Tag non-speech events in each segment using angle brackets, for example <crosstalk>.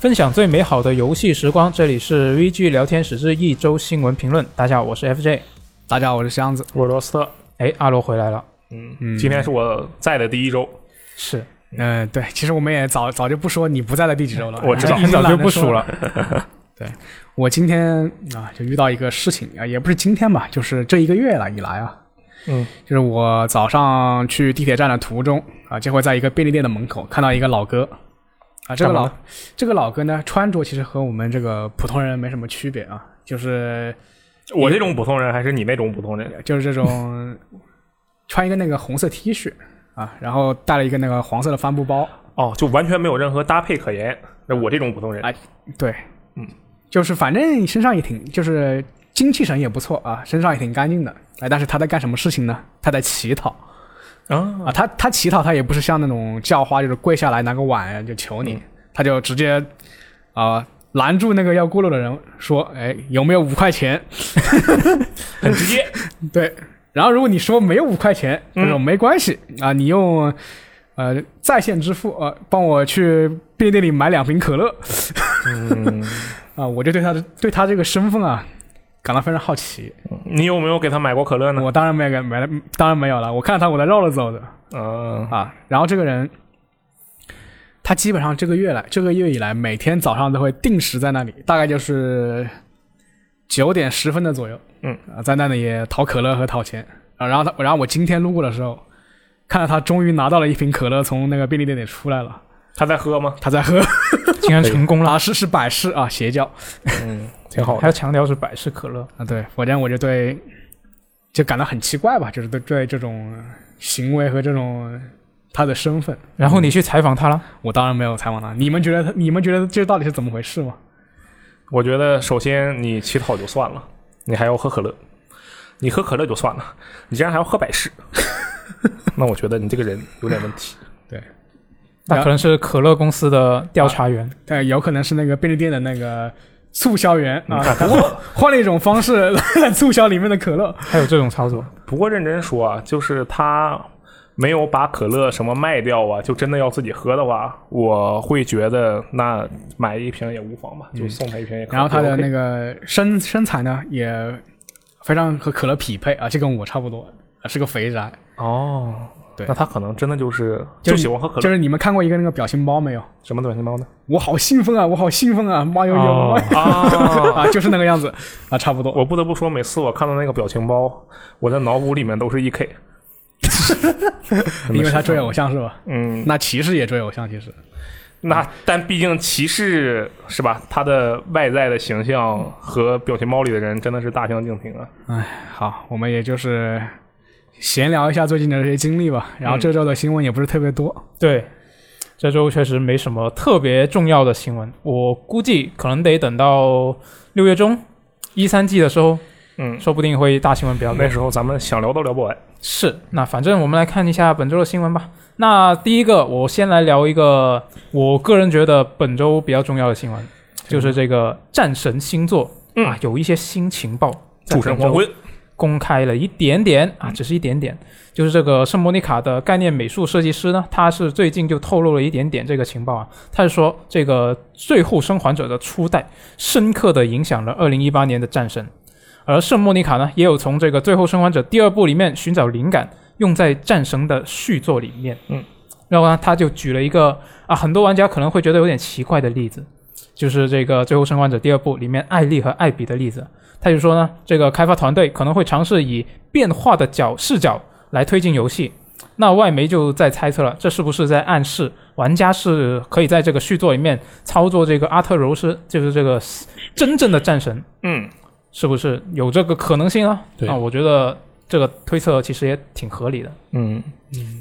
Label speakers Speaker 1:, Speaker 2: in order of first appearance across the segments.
Speaker 1: 分享最美好的游戏时光，这里是 VG 聊天室之一周新闻评论。大家好，我是 FJ。
Speaker 2: 大家好，我是箱子。
Speaker 3: 我是罗斯特，
Speaker 1: 哎，阿罗回来了，
Speaker 3: 嗯
Speaker 2: 嗯
Speaker 3: 今天是我在的第一周，
Speaker 1: 是
Speaker 2: 嗯、对，其实我们也早早就不说你不在的第几周了，
Speaker 3: 我知道
Speaker 2: 已
Speaker 1: 很
Speaker 2: 经
Speaker 1: 早
Speaker 2: 懒
Speaker 1: 就
Speaker 2: 得
Speaker 1: 不数
Speaker 2: 说
Speaker 1: 了。。
Speaker 2: 我今天啊，就遇到一个事情啊，也不是今天吧，就是这一个月了以来啊，
Speaker 3: 嗯，
Speaker 2: 就是我早上去地铁站的途中啊，结果在一个便利店的门口看到一个老哥，啊，这个
Speaker 3: 干嘛
Speaker 2: 老
Speaker 3: 呢
Speaker 2: 这个老哥呢，穿着其实和我们这个普通人没什么区别啊，就是
Speaker 3: 我这种普通人还是你那种普通人？
Speaker 2: 就是这
Speaker 3: <laughs>
Speaker 2: 种穿一个那个红色 T 恤啊，然后带了一个那个黄色的帆布包，
Speaker 3: 哦，就完全没有任何搭配可言。那我这种普通人，
Speaker 2: 哎对，
Speaker 3: 嗯，
Speaker 2: 就是反正身上也挺，就是精气神也不错啊，身上也挺干净的。哎，但是他在干什么事情呢？他在乞讨
Speaker 3: 啊，
Speaker 2: 啊，他他乞讨，他也不是像那种叫花，就是跪下来拿个碗就求
Speaker 3: 嗯
Speaker 2: 你，他就直接啊、拦住那个要过路的人说：“哎，有没有五块钱 <laughs>
Speaker 3: 很直接。？”嗯
Speaker 2: 对，然后如果你说没有五块钱，他说没关系啊，你用。呃，在线支付，呃，帮我去便利店里买两瓶可乐，
Speaker 3: 嗯，
Speaker 2: 啊，我就对他的对他这个身份啊感到非常好奇。
Speaker 3: 你有没有给他买过可乐呢？
Speaker 2: 我当然没有给没了，当然没有了。我看到他我才绕着走的
Speaker 3: 嗯，
Speaker 2: 啊。然后这个人，他基本上这个月来这个月以来，每天早上都会定时在那里，大概就是九点十分的左右，
Speaker 3: 嗯
Speaker 2: 啊，在那里讨可乐和讨钱啊。然后他，然后我今天路过的时候，看到他终于拿到了一瓶可乐，从那个便利店里出来了，
Speaker 3: 他在喝吗？
Speaker 2: 他在喝， <laughs>
Speaker 1: 竟然成功了，
Speaker 2: 啊，是是百事啊，邪教。
Speaker 3: 嗯， <laughs> 挺好
Speaker 1: 还
Speaker 3: 的。
Speaker 1: 要强调是百事可乐。
Speaker 2: 啊，对，反正我就对就感到很奇怪吧，就是对对这种行为和这种他的身份，
Speaker 1: 然后你去采访他
Speaker 3: 嗯
Speaker 1: 了，
Speaker 2: 我当然没有采访他。你们觉得他你们觉得这到底是怎么回事吗？
Speaker 3: 我觉得首先你乞讨就算了，你还要喝可乐，你喝可乐就算了，你竟然还要喝百事， <laughs> 那我觉得你这个人有点问题。
Speaker 1: 那可能是可乐公司的调查员。
Speaker 2: 但有可能是那个便利店的那个促销员啊，
Speaker 3: 嗯
Speaker 2: 他换了一种方式 <laughs> 来促销里面的可乐。
Speaker 3: 啊
Speaker 1: 还有这种
Speaker 3: <laughs>
Speaker 1: 操作，
Speaker 3: 不过认真说啊，就是他没有把可乐什么卖掉啊，就真的要自己喝的话，我会觉得那买一瓶也无妨吧，就送他一瓶也可
Speaker 2: 嗯
Speaker 3: 以。
Speaker 2: 然后他的那
Speaker 3: 个
Speaker 2: 个身身材呢，也非常和可乐匹配啊，这跟我差不多，啊是个肥宅。
Speaker 3: 哦，
Speaker 2: 对
Speaker 3: 那他可能真的就是
Speaker 2: 就
Speaker 3: 就是喜欢喝可乐，
Speaker 2: 就是你们看过一个那个表情包没有？
Speaker 3: 什么短信包呢？
Speaker 2: 我好兴奋啊！我好兴奋啊！妈哟哟！ <laughs>
Speaker 1: 哦
Speaker 3: 啊，
Speaker 2: 啊，就是那个样子啊，差不多。
Speaker 3: 我不得不说，每次我看到那个表情包，我的脑补里面都是 E K，
Speaker 2: 因为他追偶像是吧？
Speaker 3: 嗯，
Speaker 2: 那骑士也追偶像，其实
Speaker 3: 那但毕竟骑士是吧？他的外在的形象和表情包里的人真的是大相径庭啊。
Speaker 2: 好，我们也就是闲聊一下最近的这些经历吧。然后这周的新闻也不是特别多，
Speaker 1: 对，这周确实没什么特别重要的新闻，我估计可能得等到六月中一三季的时候，
Speaker 3: 嗯，
Speaker 1: 说不定会大新闻比较多
Speaker 3: 那。时候咱们想聊都聊不完。
Speaker 1: 是，那反正我们来看一下本周的新闻吧。那第一个，我先来聊一个我个人觉得本周比较重要的新闻，就是这个战神星座、
Speaker 3: 嗯
Speaker 1: 啊，有一些新情报。
Speaker 3: 主神黄昏，
Speaker 1: 公开了一点点啊，只是一点点，就是这个圣莫妮卡的概念美术设计师呢，他是最近就透露了一点点这个情报啊，他是说这个《最后生还者》的初代深刻的影响了2018年的战神，而圣莫妮卡呢，也有从这个《最后生还者》第二部里面寻找灵感，用在战神的续作里面。
Speaker 3: 嗯，
Speaker 1: 然后呢，他就举了一个啊，很多玩家可能会觉得有点奇怪的例子，就是这个《最后生还者》第二部里面艾丽和艾比的例子。他就说呢，这个开发团队可能会尝试以变化的角视角来推进游戏。那外媒就在猜测了，这是不是在暗示玩家是可以在这个续作里面操作这个阿特柔斯，就是这个真正的战神，
Speaker 3: 嗯，
Speaker 1: 是不是有这个可能性啊？
Speaker 3: 对
Speaker 1: 啊，我觉得这个推测其实也挺合理的。
Speaker 3: 嗯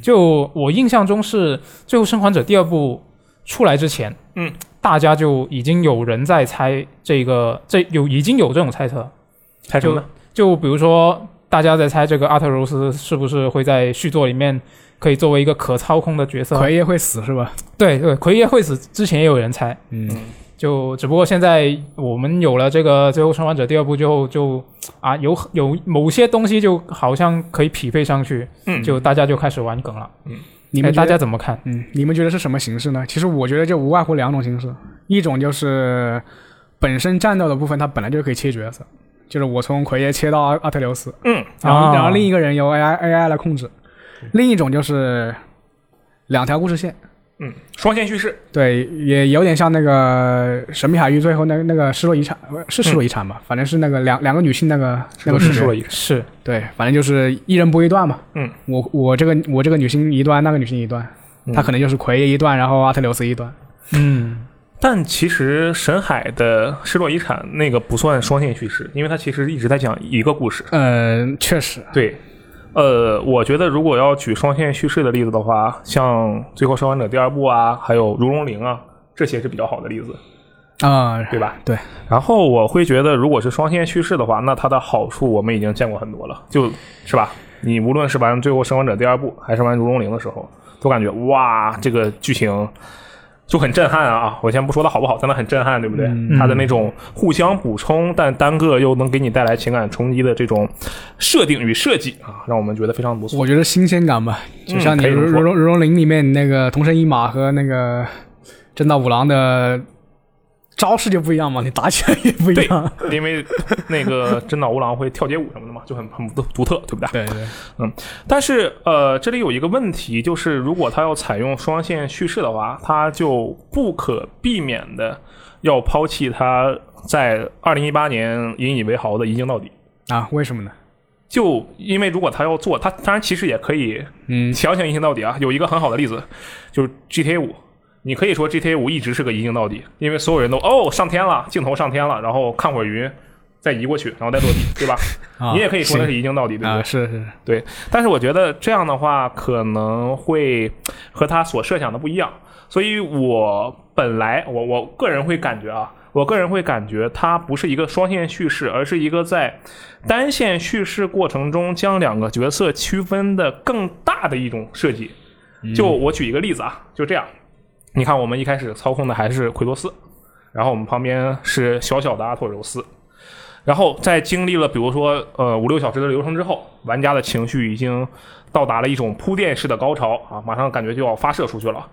Speaker 1: 就我印象中是《最后生还者》第二部出来之前，
Speaker 3: 嗯，
Speaker 1: 大家就已经有人在猜这个，这有已经有这种猜测，，
Speaker 3: 猜什么
Speaker 1: 就
Speaker 3: 呢？
Speaker 1: 就比如说大家在猜这个阿特柔斯是不是会在续作里面可以作为一个可操控的角色？
Speaker 2: 奎爷会死是吧？
Speaker 1: 对对，奎爷会死之前也有人猜，
Speaker 2: 嗯
Speaker 1: 就只不过现在我们有了这个《最后生还者》第二部之后就，啊有有某些东西就好像可以匹配上去，
Speaker 3: 嗯
Speaker 1: 就大家就开始玩梗了。
Speaker 2: 你
Speaker 1: 哎
Speaker 2: 们觉
Speaker 1: 大
Speaker 2: 得
Speaker 1: 家怎么看？
Speaker 2: 嗯，你们觉得是什么形式呢？其实我觉得就无外乎两种形式，一种就是本身战斗的部分，它本来就可以切角色，就是我从奎爷切到阿阿特琉斯，
Speaker 3: 嗯，
Speaker 2: 然后、
Speaker 1: 啊
Speaker 2: 然后另一个人由 AI AI 来控制。另一种就是两条故事线，
Speaker 3: 嗯，双线叙事，
Speaker 2: 对，也有点像那个《神秘海域》最后那那个失落遗产，不是是失落遗产
Speaker 3: 嗯
Speaker 2: 吧？反正是那个两两个女性那个那个视
Speaker 3: 是说
Speaker 2: 角，
Speaker 3: 了一个，
Speaker 1: 嗯是
Speaker 2: 对，反正就是一人播一段嘛。
Speaker 3: 嗯，
Speaker 2: 我我这个我这个女性一段，那个女性一段，
Speaker 3: 嗯
Speaker 2: 她可能就是奎爷一段，然后阿特琉斯一段。
Speaker 1: 嗯
Speaker 3: 但其实沈海的《失落遗产》那个不算双线叙事，因为它其实一直在讲一个故事。
Speaker 2: 嗯、确实，
Speaker 3: 对，呃，我觉得如果要举双线叙事的例子的话，像《最后生还者》第二部啊，还有《如龙零》啊，这些是比较好的例子，
Speaker 2: 啊、
Speaker 3: 对吧？
Speaker 2: 对。
Speaker 3: 然后我会觉得，如果是双线叙事的话，那它的好处我们已经见过很多了，就是吧？你无论是玩《最后生还者》第二部，还是玩《如龙零》的时候，都感觉哇，这个剧情。就很震撼啊！我先不说它好不好，但它很震撼，对不对？它的那种互相补充，但单个又能给你带来情感冲击的这种设定与设计啊，让我们觉得非
Speaker 2: <laughs>
Speaker 3: 常不错。
Speaker 2: 我觉得新鲜感吧，就像你
Speaker 3: 嗯可以这
Speaker 2: 如
Speaker 3: 么
Speaker 2: 如
Speaker 3: 说
Speaker 2: 龙如龙零里面那个同生一马和那个真道五郎的招式就不一样嘛，你打起来也不一
Speaker 3: 对
Speaker 2: 样。，
Speaker 3: 因为那个真岛吾郎会跳街舞什么的嘛，就很很独独特，对不
Speaker 2: 对
Speaker 3: 对？
Speaker 2: 对，
Speaker 3: 但是呃，这里有一个问题，就是如果它要采用双线叙事的话，它就不可避免的要抛弃它在二零一八年引以为豪的一镜到底。
Speaker 2: 啊，为什么呢？
Speaker 3: 就因为如果他要做，他当然其实也可以
Speaker 2: 嗯
Speaker 3: 强行一镜到底啊。有一个很好的例子，就是 GTA 五。你可以说 GTA 五一直是个一镜到底，因为所有人都哦上天了，镜头上天了，然后看会儿云，再移过去，然后再落地，对吧？
Speaker 2: 啊
Speaker 3: 你也可以说那
Speaker 2: 行
Speaker 3: 是一镜到底，对不对
Speaker 2: 啊，？是是，
Speaker 3: 但是我觉得这样的话可能会和他所设想的不一样，所以我本来我我个人会感觉啊，我个人会感觉它不是一个双线叙事，而是一个在单线叙事过程中将两个角色区分的更大的一种设计。就我举一个例子啊，就这样，你看我们一开始操控的还是奎托斯，然后我们旁边是小小的阿托柔斯，然后在经历了比如说呃五六小时的流程之后，玩家的情绪已经到达了一种铺垫式的高潮啊，马上感觉就要发射出去了。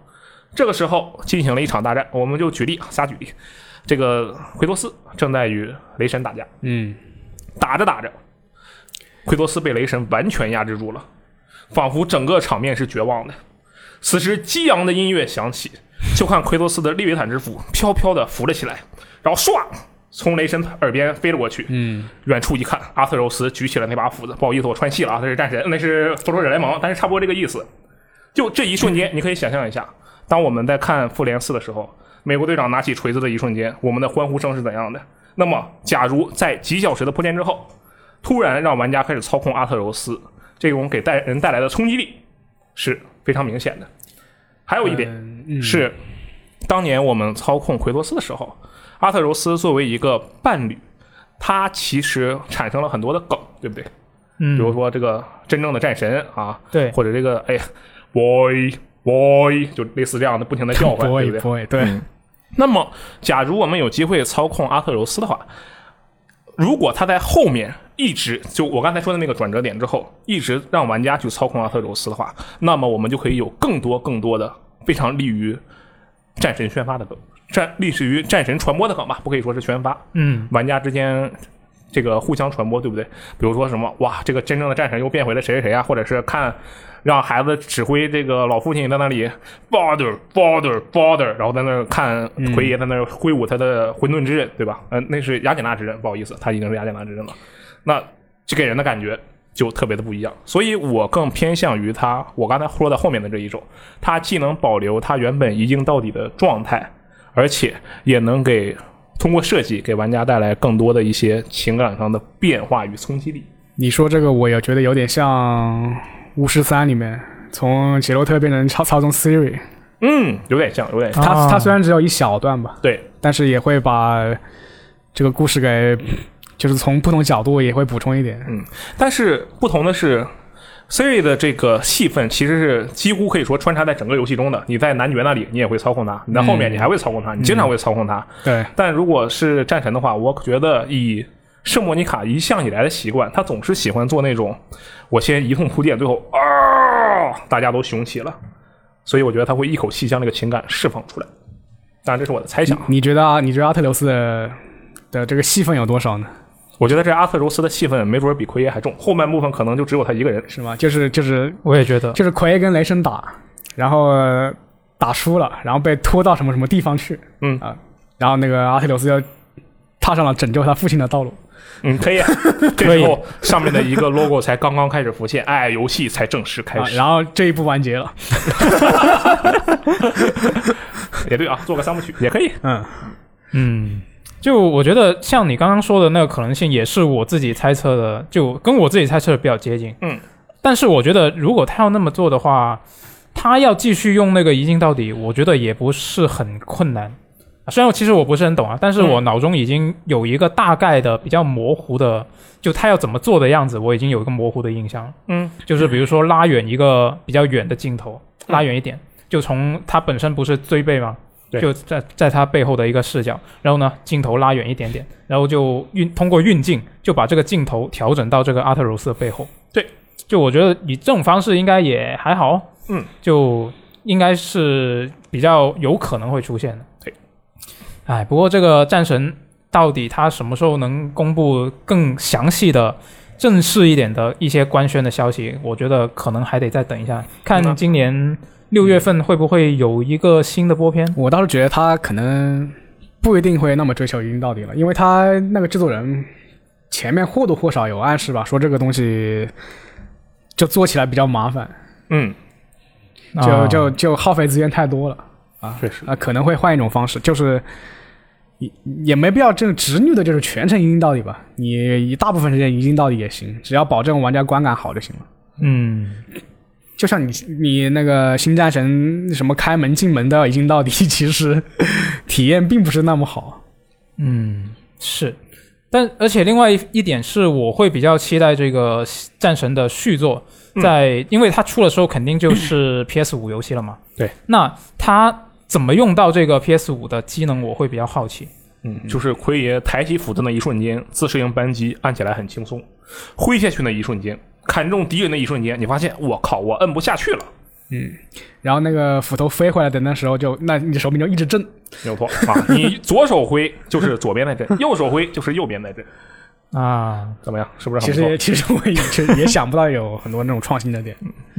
Speaker 3: 这个时候进行了一场大战，我们就举例啊瞎举例，这个奎托斯正在与雷神打架，
Speaker 2: 嗯，
Speaker 3: 打着打着，奎托斯被雷神完全压制住了，仿佛整个场面是绝望的。此时激昂的音乐响起，就看奎托斯的利维坦之斧飘飘的浮了起来，然后唰从雷神耳边飞了过去。嗯，远处一看，阿特柔斯举起了那把斧子。不好意思，我穿戏了啊，这是战神，那是复仇者联盟，但是差不多这个意思。就这一瞬间，你可以想象一下，当我们在看复联四的时候，美国队长拿起锤子的一瞬间，我们的欢呼声是怎样的？那么，假如在几小时的铺垫之后，突然让玩家开始操控阿特柔斯，这种给带人带来的冲击力是非常明显的。还有一点、
Speaker 2: 嗯，
Speaker 3: 是，当年我们操控奎托斯的时候，阿特柔斯作为一个伴侣，他其实产生了很多的梗，对不对？
Speaker 1: 嗯，
Speaker 3: 比如说这个真正的战神啊，
Speaker 1: 对
Speaker 3: 或者这个哎呀，boy boy，就类似这样的不停的叫唤，
Speaker 2: 不
Speaker 3: 对
Speaker 2: 会
Speaker 3: 不对？
Speaker 2: 不会，对，
Speaker 3: 那么，假如我们有机会操控阿特柔斯的话，如果他在后面一直就我刚才说的那个转折点之后，一直让玩家去操控阿特柔斯的话，那么我们就可以有更多更多的非常利于战神宣发的梗，战利于战神传播的梗吧，不可以说是宣发，
Speaker 1: 嗯
Speaker 3: 玩家之间这个互相传播，对不对？比如说什么哇，这个真正的战神又变回了谁谁谁啊，或者是看让孩子指挥这个老父亲在那里 father father father，然后在那儿看奎爷在那儿挥舞他的混沌之刃，对吧？嗯、那是雅典娜之刃，不好意思，他已经是雅典娜之刃了。那就给人的感觉就特别的不一样。所以我更偏向于它，我刚才说的后面的这一种，它既能保留它原本一镜到底的状态，而且也能给通过设计给玩家带来更多的一些情感上的变化与冲击力。
Speaker 2: 你说这个我也觉得有点像《巫师三》里面从杰洛特变成操操纵 Siri，
Speaker 3: 嗯，有点像，有点像。
Speaker 2: 他
Speaker 1: 啊
Speaker 2: 他虽然只有一小段吧，
Speaker 3: 对，
Speaker 2: 但是也会把这个故事给，就是从不同角度也会补充一点。
Speaker 3: 嗯但是不同的是。Siri 的这个戏份其实是几乎可以说穿插在整个游戏中的。你在男爵那里，你也会操控它；你在后面，你还会操控它，你经常会操控它。
Speaker 2: 对，
Speaker 3: 但如果是战神的话，我觉得以圣莫妮卡一向以来的习惯，他总是喜欢做那种我先一通铺垫，最后啊，大家都雄起了。所以我觉得他会一口气将这个情感释放出来。当然这是我的猜想啊。
Speaker 2: 你觉得啊？你觉得阿特留斯的的这个戏份有多少呢？
Speaker 3: 我觉得这阿特柔斯的戏份没准儿比奎爷还重，后半部分可能就只有他一个人。
Speaker 2: 是吗？就是就是
Speaker 1: 我也觉得，
Speaker 2: 就是奎爷跟雷神打，然后呃打输了，然后被拖到什么什么地方去，
Speaker 3: 嗯
Speaker 2: 啊，然后那个阿特留斯就踏上了拯救他父亲的道路。
Speaker 3: 嗯，可以。 <laughs> 这时候上面的一个 logo 才刚刚开始浮现，哎，游戏才正式开
Speaker 2: 啊，
Speaker 3: 始。
Speaker 2: 然后这一步完结了。
Speaker 3: 也对啊，做个三部曲也可以。
Speaker 2: 嗯，
Speaker 1: 嗯，就我觉得像你刚刚说的那个可能性，也是我自己猜测的，就跟我自己猜测的比较接近。
Speaker 3: 嗯，
Speaker 1: 但是我觉得如果他要那么做的话，他要继续用那个一镜到底，我觉得也不是很困难。虽然其实我不是很懂啊，但是我脑中已经有一个大概的、比较模糊的，就他要怎么做的样子，我已经有一个模糊的印象了。
Speaker 3: 嗯，
Speaker 1: 就是比如说拉远一个比较远的镜头，拉远一点，就从它本身不是追背吗？
Speaker 3: 对
Speaker 1: 就在在它背后的一个视角，然后呢，镜头拉远一点点，然后就运通过运镜就把这个镜头调整到这个阿特柔斯的背后。
Speaker 3: 对，
Speaker 1: 就我觉得以这种方式应该也还好，
Speaker 3: 嗯，
Speaker 1: 就应该是比较有可能会出现的。
Speaker 3: 对，
Speaker 1: 哎，不过这个战神到底他什么时候能公布更详细的、正式一点的一些官宣的消息？我觉得可能还得再等一下，
Speaker 3: 嗯
Speaker 1: 看今年六月份会不会有一个新的播片。
Speaker 2: 我倒是觉得他可能不一定会那么追求一镜到底了，因为他那个制作人前面或多或少有暗示吧，说这个东西就做起来比较麻烦，
Speaker 3: 嗯，
Speaker 2: 就、
Speaker 1: 啊
Speaker 2: 就就耗费资源太多了啊
Speaker 3: 确实。
Speaker 2: 啊，可能会换一种方式，就是。也也没必要，这种直女的就是全程一镜到底吧。你一大部分时间一镜到底也行，只要保证玩家观感好就行了。
Speaker 1: 嗯，
Speaker 2: 就像你你那个新战神什么开门进门都要一镜到底， <laughs> 其实体验并不是那么好。
Speaker 1: 嗯，是。但而且另外一一点是，我会比较期待这个《战神》的续作，
Speaker 2: 嗯
Speaker 1: 在、因为它出的时候肯定就是
Speaker 2: <coughs>
Speaker 1: PS 五游戏了嘛。
Speaker 3: 对。
Speaker 1: 那它怎么用到这个 PS 五的机能，我会比较好奇。
Speaker 3: 嗯，就是奎爷抬起斧子那一瞬间，自适应扳机按起来很轻松；挥下去那一瞬间，砍中敌人的一瞬间，你发现我靠，我摁不下去了。
Speaker 2: 然后那个斧头飞回来的那时候就，那你手柄就一直震。
Speaker 3: 没有错啊，
Speaker 2: <laughs>
Speaker 3: 你左手挥就是左边那阵，右手挥就是右边那阵，
Speaker 1: 啊，
Speaker 3: 怎么样？是不是
Speaker 2: 其
Speaker 3: 很不
Speaker 2: 实也
Speaker 3: 错？
Speaker 2: 其实我也其实也想不到有很多那种创新的
Speaker 1: <laughs>
Speaker 2: 点，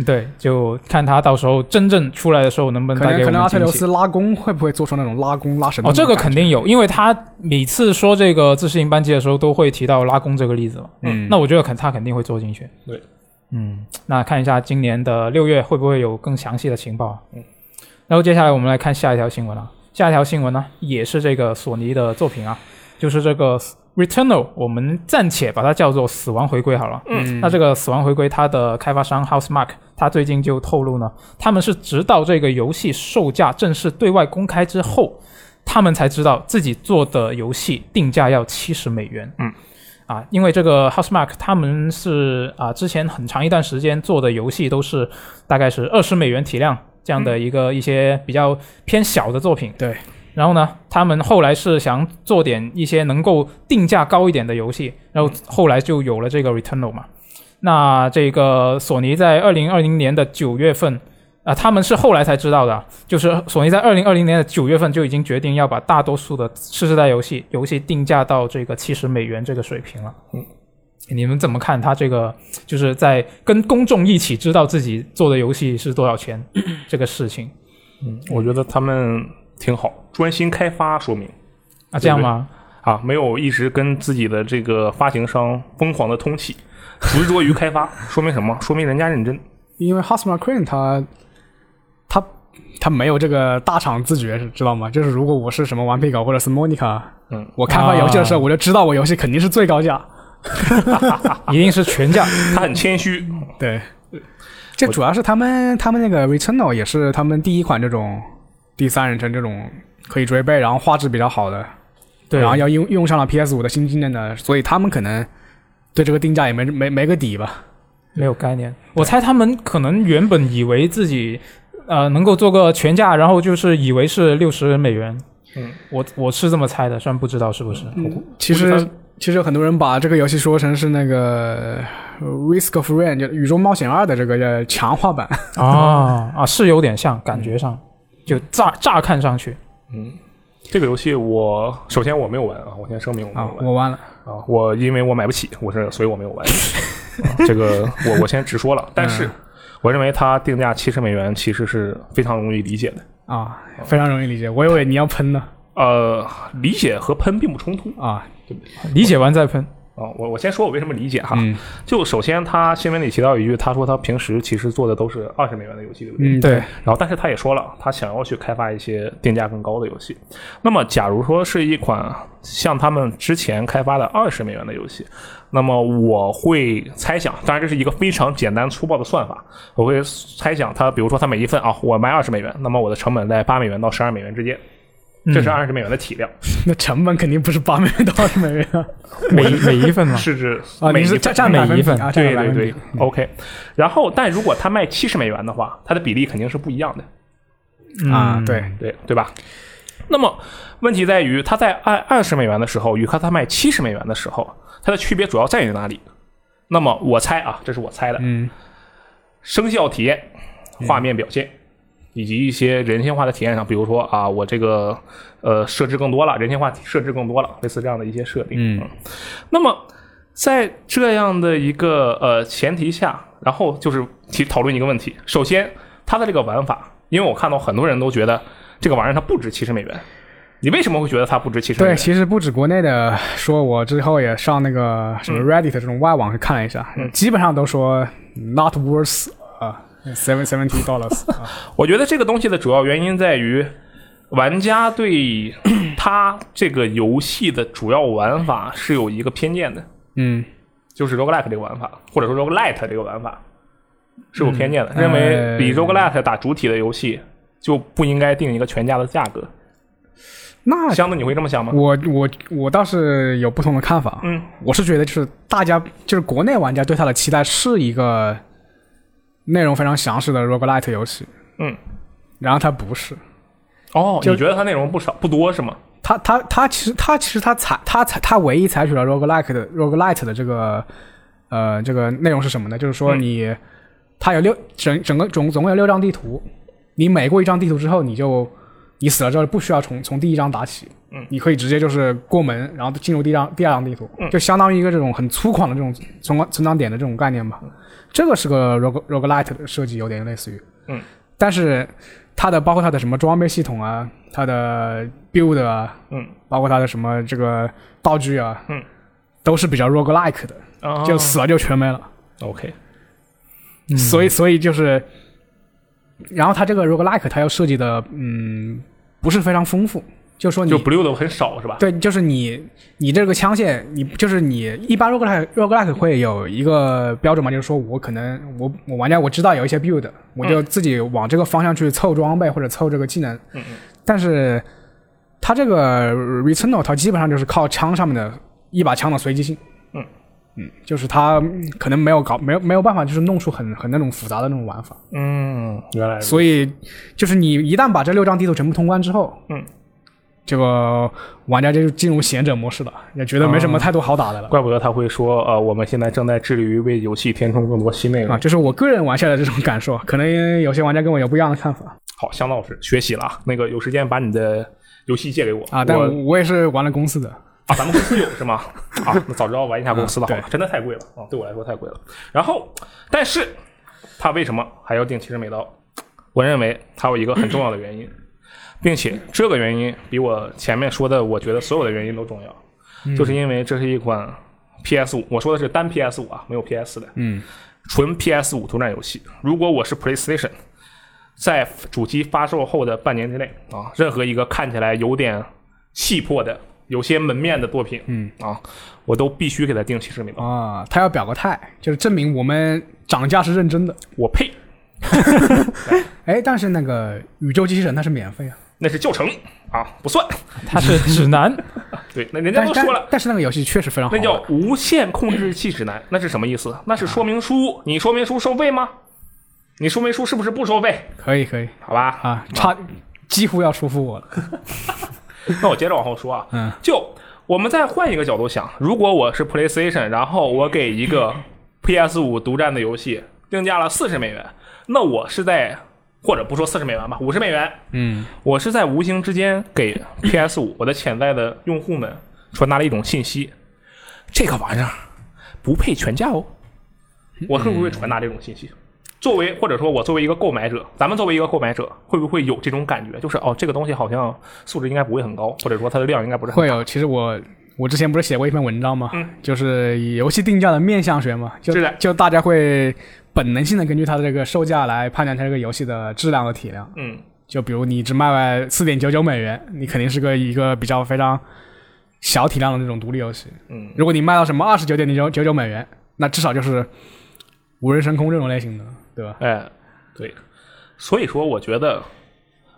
Speaker 1: 对，就看他到时候真正出来的时候能不能
Speaker 2: 可
Speaker 1: 带
Speaker 2: 能
Speaker 1: 给
Speaker 2: 可
Speaker 1: 我
Speaker 2: 能
Speaker 1: 们
Speaker 2: 阿特
Speaker 1: 惊
Speaker 2: 留
Speaker 1: 喜。
Speaker 2: 斯拉弓会不会做出那种拉弓拉绳的
Speaker 1: 哦，
Speaker 2: 那种
Speaker 1: 这
Speaker 2: 感
Speaker 1: 个
Speaker 2: 觉？
Speaker 1: 肯定有，因为他每次说这个自适应扳机的时候，都会提到拉弓这个例子嘛。
Speaker 2: 嗯
Speaker 1: 那我觉得肯他肯定会做进去。
Speaker 3: 对，
Speaker 1: 嗯，那看一下今年的六月会不会有更详细的情报。嗯，然后接下来我们来看下一条新闻啊，下一条新闻呢也是这个索尼的作品啊，就是这个 Returnal，我们暂且把它叫做死亡回归好了。
Speaker 2: 嗯，
Speaker 1: 那这个《死亡回归》它的开发商 Housemark，它最近就透露呢，他们是直到这个游戏售价正式对外公开之后，他们才知道自己做的游戏定价要七十美元。
Speaker 3: 嗯，
Speaker 1: 啊，因为这个 Housemark 他们是啊，之前很长一段时间做的游戏都是大概是二十美元体量这样的一个、一些比较偏小的作品。
Speaker 2: 对。
Speaker 1: 然后呢，他们后来是想做点一些能够定价高一点的游戏，然后后来就有了这个 Returnal 嘛。那这个索尼在二零二零年的九月份，啊、他们是后来才知道的啊，就是索尼在二零二零年的九月份就已经决定要把大多数的次世代游戏游戏定价到这个七十美元这个水平了。
Speaker 3: 嗯，
Speaker 1: 你们怎么看它这个就是在跟公众一起知道自己做的游戏是多少钱这个事情
Speaker 3: 嗯，我觉得他们挺好，专心开发，说明
Speaker 1: 啊？这样吗？
Speaker 3: 啊，没有一直跟自己的这个发行商疯狂的通气，执着于开发，说明什么？说明人家认真。
Speaker 2: 因为 Hosmer Crane 他他他没有这个大厂自觉，是知道吗？就是如果我是什么顽皮狗或者是 Monica，
Speaker 3: 嗯，
Speaker 2: 我开发游戏的时候，
Speaker 1: 啊
Speaker 2: 我就知道我游戏肯定是最高价。
Speaker 1: 一定是全价。
Speaker 3: 他很谦虚，
Speaker 2: 对，这主要是他们他们那个 Returnal 也是他们第一款这种第三人称这种可以追背，然后画质比较好的，
Speaker 1: 对，
Speaker 2: 然后要用用上了 PS 五的新技能的，所以他们可能对这个定价也没没没个底吧。
Speaker 1: 没有概念。我猜他们可能原本以为自己呃能够做个全价，然后就是以为是六十美元。
Speaker 3: 嗯，
Speaker 1: 我我是这么猜的，虽然不知道是不是。
Speaker 2: 其
Speaker 3: 估计
Speaker 2: 实
Speaker 3: 他
Speaker 2: 其实有很多人把这个游戏说成是那个呃 Risk of Rain 就宇宙冒险二的这个呃强化 <laughs> 版，
Speaker 1: 啊啊，是有点像，感觉上就乍乍看上去。
Speaker 3: 嗯，这个游戏我首先我没有玩啊，我先声明我没
Speaker 2: 啊
Speaker 3: 有，玩
Speaker 2: 我完了，
Speaker 3: 啊，我因为我买不起，我是所以我没有玩。啊这个我我先直说了，但
Speaker 2: 嗯
Speaker 3: 是我认为它定价七十美元其实是非常容易理解的。
Speaker 2: 啊，非常容易理解。我以为你要喷呢
Speaker 3: 呃，理解和喷并不冲突
Speaker 2: 啊，
Speaker 1: 理解完再喷。
Speaker 3: 啊。我我先说我为什么理解哈，
Speaker 2: 嗯
Speaker 3: 就首先他新闻里提到一句，他说他平时其实做的都是二十美元的游戏，对不对？
Speaker 2: 嗯，
Speaker 1: 对，
Speaker 3: 然后，但是他也说了，他想要去开发一些定价更高的游戏。那么，假如说是一款像他们之前开发的二十美元的游戏，那么我会猜想，当然这是一个非常简单粗暴的算法，我会猜想它，比如说它每一份啊，我卖二十美元，那么我的成本在八美元到十二美元之间，这是二十美元的体量，
Speaker 2: 那成本肯定不是八美元到二十美元 <laughs> 啊
Speaker 1: 每每一份嘛，
Speaker 3: 是指
Speaker 2: 啊，
Speaker 3: 每
Speaker 2: 你
Speaker 3: 一
Speaker 2: 是
Speaker 3: 份
Speaker 2: 占占
Speaker 1: 每
Speaker 2: 百分
Speaker 1: 一
Speaker 2: 比
Speaker 1: 份
Speaker 2: 啊，占
Speaker 3: 对
Speaker 2: 百
Speaker 3: 对
Speaker 2: 分
Speaker 3: 对
Speaker 2: 比
Speaker 3: ，OK。然后，但如果它卖七十美元的话，它的比例肯定是不一样的。
Speaker 1: 嗯
Speaker 2: 啊，，对，
Speaker 3: 对对吧？那么问题在于，它在按二十美元的时候，与它它卖七十美元的时候，它的区别主要在于哪里？那么我猜啊，这是我猜的，
Speaker 2: 嗯，
Speaker 3: 声效体验、画面表现，以及一些人性化的体验上，比如说啊，我这个呃设置更多了，人性化设置更多了，类似这样的一些设定。
Speaker 2: 嗯，
Speaker 3: 那么在这样的一个呃前提下，然后就是提讨论一个问题。首先，它的这个玩法，因为我看到很多人都觉得这个玩意儿它不值七十美元，你为什么会觉得它不值七十美
Speaker 2: 对，
Speaker 3: 元？
Speaker 2: 其实不止国内的说，我之后也上那个什么 Reddit 这种外网去看了一下，基本上都说 not worth 啊，seven seventy dollars 啊，
Speaker 3: 我觉得这个东西的主要原因在于。玩家对 <clears throat> 它这个游戏的主要玩法是有一个偏见的，
Speaker 2: <laughs> 嗯，
Speaker 3: 就是 roguelike 这个玩法，或者说 roguelite 这个玩法是有偏见的，认为比
Speaker 2: 哎
Speaker 3: roguelite 打主体的游戏就不应该定一个全价的价格。
Speaker 2: 那
Speaker 3: 箱子，你会这么想吗？
Speaker 2: 我我我倒是有不同的看法，啊
Speaker 3: 嗯，
Speaker 2: 我是觉得就是大家就是国内玩家对它的期待是一个内容非常详实的 roguelite 游戏，
Speaker 3: 嗯，
Speaker 2: 然后它不是，
Speaker 3: 哦，
Speaker 2: 就
Speaker 3: 你觉得它内容不少不多是吗？
Speaker 2: 它它它其实它其实它采它采它唯一采取了 roguelike 的 roguelite 的这个呃这个内容是什么呢？就是说
Speaker 3: 嗯
Speaker 2: 你、它有六整整个总总共有六张地图，你每过一张地图之后，你就你死了之后不需要从从第一张打起，
Speaker 3: 嗯
Speaker 2: 你可以直接就是过门，然后进入第一张第二张地图，
Speaker 3: 嗯
Speaker 2: 就相当于一个这种很粗犷的这种存档存档点的这种概念吧。这个是个 rogue roguelite 的设计，有点类似于，
Speaker 3: 嗯，
Speaker 2: 但是它的包括它的什么装备系统啊，它的 build 啊。
Speaker 3: 嗯，
Speaker 2: 包括它的什么这个道具啊，
Speaker 3: 嗯，
Speaker 2: 都是比较 roguelike 的，
Speaker 3: 啊
Speaker 2: 就死了就全没了。
Speaker 3: OK，
Speaker 1: 嗯
Speaker 2: 所以，所以就是，然后它这个 roguelike 它要设计的，嗯，不是非常丰富，就说你
Speaker 3: 就 blue 的很少是吧？
Speaker 2: 对，就是你你这个枪械，你就是你一般 roguelike roguelike 会有一个标准嘛，就是说我可能我我玩家我知道有一些 build，我就自己往这个方向去凑装备或者凑这个技能，
Speaker 3: 嗯嗯
Speaker 2: 但是它这个 Returnal 它基本上就是靠枪上面的一把枪的随机性，
Speaker 3: 嗯
Speaker 2: 嗯，就是它嗯可能没有搞没有没有办法就是弄出很很那种复杂的那种玩法，
Speaker 3: 嗯，原来
Speaker 2: 所以就是你一旦把这六张地图全部通关之后，
Speaker 3: 嗯。
Speaker 2: 这个玩家就进入贤者模式了，也觉得没
Speaker 3: 哦
Speaker 2: 什么太多好打的了、
Speaker 3: 怪不得他会说，呃，我们现在正在致力于为游戏填充更多新内容
Speaker 2: 啊！。这是我个人玩下来的这种感受，可能有些玩家跟我有不一样的看法
Speaker 3: 好，香老师学习了啊，那个有时间把你的游戏借给我
Speaker 2: 啊。但
Speaker 3: 我
Speaker 2: 我也是玩了公司的，
Speaker 3: 啊，咱们公司有是吗？啊，那早知道玩一下公司的好
Speaker 2: 嗯
Speaker 3: 了，
Speaker 2: 对
Speaker 3: 真的太贵了啊，对我来说太贵了。然后，但是他为什么还要定七十美刀？我认为它有一个很重要的原因，并且这个原因比我前面说的，我觉得所有的原因都重要，
Speaker 2: 嗯
Speaker 3: 就是因为这是一款 PS 五，我说的是单 PS 五啊，没有 PS 的，
Speaker 2: 嗯，
Speaker 3: 纯 PS 五独占游戏。如果我是 PlayStation，在主机发售后的半年之内啊，任何一个看起来有点气魄的、有些门面的作品，
Speaker 2: 嗯
Speaker 3: 啊，我都必须给它定七十美刀，
Speaker 2: 啊，他要表个态，就是证明我们涨价是认真的。
Speaker 3: 我配，
Speaker 2: 哎，但是那个宇宙机器人它是免费啊，
Speaker 3: 那是教程啊，不算。
Speaker 1: 他是指南，
Speaker 3: <laughs> 对，那人家
Speaker 2: 但
Speaker 3: 都
Speaker 2: 是
Speaker 3: 说
Speaker 2: 但
Speaker 3: 了。
Speaker 2: 但是那个游戏确实非常好
Speaker 3: 那
Speaker 2: 玩，
Speaker 3: 叫无线控制器指南，那是什么意思？那是说明书，你说明书收费吗？你说明书是不是不收费？
Speaker 2: 可以可以
Speaker 3: 好吧，
Speaker 2: 啊，差几乎要出乎我了，
Speaker 3: <laughs> 那我接着往后说啊，
Speaker 2: 嗯，
Speaker 3: 就我们再换一个角度想，如果我是 PlayStation，然后我给一个 PS 五独占的游戏定价了四十美元，那我是在或者不说四十美元吧，五十美元，
Speaker 2: 嗯，
Speaker 3: 我是在无形之间给 PS 五我的潜在的用户们传达了一种信息：这个玩意儿不配全价哦。我会不会传达这种信息？作为或者说我作为一个购买者，咱们作为一个购买者，会不会有这种感觉？就是哦，这个东西好像素质应该不会很高，或者说它的量应该不是很
Speaker 2: 会有。其实我我之前不是写过一篇文章嘛，
Speaker 3: 嗯
Speaker 2: 就是以游戏定价的面向学嘛，就是
Speaker 3: 的
Speaker 2: 就大家会本能性的根据它的这个售价来判断它这个游戏的质量和体量。
Speaker 3: 嗯，
Speaker 2: 就比如你只卖四点九九美元，你肯定是个一个比较非常小体量的那种独立游戏。
Speaker 3: 嗯，
Speaker 2: 如果你卖到什么二十九点九九九美元，那至少就是无人深空这种类型的，对吧？
Speaker 3: 哎，对，所以说我觉得，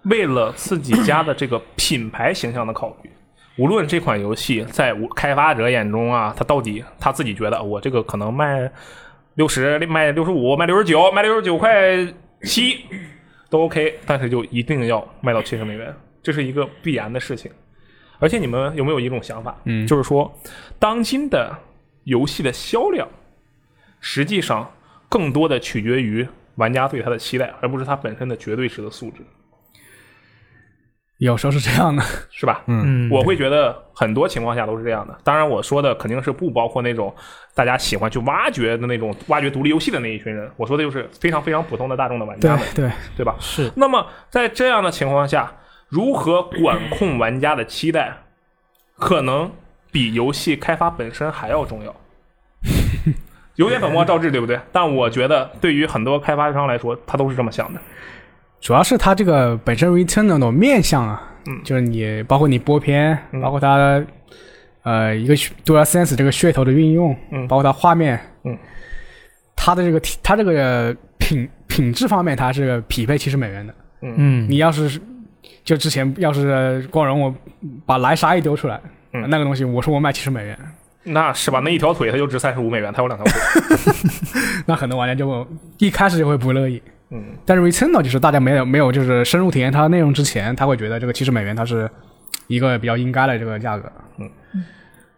Speaker 3: 为了自己家的这个品牌形象的考虑，无论这款游戏在我开发者眼中啊，他到底他自己觉得我这个可能卖六十、卖六十五、卖六十九、卖六十九块七都 OK，但是就一定要卖到七十美元，这是一个必然的事情。而且你们有没有一种想法，
Speaker 2: 嗯
Speaker 3: 就是说，当今的游戏的销量，实际上更多的取决于玩家对它的期待，而不是它本身的绝对值的素质，
Speaker 2: 有时候是这样的，
Speaker 3: 是吧？
Speaker 1: 嗯，
Speaker 3: 我会觉得很多情况下都是这样的。当然，我说的肯定是不包括那种大家喜欢去挖掘的那种挖掘独立游戏的那一群人。我说的就是非常非常普通的大众的玩家
Speaker 2: 对
Speaker 3: 们，
Speaker 2: 对，
Speaker 3: 对吧？
Speaker 1: 是
Speaker 3: 那么在这样的情况下，如何管控玩家的期待，可能比游戏开发本身还要重要。有点本末倒置，对不对？但我觉得对于很多开发商来说，他都是这么想的。
Speaker 2: 主要是它这个本身 return 的那种面向啊，
Speaker 3: 嗯
Speaker 2: 就是你包括你播片，
Speaker 3: 嗯
Speaker 2: 包括它呃一个 DualSense 这个噱头的运用，
Speaker 3: 嗯
Speaker 2: 包括它画面，
Speaker 3: 嗯，
Speaker 2: 它的这个体它这个品品质方面，它是匹配七十美元的。
Speaker 1: 嗯，
Speaker 2: 你要是就之前要是光荣我把莱莎一丢出来，
Speaker 3: 嗯
Speaker 2: 那个东西我说我卖七十美元，
Speaker 3: 那是吧？那一条腿它就值三十五美元，它有两条腿。
Speaker 2: 那很多玩家就一开始就会不乐意。
Speaker 3: 嗯，
Speaker 2: 但是 Returnal 就是大家没有没有就是深入体验它的内容之前，他会觉得这个七十美元它是一个比较应该的这个价格。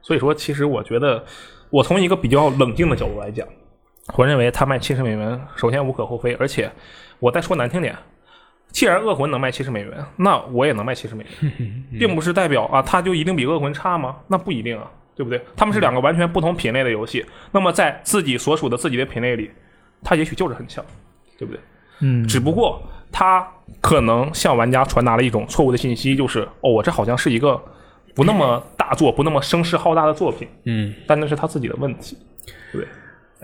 Speaker 3: 所以说，其实我觉得，我从一个比较冷静的角度来讲，我认为他卖七十美元，首先无可厚非，而且我再说难听点，既然恶魂能卖七十美元，那我也能卖七十美元，并不是代表啊，它就一定比恶魂差吗？那不一定啊，对不对？他们是两个完全不同品类的游戏，那么在自己所属的自己的品类里，它也许就是很像，对不对？
Speaker 1: 嗯，
Speaker 3: 只不过它可能向玩家传达了一种错误的信息，就是哦，我这好像是一个不那么大作、不那么声势浩大的作品，
Speaker 2: 嗯，
Speaker 3: 但那是他自己的问题。对，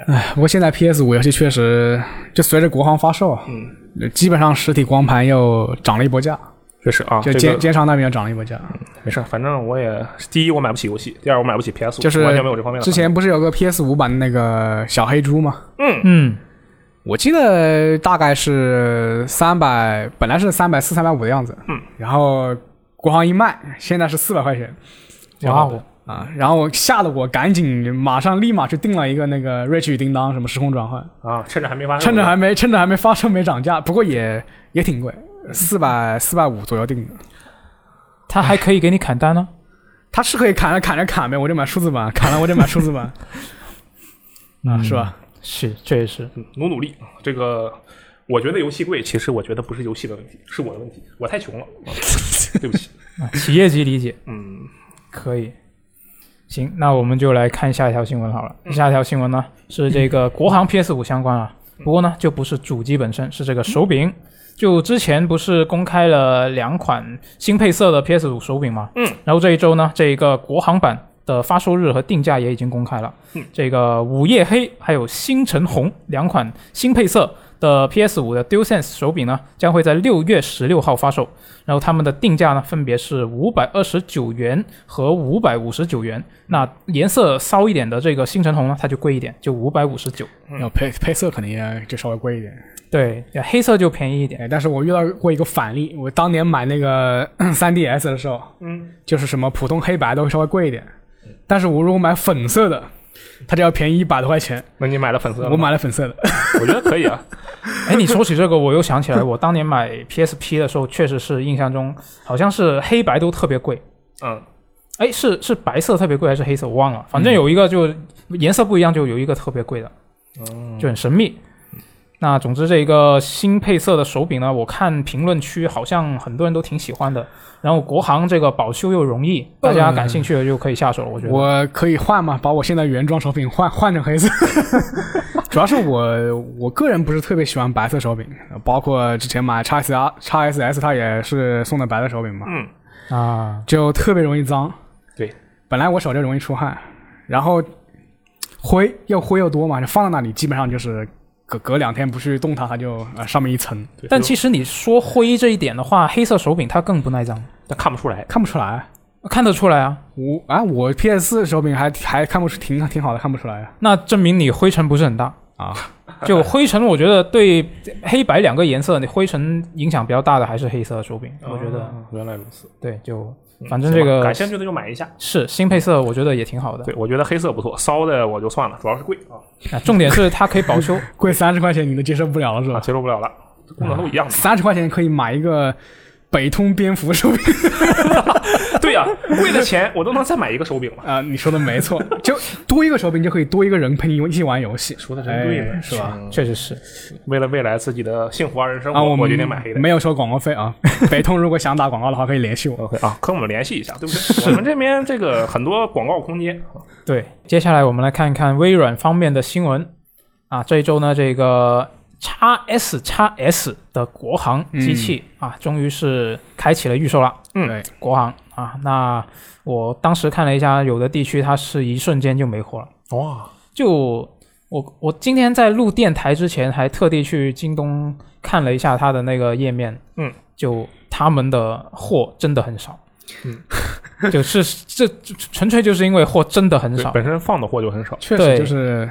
Speaker 2: 唉，不过现在 PS 五游戏确实就随着国行发售，
Speaker 3: 嗯，
Speaker 2: 基本上实体光盘又涨了一波价，
Speaker 3: 确实啊，
Speaker 2: 就
Speaker 3: 这
Speaker 2: 奸
Speaker 3: 个
Speaker 2: 奸商那边又涨了一波价。
Speaker 3: 没事儿，反正我也第一我买不起游戏，第二我买不起 PS 五，
Speaker 2: 就是
Speaker 3: 完全没有这方面的
Speaker 2: 之
Speaker 3: 烦恼。
Speaker 2: 前不是有个 PS 五版的那个小黑猪吗？
Speaker 3: 嗯
Speaker 1: 嗯
Speaker 2: 我记得大概是三百，本来是三百四、三百五的样子，
Speaker 3: 嗯，
Speaker 2: 然后国行一卖，现在是四百块钱
Speaker 3: 挺
Speaker 1: 哇
Speaker 3: 好的
Speaker 1: 哦，
Speaker 2: 啊，然后吓得我赶紧马上立马去订了一个那个《瑞奇与叮当》什么时空转换，
Speaker 3: 啊，趁着还没发生，
Speaker 2: 趁着还没趁着还没发售没涨价，不过也也挺贵，四百四百五左右订的。
Speaker 1: 他还可以给你砍单呢。
Speaker 2: 它是可以砍了砍着砍呗，我就买数字版，砍了我就买数字
Speaker 3: <laughs>
Speaker 2: 版，啊，
Speaker 1: 嗯
Speaker 2: 是？吧？
Speaker 1: 是，确实，
Speaker 3: 嗯努努力。这个我觉得游戏贵，其实我觉得不是游戏的问题，是我的问题，我太穷了，啊对不起。
Speaker 1: 啊企业级理解。
Speaker 3: 嗯，
Speaker 1: 可以。行，那我们就来看下一条新闻好
Speaker 3: 嗯
Speaker 1: 了。下一条新闻呢是这
Speaker 3: <laughs>
Speaker 1: 个国行 PS 五相关啊，
Speaker 3: 嗯
Speaker 1: 不过呢就不是主机本身，是这个手柄。就之前不是公开了两款新配色的 PS 五手柄嘛？
Speaker 3: 嗯。
Speaker 1: 然后这一周呢，这个国行版的发售日和定价也已经公开了。
Speaker 3: 嗯。
Speaker 1: 这个午夜黑还有星辰红两款新配色的 PS 五的 DualSense 手柄呢，将会在六月十六号发售。然后它们的定价呢，分别是五百二十九元和五百五十九元。那颜色骚一点的这个星辰红呢，它就贵一点，就五百五十九。
Speaker 3: 嗯
Speaker 2: 要配配色肯定要就稍微贵一点，
Speaker 1: 对，黑色就便宜
Speaker 2: <laughs>
Speaker 1: 一点。
Speaker 2: 哎，但是我遇到过一个反例，我当年买那个 3DS 的时候，
Speaker 3: 嗯，
Speaker 2: 就是什么普通黑白都会稍微贵一点，但是我如果买粉色的，它就要便宜一百多块钱。
Speaker 3: 那你买了粉色了吗？
Speaker 2: 我买了粉色的，
Speaker 3: 我觉得可以啊。
Speaker 1: 哎，你说起这个，我又想起来，我当年买 PSP 的时候，确实是印象中好像是黑白都特别贵。
Speaker 3: 嗯，
Speaker 1: 哎，是是白色特别贵还是黑色？我忘了，反正有一个就颜色不一样，就有一个特别贵的，就很神秘。那总之，这一个新配色的手柄呢，我看评论区好像很多人都挺喜欢的。然后国行这个保修又容易，大家感兴趣的就可以下手。我觉得
Speaker 2: 我可以换吗？把我现在原装手柄换 <laughs> 换成黑色。主要是我我个人不是特别喜欢白色手柄，包括之前买 x S R x S S 它也是送的白色手柄嘛，
Speaker 3: 嗯，
Speaker 1: 啊，
Speaker 2: 就特别容易脏。
Speaker 3: 对，
Speaker 2: 本来我手就容易出汗，然后灰又灰又多嘛，就放在那里基本上就是隔隔两天不去动它，它就呃上面一层，
Speaker 3: 对
Speaker 1: 但
Speaker 3: 就
Speaker 1: 其实你说灰这一点的话，黑色手柄它更不耐脏，
Speaker 3: 但看不出来，
Speaker 2: 看不出来。
Speaker 1: 看得出来啊。
Speaker 2: 我啊，我 PS 四手柄还还看不出，挺挺好的，看不出来
Speaker 1: 那证明你灰尘不是很大。
Speaker 2: 啊。
Speaker 1: 就灰尘，我觉得对黑白两个颜色，你灰尘影响比较大的还是黑色手柄。我觉得
Speaker 3: 哦原来如此。
Speaker 1: 对，就
Speaker 3: 嗯
Speaker 1: 啊反正
Speaker 3: 行
Speaker 1: 这
Speaker 3: 吧
Speaker 1: 个
Speaker 3: 感兴趣的就买一下。
Speaker 1: 是新配色，我觉得也挺好的。
Speaker 3: 对，我觉得黑色不错，骚的我就算了，主要是贵啊，
Speaker 1: 啊，重点是它可以保修。
Speaker 2: 贵三十块钱你都接受不了了是
Speaker 3: 啊
Speaker 2: 吧？
Speaker 3: 接受不了了，功能都一样的。
Speaker 2: 三十块钱可以买一个北通蝙蝠手柄
Speaker 3: 对呀，为了钱我都能再买一个手柄
Speaker 2: <laughs>
Speaker 3: 了。
Speaker 2: 啊、你说的没错，就多一个手柄就可以多一个人陪你一起玩游戏，
Speaker 3: 说的真对呢
Speaker 2: 哎是吧？
Speaker 3: 嗯
Speaker 1: 确实是，
Speaker 3: 为了未来自己的幸福二人生活，
Speaker 2: 啊，我
Speaker 3: 我
Speaker 2: 们
Speaker 3: 决定买黑的。
Speaker 2: 没有收广告费啊。 <laughs> 北通如果想打广告的话，可以联系我。
Speaker 3: OK 啊，跟我们联系一下，对不
Speaker 2: <laughs>
Speaker 3: 对？我们这边这个很多广告空间，
Speaker 1: 对，接下来我们来看看微软方面的新闻啊。这一周呢，这个 x S x S 的国行机器、啊，终于是开启了预售了。
Speaker 3: 嗯
Speaker 2: 对，
Speaker 1: 国行啊，那我当时看了一下，有的地区它是一瞬间就没货了。
Speaker 3: 哇，
Speaker 1: 就我我今天在录电台之前，还特地去京东看了一下它的那个页面，
Speaker 3: 嗯，
Speaker 1: 就他们的货真的很少，
Speaker 3: 嗯，
Speaker 1: <laughs> 就是这这纯粹就是因为货真的很
Speaker 3: 对
Speaker 1: 少，
Speaker 3: 本身放的货就很少，
Speaker 2: 确
Speaker 1: 对
Speaker 2: 实就是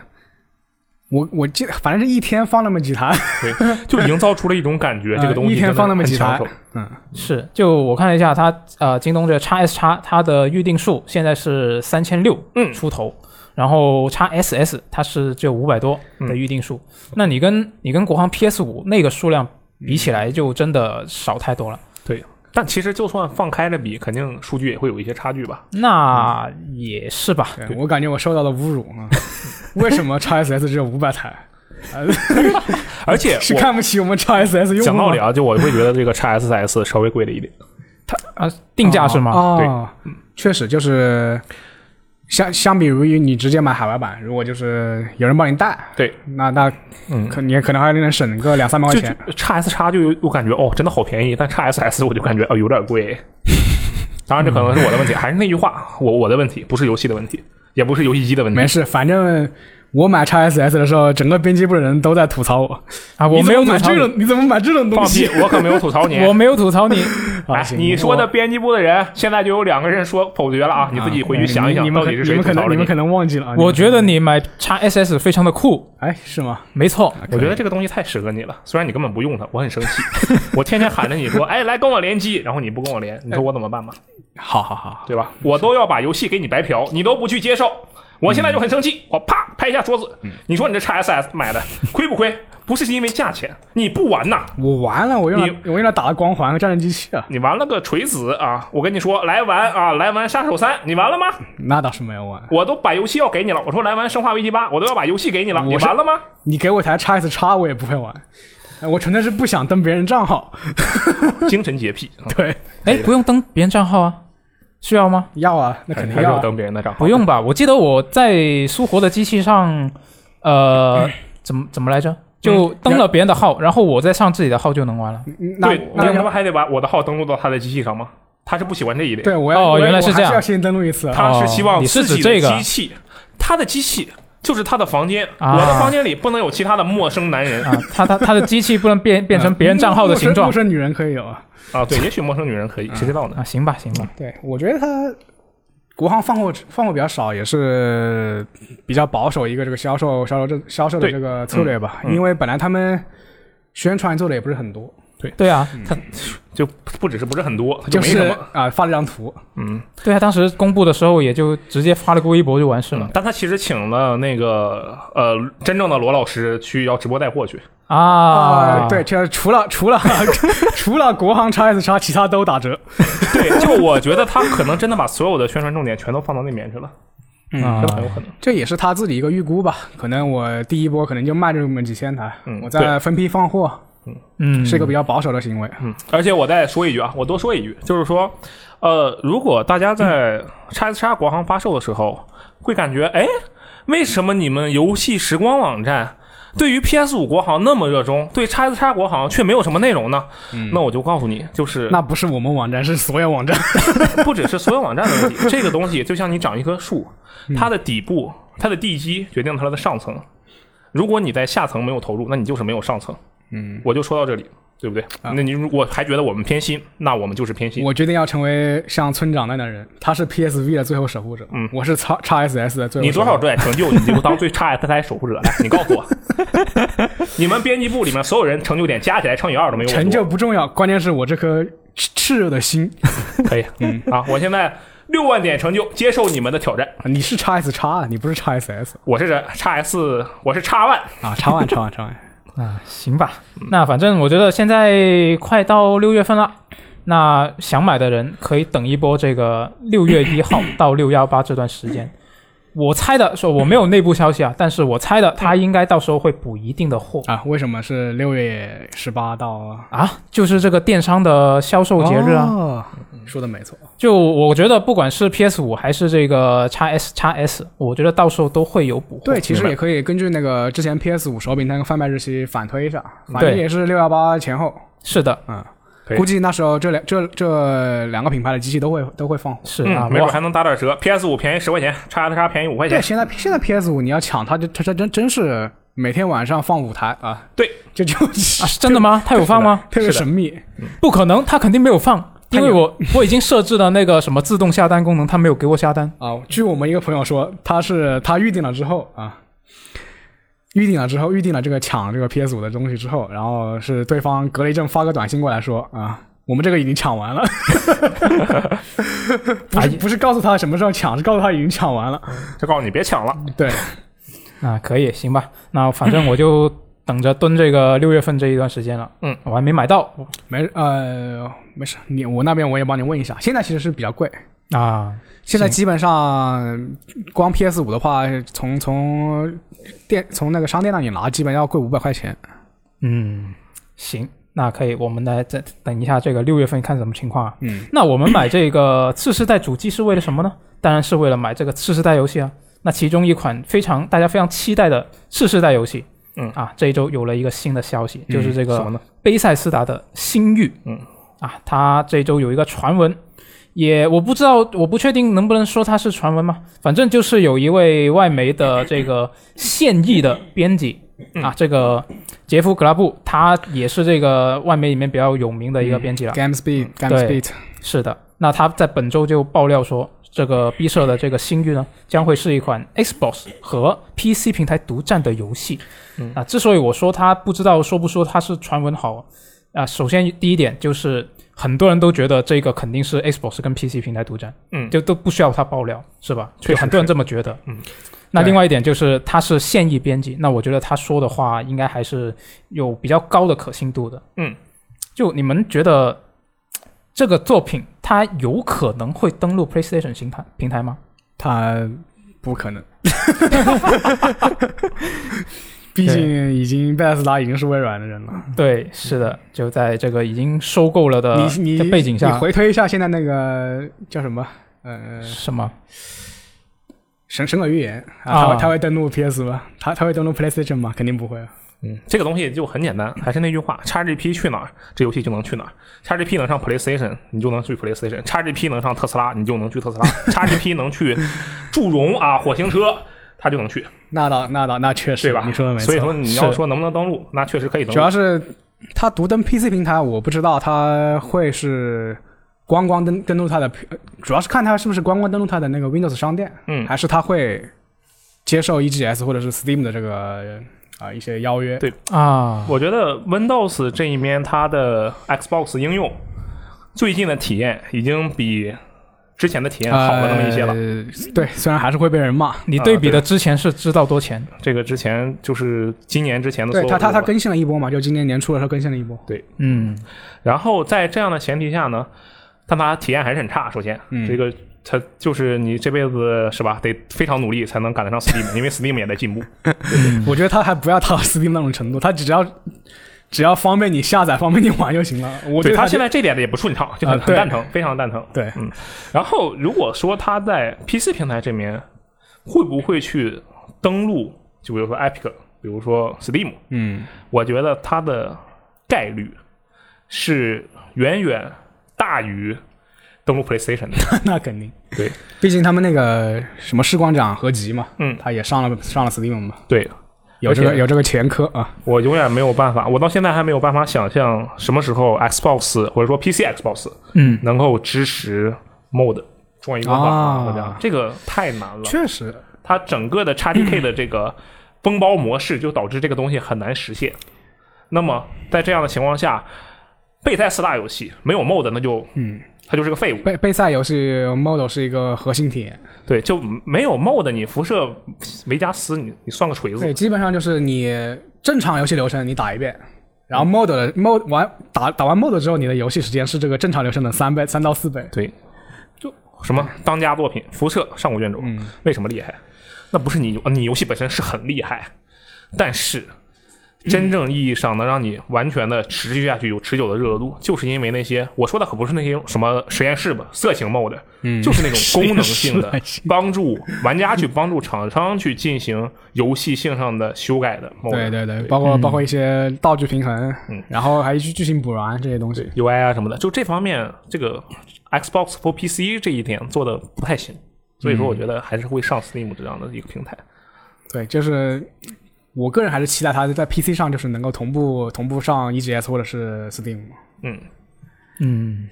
Speaker 2: 我我记，反正是一天放那么几台，
Speaker 3: 就营造出了一种
Speaker 2: <laughs>
Speaker 3: 感觉，
Speaker 2: 嗯
Speaker 3: 这个东西
Speaker 2: 一天放那么几
Speaker 3: 真的
Speaker 2: 台
Speaker 3: 很抢手。
Speaker 2: 嗯，
Speaker 1: 是，就我看了一下它，呃，京东这 x S x 它的预定数现在是三千六
Speaker 3: 嗯
Speaker 1: 出头，然后 x SS 它是只有五百多
Speaker 3: 嗯
Speaker 1: 的预定数，那你跟你跟国行 PS 五那个数量比
Speaker 3: 嗯
Speaker 1: 起来，就真的少太多了。
Speaker 3: 但其实就算放开了比，肯定数据也会有一些差
Speaker 2: <laughs>
Speaker 3: 距吧？
Speaker 1: 那也是吧，
Speaker 2: 对我感觉我受到了侮辱 <laughs> 啊！为什么 x SS 只有五百台？
Speaker 3: 而且
Speaker 2: 是
Speaker 3: 我
Speaker 2: 看不起我们 x SS 用户
Speaker 3: 讲
Speaker 2: 吗
Speaker 3: 道理啊，就我会觉得这个 x SS 稍微贵了一点。
Speaker 1: 啊，定价是吗？
Speaker 2: 哦，确实就是相相比于你直接买海外版，如果就是有人帮你带，
Speaker 3: 对，
Speaker 2: 那那
Speaker 3: 嗯，
Speaker 2: 可你也可能还能省个两三百块
Speaker 3: 就
Speaker 2: 钱。
Speaker 3: x S 叉就有我感觉哦，真的好便宜，但 x
Speaker 2: <laughs>
Speaker 3: SS 我就感觉哦有点贵。当然，这可能是我的问题，还是那句话，我我的问题不是游戏的问题，也不是游戏机的问题
Speaker 2: 没。事，反正我买 x SS 的时候，整个编辑部的人都在吐槽我，
Speaker 1: 啊，我
Speaker 2: 你怎
Speaker 1: 没
Speaker 2: 么
Speaker 1: 有
Speaker 2: 买
Speaker 1: 吐槽
Speaker 2: 这
Speaker 1: 你，
Speaker 2: 种，你怎么买这种东
Speaker 3: 放
Speaker 2: 西
Speaker 3: 屁！！我可没有吐
Speaker 2: <laughs>
Speaker 3: 槽你。
Speaker 1: 我没有吐槽你。
Speaker 2: 啊
Speaker 3: 哎，
Speaker 2: 行
Speaker 3: 你说的
Speaker 2: 我
Speaker 3: 编辑部的人，现在就有两个人说否决了啊！你自己回去想一
Speaker 2: 你
Speaker 3: 想，
Speaker 2: 你们
Speaker 3: 到
Speaker 2: 可
Speaker 3: 底是
Speaker 2: 你
Speaker 3: 谁
Speaker 2: 们
Speaker 3: 吐
Speaker 2: 可
Speaker 3: 槽
Speaker 2: 能
Speaker 3: 了
Speaker 2: 你们
Speaker 3: 你
Speaker 2: 可？能忘记了啊。
Speaker 1: 我觉得你买 x SS 非常的酷，
Speaker 2: 哎是吗？
Speaker 1: 没错。
Speaker 2: 啊
Speaker 3: 我觉得这个东西太适合你了，虽然你根本不用它，我很生气。 <laughs> 我天天喊着你说，哎，来跟我联机，然后你不跟我连，
Speaker 2: 哎
Speaker 3: 你说我怎么办吧？
Speaker 2: 好好好，
Speaker 3: 对吧？我都要把游戏给你白嫖，你都不去接受，我现在就很生气，我啪拍一下桌子。你说你这 x SS 买的亏不亏？ <laughs> 不是因为价钱，你不玩呐，
Speaker 2: 我完了，我用来
Speaker 3: 你
Speaker 2: 我用来打了光环和战争机器啊，
Speaker 3: 你玩了个锤子啊！我跟你说，来玩啊，来玩杀手三，你玩了吗？
Speaker 2: 那倒是没有玩。
Speaker 3: 我都把游戏要给你了，我说来玩《生化危机八》，我都要把游戏给你了，你
Speaker 2: 我是
Speaker 3: 玩了吗？
Speaker 2: 你给我台 x S 叉，我也不会玩，呃我纯粹是不想登别人账号。
Speaker 3: <laughs> 精神洁癖，
Speaker 2: 对，
Speaker 1: 哎，不用登别人账号啊？需要吗？
Speaker 2: 要啊，那肯定要、啊。
Speaker 3: 登别人的账号
Speaker 1: 不用吧？我记得我在苏活的机器上，
Speaker 2: <coughs>
Speaker 1: 呃，怎么怎么来着？就登了别人的号，然后我再上自己的号就能玩了。
Speaker 2: 嗯那
Speaker 3: 对，
Speaker 2: 那
Speaker 3: 那他妈还得把我的号登录到他的机器上吗？他是不喜欢这一类，
Speaker 2: 对我要
Speaker 1: 哦
Speaker 2: 我要
Speaker 1: 原来是
Speaker 2: 我还
Speaker 1: 这样
Speaker 2: 要先登录一次。啊
Speaker 3: 他是希
Speaker 1: 哦
Speaker 3: 望
Speaker 1: 你是
Speaker 3: 自己
Speaker 1: 指这
Speaker 3: 的
Speaker 1: 个
Speaker 3: 机器，他的机器就是他的房间，
Speaker 1: 啊
Speaker 3: 我的房间里不能有其他的陌生男人
Speaker 1: 啊，他他他的机器不能
Speaker 2: <laughs>
Speaker 1: 变变成别人账号的形状
Speaker 2: 嗯陌生陌生女人可以有啊。
Speaker 3: 啊。对，也许陌生女人可以，谁知道呢？
Speaker 1: <laughs> 啊？行吧，行吧，
Speaker 2: 对，我觉得他国行放货放货比较少，也是比较保守一个这个销售销售这销售的
Speaker 3: 对
Speaker 2: 这个策略吧，
Speaker 3: 嗯
Speaker 2: 因为本来他们宣传做的也不是很多，
Speaker 1: 对啊，
Speaker 2: 嗯
Speaker 3: 就不只是不是很多，他
Speaker 2: 就
Speaker 3: 没
Speaker 2: 是
Speaker 3: 什么。
Speaker 2: 啊、发了张图，
Speaker 3: 嗯，
Speaker 1: 对啊，当时公布的时候也就直接发了个微博就完事了
Speaker 3: 嗯但他其实请了那个呃真正的罗老师去要直播带货去，
Speaker 1: 啊
Speaker 2: 啊，。对，这除了除了 <laughs> 除了国行 x S 叉，其他都打折。
Speaker 3: 对，就我觉得他可能真的把所有的宣传重点全都放到那边去了。
Speaker 1: 啊
Speaker 3: 真的很有可能。
Speaker 2: 这也是他自己一个预估吧。可能我第一波可能就卖这么几千台，
Speaker 3: 嗯
Speaker 2: 我再分批放货，
Speaker 1: 嗯，
Speaker 2: 是一个比较保守的行为。
Speaker 3: 嗯， <clears throat> 而且我再说一句啊，我多说一句，就是说，呃，如果大家在叉 S 叉国行发售的时候，会感觉，哎，为什么你们游戏时光网站对于 PS 五国行那么热衷，对叉 S 叉国行却没有什么内容呢？那我就告诉你，就是
Speaker 2: 那不是我们网站，是所有网
Speaker 3: <laughs>
Speaker 2: 站。
Speaker 3: 不只是所有网站的问题，这个东西就像你长一棵树，
Speaker 2: 嗯
Speaker 3: 它的底部、它的地基决定了它的上层。如果你在下层没有投入，那你就是没有上层。
Speaker 2: 嗯，
Speaker 3: 我就说到这里，对不对？
Speaker 2: 啊
Speaker 3: 那你如果还觉得我们偏心，那我们就是偏心。
Speaker 2: 我决定要成为像村长那样的人，他是 PSV 的最后守护者，
Speaker 3: 嗯
Speaker 2: 我是叉叉 SS 的最后。
Speaker 3: 你多少？点成就，你就当最差的台守护者来。你告诉我， <laughs> 你们编辑部里面所有人成就点加起来乘以二都没有我多。
Speaker 2: 成就不重要，关键是我这颗炽炽热的心。 <laughs>
Speaker 3: 可以，嗯啊，我现在六万点成就，接受你们的挑战。
Speaker 2: 你是叉 S 叉啊，你不是叉 SS
Speaker 3: 我是叉 S，我是叉万，
Speaker 2: 啊？叉 one 叉 one 叉 one。
Speaker 1: 啊，行吧，那反正我觉得现在快到六月份了，那想买的人可以等一波这个六月一号到六幺八这段时
Speaker 3: <laughs>
Speaker 1: 间。我猜的，说我没有内部消息啊，但是我猜的，他应该到时候会补一定的货
Speaker 2: 啊，为什么是六月十八到
Speaker 1: 啊，就是这个电商的销售节日
Speaker 3: 哦
Speaker 1: 啊。哦
Speaker 2: 啊？说的没错，
Speaker 1: 就我觉得，不管是 PS 五还是这个 x S x S，我觉得到时候都会有补货。
Speaker 2: 对，其实
Speaker 3: 明白
Speaker 2: 也可以根据那个之前 PS 五手柄那个贩卖日期反推一下，反正
Speaker 1: 对
Speaker 2: 也是六幺八前后，
Speaker 1: 是的，
Speaker 2: 嗯
Speaker 3: 可，以
Speaker 2: 估计那时候这两这这两个品牌的机器都会都会放货。
Speaker 1: 是啊，
Speaker 3: 嗯没
Speaker 1: 我
Speaker 3: 准还能打点折。PS 五便宜十块钱，叉 S 叉便宜
Speaker 1: 哎
Speaker 3: 五块
Speaker 2: 对，
Speaker 3: 钱。
Speaker 2: 现在现在 PS 五你要抢它，就它它真真是每天晚上放五台啊，
Speaker 3: 对，
Speaker 2: 这 <laughs> 就
Speaker 1: 啊，是真的吗？他有放吗？
Speaker 2: 特别
Speaker 3: 是的
Speaker 2: 神秘。
Speaker 1: 不可能，他肯定没有放，
Speaker 2: 他
Speaker 1: 因
Speaker 2: 有
Speaker 1: 为我我已经设置了那个什么自动下单功能，他没有给我下单。
Speaker 2: 啊，据我们一个朋友说，他是他预定了之后啊，预定了之后，预定了这个抢这个 PS 五的东西之后，然后是对方隔了一阵发个短信过来说啊，我们这个已经抢完了，
Speaker 1: <laughs>
Speaker 2: 不是不是告诉他什么时候抢，是告诉他已经抢完了。
Speaker 3: 就告诉你别抢了。
Speaker 2: 对，
Speaker 1: <laughs> 啊，可以，行吧，那反正我就等着蹲这个六月份这一段时间了。
Speaker 3: 嗯，
Speaker 1: 我还没买到
Speaker 2: 没呃没事，你我那边我也帮你问一下，现在其实是比较贵。
Speaker 1: 啊，
Speaker 2: 现在基本上，光 PS 五的话，从从店从那个商店那里拿，基本要贵五百块钱。
Speaker 1: 嗯，行，那可以，我们来再等一下这个六月份看什么情况啊。
Speaker 2: 嗯，
Speaker 1: 那我们买这个次世代主机是为了什么呢？当然是为了买这个次世代游戏啊。那其中一款非常大家非常期待的次世代游戏，
Speaker 3: 嗯
Speaker 1: 啊，这一周有了一个新的消息，就是这个
Speaker 3: 什么呢？
Speaker 1: 贝塞斯达的《星域》，
Speaker 3: 嗯，
Speaker 1: 啊，它这周有一个传闻，也我不知道，我不确定能不能说它是传闻嘛，反正就是有一位外媒的这个现役的编辑啊，这个杰夫·格拉布，他也是这个外媒里面比较有名的
Speaker 2: 嗯
Speaker 1: 一个编辑了，嗯
Speaker 2: GameSpeed
Speaker 1: 对
Speaker 2: GameSpeed
Speaker 1: 是的，那他在本周就爆料说，这个 B 社的这个《星域》呢，将会是一款 Xbox 和 PC 平台独占的游戏。
Speaker 3: 嗯
Speaker 1: 啊，之所以我说他不知道说不说他是传闻好，啊，首先第一点就是很多人都觉得这个肯定是 Xbox 跟 PC 平台独占，
Speaker 3: 嗯
Speaker 1: 就都不需要他爆料，是吧？
Speaker 3: 确实
Speaker 1: 就很多人这么觉得。
Speaker 3: 嗯。
Speaker 1: 那
Speaker 2: 对
Speaker 1: 另外一点就是他是现役编辑，那我觉得他说的话应该还是有比较高的可信度的。
Speaker 3: 嗯，
Speaker 1: 就你们觉得这个作品它有可能会登陆 PlayStation 平台平台吗？
Speaker 2: 它不可能，
Speaker 1: <laughs>
Speaker 2: 毕竟已经贝斯达已经是微软的人了。
Speaker 1: 对，是的，就在这个已经收购了的
Speaker 2: 你
Speaker 1: 这
Speaker 2: 你
Speaker 1: 呃背景
Speaker 2: 你
Speaker 1: 下，
Speaker 2: 回推一下现在那个叫什么？呃，
Speaker 1: 什么？
Speaker 2: 神神鬼预言啊，
Speaker 1: 啊
Speaker 2: 它会它会登录 PS 吗？它它会登录 PlayStation 吗？肯定不会啊。
Speaker 3: 嗯，这个东西就很简单，还是那句话，XGP 去哪儿，这游戏就能去哪儿。XGP 能上 PlayStation，你就能去 PlayStation；XGP 能上特斯拉，你就能去特斯拉；XGP 能去祝融啊、火星车，它就能去，
Speaker 2: 那倒那倒那确实
Speaker 3: 对吧？
Speaker 2: 你说的没错。
Speaker 3: 所以说你要
Speaker 1: 是
Speaker 3: 说能不能登录，那确实可以登
Speaker 2: 主要
Speaker 3: 录。
Speaker 2: 是它独登 PC 平台，我不知道它会是光光登登录它的，呃主要是看它是不是光光登录它的那个 Windows 商店，
Speaker 3: 嗯
Speaker 2: 还是它会接受 EGS 或者是 Steam 的这个啊、一些邀约。
Speaker 3: 对
Speaker 1: 啊，
Speaker 3: 我觉得 Windows 这一面它的 Xbox 应用最近的体验已经比之前的体验好了那么一些了。
Speaker 2: 呃对，虽然还是会被人骂。
Speaker 1: 你对比的之前是知道多钱？
Speaker 2: 啊
Speaker 3: 这个之前就是今年之前的所
Speaker 2: 对
Speaker 3: 有
Speaker 2: 它，它它
Speaker 3: 的
Speaker 2: 更新了一波嘛，就今年年初的时候更新了一波。
Speaker 1: 嗯
Speaker 3: 然后在这样的前提下呢，但它体验还是很差。首先，
Speaker 2: 嗯
Speaker 3: 这个它就是你这辈子是吧，得非常努力才能赶得
Speaker 2: <laughs>
Speaker 3: 上 Steam，因为 Steam 也在进步。嗯
Speaker 2: 我觉得他还不要到 Steam 那种程度，他只要只要方便你下载、方便你玩就行了。我觉
Speaker 3: 对
Speaker 2: 得
Speaker 3: 他
Speaker 2: 他
Speaker 3: 现在这点也不顺畅，就
Speaker 2: 啊
Speaker 3: 很很
Speaker 2: 对
Speaker 3: 蛋疼，非常蛋疼。
Speaker 2: 对
Speaker 3: 嗯。然后如果说他在 PC 平台这边会不会去登录，就比如说 Epic，比如说 Steam，
Speaker 2: 嗯
Speaker 3: 我觉得它的概率是远远大于登录 PlayStation 的。
Speaker 2: <laughs> 那肯定
Speaker 3: 对，
Speaker 2: 毕竟他们那个什么士官长合集嘛，
Speaker 3: 嗯
Speaker 2: 他也上了上了 Steam 嘛，
Speaker 3: <laughs> 对，
Speaker 2: 有这个
Speaker 3: 而且
Speaker 2: 有这个前科啊，
Speaker 3: 我永远没有办法，我到现在还没有办法想象什么时候 Xbox 或者说 PC Xbox
Speaker 1: 嗯，
Speaker 3: 能够支持 mod 创意工
Speaker 2: 啊
Speaker 3: 坊，这样这个太难了。
Speaker 2: 确实，
Speaker 3: 它整个的 <clears throat> XDK 的这个封包模式，就导致这个东西很难实现。那么在这样的情况下，备胎四大游戏没有 mod，那就
Speaker 2: 嗯，
Speaker 3: 它就是个废物。
Speaker 2: 备备赛游戏 Model 是一个核心体验，
Speaker 3: 对，就没有 mod，你辐射维加斯，你你算个锤
Speaker 2: 对，
Speaker 3: 子。
Speaker 2: 基本上就是你正常游戏流程你打一遍。然后 mod 的 mod 完打打完 mod 之后，你的游戏时间是这个正常流程的三倍，三到四倍。
Speaker 3: 对，就什么当家作品《辐射》上古卷轴，
Speaker 2: 嗯
Speaker 3: 为什么厉害？那不是你呃你游戏本身是很厉害，但是真正意义上能让你完全的持续下去、有持久的热度，就是因为那些我说的可不是那些什么实验室吧、色情 mod，、嗯、就是那种功能性
Speaker 2: <laughs> 实
Speaker 3: 的
Speaker 2: 验室，
Speaker 3: 帮助玩家去帮助厂商去进行游戏性上的修改的 mod。
Speaker 2: 对对对，包括、包括一些道具平衡，
Speaker 3: 嗯
Speaker 2: 然后还有剧剧情补完这些东西。
Speaker 3: UI 啊什么的，就这方面，这个 Xbox for PC 这一点做的不太行，所以说我觉得还是会上 Steam 这样的一个平台。
Speaker 2: 对，就是我个人还是期待它在 PC 上就是能够同步同步上 EGS 或者是 Steam。
Speaker 3: 嗯，
Speaker 1: 嗯，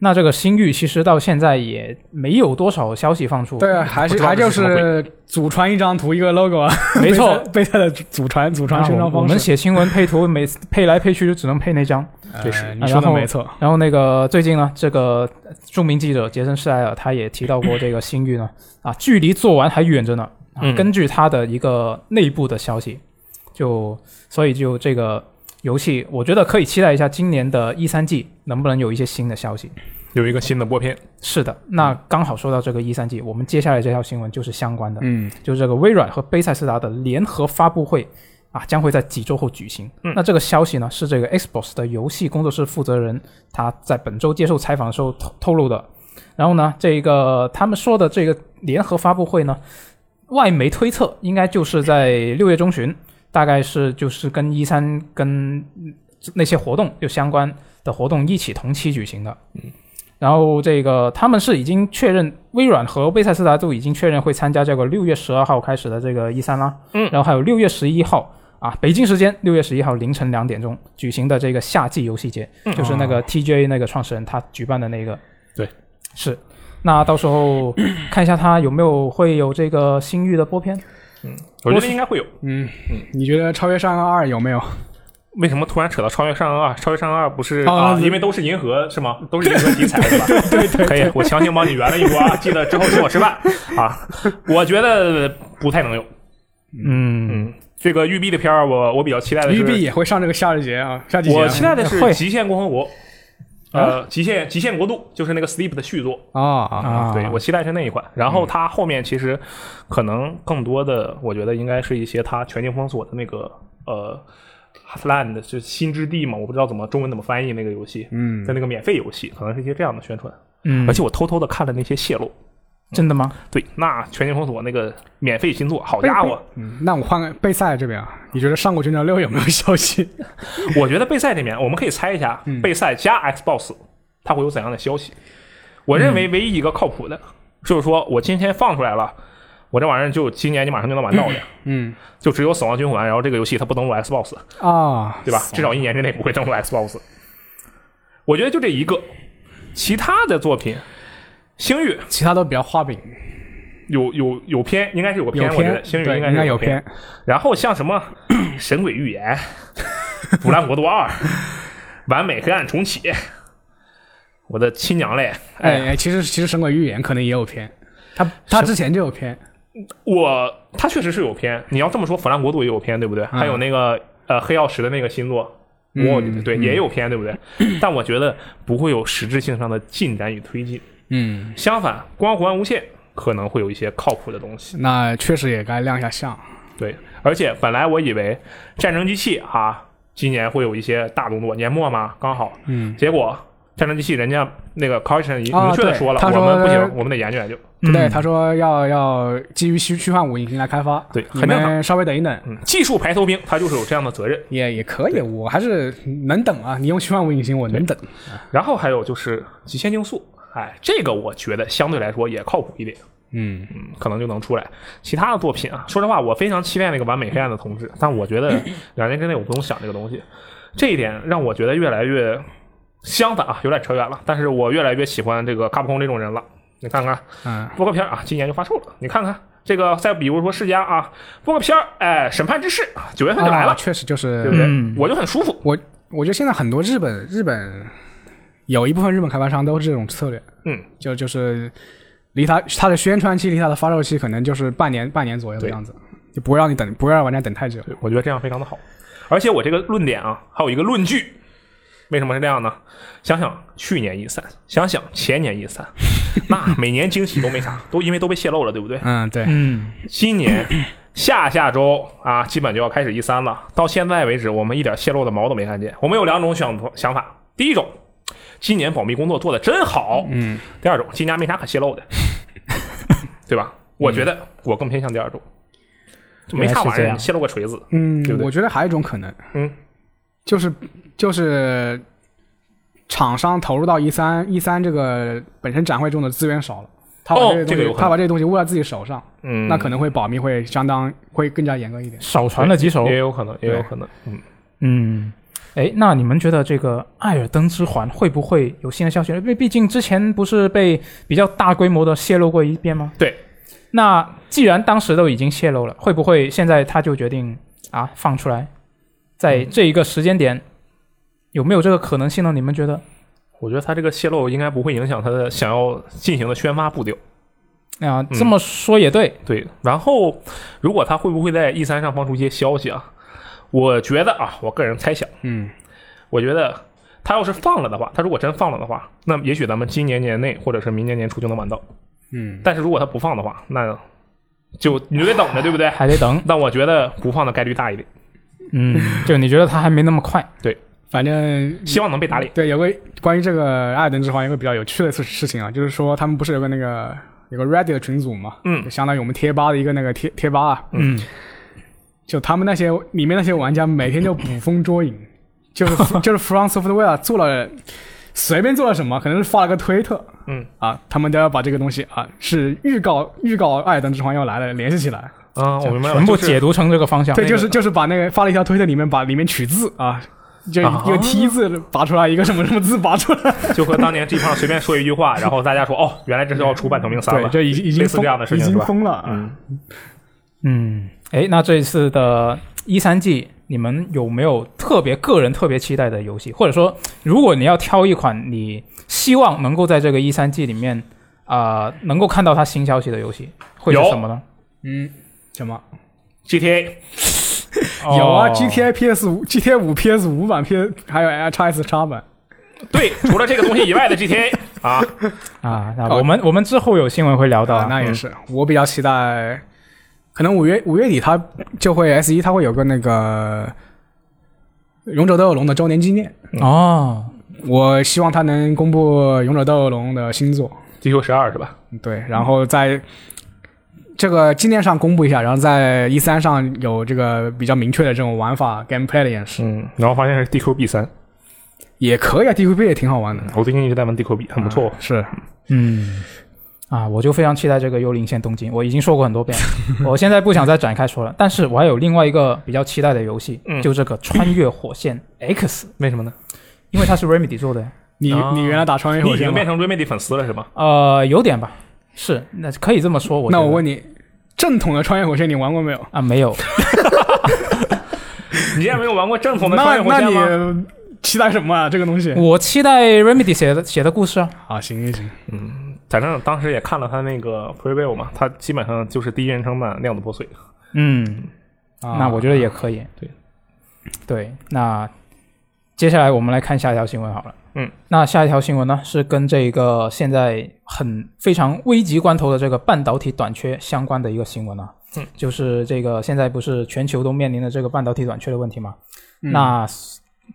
Speaker 1: 那这个星域其实到现在也没有多少消息放出。
Speaker 2: 对，啊还
Speaker 3: 不
Speaker 2: 是
Speaker 3: 知道
Speaker 2: 还就
Speaker 3: 这是什么
Speaker 2: 是祖传一张图一个 logo 啊，
Speaker 1: 没错
Speaker 2: 贝塞贝塞的祖传祖传
Speaker 1: 啊
Speaker 2: 宣传
Speaker 1: 我我
Speaker 2: 方
Speaker 1: 们
Speaker 2: 式。
Speaker 1: 写新闻配图，每次配来配去就只能配那张。
Speaker 2: 呃
Speaker 3: 对是
Speaker 2: 你说
Speaker 1: 然
Speaker 2: 的
Speaker 1: 后
Speaker 2: 没错。
Speaker 1: 然后那个最近呢，这个著名记者杰森施莱尔他也提到过这个星域呢，啊，距离做完还远着呢。啊
Speaker 3: 嗯
Speaker 1: 根据他的一个内部的消息，就所以就这个游戏，我觉得可以期待一下今年的一三季能不能有一些新的消息。
Speaker 3: 有一个新的播片，
Speaker 1: 是的，那刚好说到这个一三季，我们接下来这条新闻就是相关的，
Speaker 2: 嗯，
Speaker 1: 就是这个微软和贝塞斯达的联合发布会啊，将会在几周后举行。
Speaker 3: 嗯
Speaker 1: 那这个消息呢，是这个 Xbox 的游戏工作室负责人他在本周接受采访的时候透透露的。然后呢，这个他们说的这个联合发布会呢，外媒推测应该就是在六月中旬，大概是就是跟一三跟那些活动就相关的活动一起同期举行的。嗯。然后这个他们是已经确认，微软和贝塞斯达都已经确认会参加这个六月十二号开始的这个一三啦。
Speaker 3: 嗯
Speaker 1: 然后还有六月十一号啊，北京时间六月十一号凌晨两点钟举行的这个夏季游戏节，就是那个 TGA 那个创始人他举办的那个。
Speaker 3: 嗯哦对，
Speaker 1: 是。那到时候
Speaker 3: <clears throat>
Speaker 1: 看一下他有没有会有这个星域的播片。
Speaker 3: 我觉得应该会有。
Speaker 2: 嗯，你觉得《超越上岸二》有没有？
Speaker 3: 为什么突然扯到超越上岸二？超越上岸二不是
Speaker 2: 啊
Speaker 3: 啊？因为都是银河是吗？都是银河题材是吧？对对，可以，我强行帮你圆了一波啊！记得之后请我吃饭啊！我觉得不太能有。
Speaker 1: 嗯，
Speaker 3: 嗯，这个育碧的片儿，我我比较期待的是
Speaker 2: 育碧也会上这个夏日节啊，夏季节啊。
Speaker 3: 我期待的是
Speaker 1: 会
Speaker 3: 《极限共和国》，呃，《极限极限国度》就是那个 Sleep 的续作
Speaker 2: 啊啊
Speaker 1: 啊
Speaker 3: 对我期待是那一款。然后它后面其实可能更多的，我觉得应该是一些它全境封锁的那个呃。Land 就是新之地嘛，我不知道怎么中文怎么翻译那个游戏，嗯，在那个免费游戏，可能是一些这样的宣传，
Speaker 1: 嗯
Speaker 3: 而且我偷偷的看了那些泄露，
Speaker 1: 真的吗？
Speaker 3: 对，那全境封锁那个免费新作，好家伙，
Speaker 2: 嗯那我换个贝塞这边啊，你觉得《上古卷轴六》有没有消息？ <laughs>
Speaker 3: 我觉得备赛这边，我们可以猜一下，备赛加 Xbox 它会有怎样的消息？我认为唯一一个靠谱的，就是说我今天放出来了，我这玩意儿就今年你马上就能玩到的，
Speaker 2: 嗯
Speaker 3: 就只有《死亡循环》，然后这个游戏它不登陆 Xbox，
Speaker 2: 啊，
Speaker 3: 对吧？至少一年之内不会登陆 Xbox。我觉得就这一个，其他的作品，《星域》
Speaker 2: 其他都比较画饼，
Speaker 3: 有有有偏，应该是有个
Speaker 2: 有
Speaker 3: 偏，我觉得《星域》
Speaker 2: 对，
Speaker 3: 应该
Speaker 2: 应
Speaker 3: 是
Speaker 2: 该有
Speaker 3: 偏。。然后像什么《神鬼寓言》
Speaker 2: <laughs>
Speaker 3: 《腐烂国度二》《完美黑暗重启》，我的亲娘嘞！
Speaker 2: 哎，哎其实其实《神鬼寓言》可能也有偏，他他之前就有偏，
Speaker 3: 我它确实是有片。你要这么说，《腐烂国度》也有片，对不对？还有那个呃黑曜石的那个新作我
Speaker 2: 嗯
Speaker 3: 对
Speaker 2: 嗯
Speaker 3: 也有偏，
Speaker 2: <clears throat>
Speaker 3: 对不对？但我觉得不会有实质性上的进展与推进。
Speaker 2: 嗯，
Speaker 3: 相反，光环无限可能会有一些靠谱的东西。
Speaker 2: 那确实也该亮一下相。
Speaker 3: 对，而且本来我以为战争机器啊，今年会有一些大动作，年末嘛，刚好。
Speaker 2: 嗯，
Speaker 3: 结果战争机器人家那个 c a r s o n
Speaker 2: 啊
Speaker 3: 明确的
Speaker 2: 对
Speaker 3: 说了，
Speaker 2: 他说
Speaker 3: 我们不行，我们得研究研究。
Speaker 2: 对，
Speaker 1: 嗯
Speaker 2: 他说要要基于虚虚幻五引擎来开发，
Speaker 3: 对
Speaker 2: 你
Speaker 3: 很正常
Speaker 2: 们稍微等一等，
Speaker 3: 嗯，技术排头兵，他就是有这样的责任。
Speaker 2: 也也可以，我还是能等啊。你用虚幻五引擎，我能等。
Speaker 3: 然后还有就是极限竞速，哎，这个我觉得相对来说也靠谱一点，
Speaker 2: 嗯，
Speaker 3: 嗯，可能就能出来。其他的作品啊，说实话，我非常期待那个完美黑暗的同志，但我觉得两年之内我不用想这个东西，这一点让我觉得越来越相反啊，有点扯远了。但是我越来越喜欢这个卡普空这种人了。你看看
Speaker 2: 嗯，
Speaker 3: 播个片儿啊，今年就发售了，你看看。这个再比如说世嘉啊，播个片儿，哎，审判之誓，九月份就来了，
Speaker 2: 啊确实就
Speaker 3: 对不对？
Speaker 2: 是，
Speaker 1: 嗯
Speaker 3: 我就很舒服。
Speaker 2: 我我觉得现在很多日本日本有一部分日本开发商都是这种策略，
Speaker 3: 嗯，
Speaker 2: 就就是离它它的宣传期离它的发售期可能就是半年半年左右的
Speaker 3: 对
Speaker 2: 样子，就不会让你等，不会让玩家等太久。
Speaker 3: 对，我觉得这样非常的好。而且我这个论点啊，还有一个论据，为什么是这样呢？想想去年 E 三，想想前年 E 三，那每年惊喜都没啥，都因为都被泄露了，对不对？
Speaker 2: 嗯，对，
Speaker 1: 嗯，
Speaker 3: 今年下下周啊，基本就要开始 E 三了。到现在为止，我们一点泄露的毛都没看见。我们有两种想想法，第一种，今年保密工作做的真好，
Speaker 2: 嗯，
Speaker 3: 第二种，今年没啥可泄露的，对吧？我觉得我更偏向第二种，就没啥
Speaker 1: 原来是嗯
Speaker 3: 玩
Speaker 1: 这
Speaker 3: 意儿，
Speaker 1: 样
Speaker 3: 你泄露个锤子，
Speaker 2: 嗯
Speaker 3: 对不，对
Speaker 2: 我觉得还有一种可能，
Speaker 3: 嗯，
Speaker 2: 就是就是厂商投入到一三一三这个本身展会中的资源少了，他把
Speaker 3: 哦
Speaker 2: 这个东
Speaker 3: 这个
Speaker 2: 西、
Speaker 3: 有可能
Speaker 2: 他把这个东西握在自己手上，
Speaker 3: 嗯，
Speaker 2: 那可能会保密会相当会更加严格一点。
Speaker 1: 少传了几首。
Speaker 3: 也有可能，也有
Speaker 2: 对
Speaker 3: 可能，嗯，
Speaker 1: 嗯，哎，那你们觉得这个《艾尔登之环》会不会有新的消息？因为毕竟之前不是被比较大规模的泄露过一遍吗？
Speaker 3: 对。
Speaker 1: 那既然当时都已经泄露了，会不会现在他就决定啊放出来，
Speaker 3: 嗯
Speaker 1: 在这一个时间点有没有这个可能性呢？你们觉得？
Speaker 3: 我觉得他这个泄露应该不会影响他的想要进行的宣发步调。
Speaker 1: 啊，
Speaker 3: 嗯
Speaker 1: 这么说也对，
Speaker 3: 对，然后如果他会不会在 E 三上放出一些消息啊？我觉得啊，我个人猜想，
Speaker 2: 嗯，
Speaker 3: 我觉得他要是放了的话，他如果真放了的话，那也许咱们今年年内或者是明年年初就能玩到。
Speaker 2: 嗯，
Speaker 3: 但是如果他不放的话，那就你就得等着，对不 <laughs> 对？
Speaker 1: 还得等。
Speaker 3: 但我觉得不放的概率大一点，
Speaker 1: 嗯，就你觉得他还没那么快？
Speaker 2: 反正
Speaker 3: 希望能被打脸。
Speaker 2: 对有个关于这个《艾尔登之环》有个比较有趣的事事情啊，就是说他们不是有个那个有个 Reddit 的群组嘛，
Speaker 3: 嗯
Speaker 2: 就相当于我们贴吧的一个那个贴贴吧啊，
Speaker 1: 嗯，
Speaker 2: 就他们那些里面那些玩家每天就捕风捉影，就是就是 From Software 做了随便做了什么，可能是发了个推特，
Speaker 3: 嗯
Speaker 2: 啊，他们都要把这个东西啊是预告预告《艾尔登之环》要来了联系起来，
Speaker 3: 嗯，我明白了，
Speaker 1: 全部
Speaker 3: 就是
Speaker 1: 解读成这个方向。
Speaker 2: 对，
Speaker 1: 那
Speaker 2: 就
Speaker 1: 个
Speaker 2: 是就是把那个发了一条推特，里面把里面取字啊。就
Speaker 3: 啊
Speaker 2: 一个 T 字拔出来，一个什么什么字拔出来，
Speaker 3: 就和当年 G 胖随便说一句话，然后大家说哦，原来这是要出半条命三
Speaker 2: 对，
Speaker 3: 了。
Speaker 2: 这已经已
Speaker 3: 类
Speaker 2: 经
Speaker 3: 似这样的事
Speaker 2: 疯，已经
Speaker 3: 情是吧？
Speaker 2: 疯了啊。
Speaker 3: 嗯，
Speaker 1: 嗯，哎，那这一次的一三季，你们有没有特别个人特别期待的游戏？或者说，如果你要挑一款你希望能够在这个一三季里面啊、呃能够看到它新消息的游戏，会是
Speaker 3: 有
Speaker 1: 什么呢？
Speaker 2: 嗯，什么？
Speaker 3: GTA
Speaker 2: 有啊
Speaker 1: 哦
Speaker 2: ，GTA PS 五、GTA 五 PS 五版 PS 还有 X S 叉版。
Speaker 3: 对，除了这个东西以外
Speaker 2: <laughs>
Speaker 3: 的 GTA 啊，
Speaker 1: 啊，那我们、我们之后有新闻会聊到、
Speaker 2: 啊，那也是，我比较期待，可能五月五月底它就会 S 一，它会有个那个《勇者斗恶龙》的周年纪念，
Speaker 1: 哦，
Speaker 2: 我希望它能公布《勇者斗恶龙》的新作，
Speaker 3: ，DQ 十二是吧？
Speaker 2: 对，然后在这个纪念上公布一下，然后在一三上有这个比较明确的这种玩法 gameplay 的演示，
Speaker 3: 嗯，然后发现是 DQB 三，
Speaker 2: 也可以啊，DQB 也挺好玩的，
Speaker 3: 我最近一直在玩 DQB，很不错。
Speaker 2: 啊是，
Speaker 1: 嗯。啊，我就非常期待这个《幽灵线：东京》，我已经说过很多遍
Speaker 2: <laughs>
Speaker 1: 了，我现在不想再展开说了。但是我还有另外一个比较期待的游戏，
Speaker 3: 嗯
Speaker 1: 就这个《穿越火线 X》，
Speaker 3: 为什么呢？
Speaker 1: 因为它是 Remedy 做的呀。
Speaker 2: 你
Speaker 3: 啊
Speaker 2: 你原来打穿越
Speaker 3: 你
Speaker 2: 火
Speaker 3: 已
Speaker 2: 线
Speaker 3: 经
Speaker 2: 吗
Speaker 3: 变？成 Remedy 粉丝了是吗？
Speaker 1: 呃，有点吧，是，那可以这么说。我
Speaker 2: 那
Speaker 1: 觉
Speaker 2: 我
Speaker 1: 得
Speaker 2: 问你，正统的穿越火线你玩过没有？
Speaker 1: 啊，没有，
Speaker 3: 你之前没有玩过正统的
Speaker 2: 那
Speaker 3: 穿越火线吗？
Speaker 2: 那你期待什么啊？这个东西？
Speaker 1: 我期待 Remedy 写的写的故事啊。
Speaker 2: 啊，行行行，
Speaker 3: 嗯反正当时也看了他那个 preview 嘛，他基本上就是第一人称版量子破碎。
Speaker 2: 啊
Speaker 3: 啊
Speaker 1: 嗯，那我觉得也可以。
Speaker 3: 对，
Speaker 1: 对，那接下来我们来看下一条新闻好了。
Speaker 3: 嗯，
Speaker 1: 那下一条新闻呢是跟这个现在很非常危急关头的这个半导体短缺相关的一个新闻啊。
Speaker 3: 嗯，
Speaker 1: 就是这个现在不是全球都面临着这个半导体短缺的问题吗？
Speaker 3: 嗯
Speaker 1: 那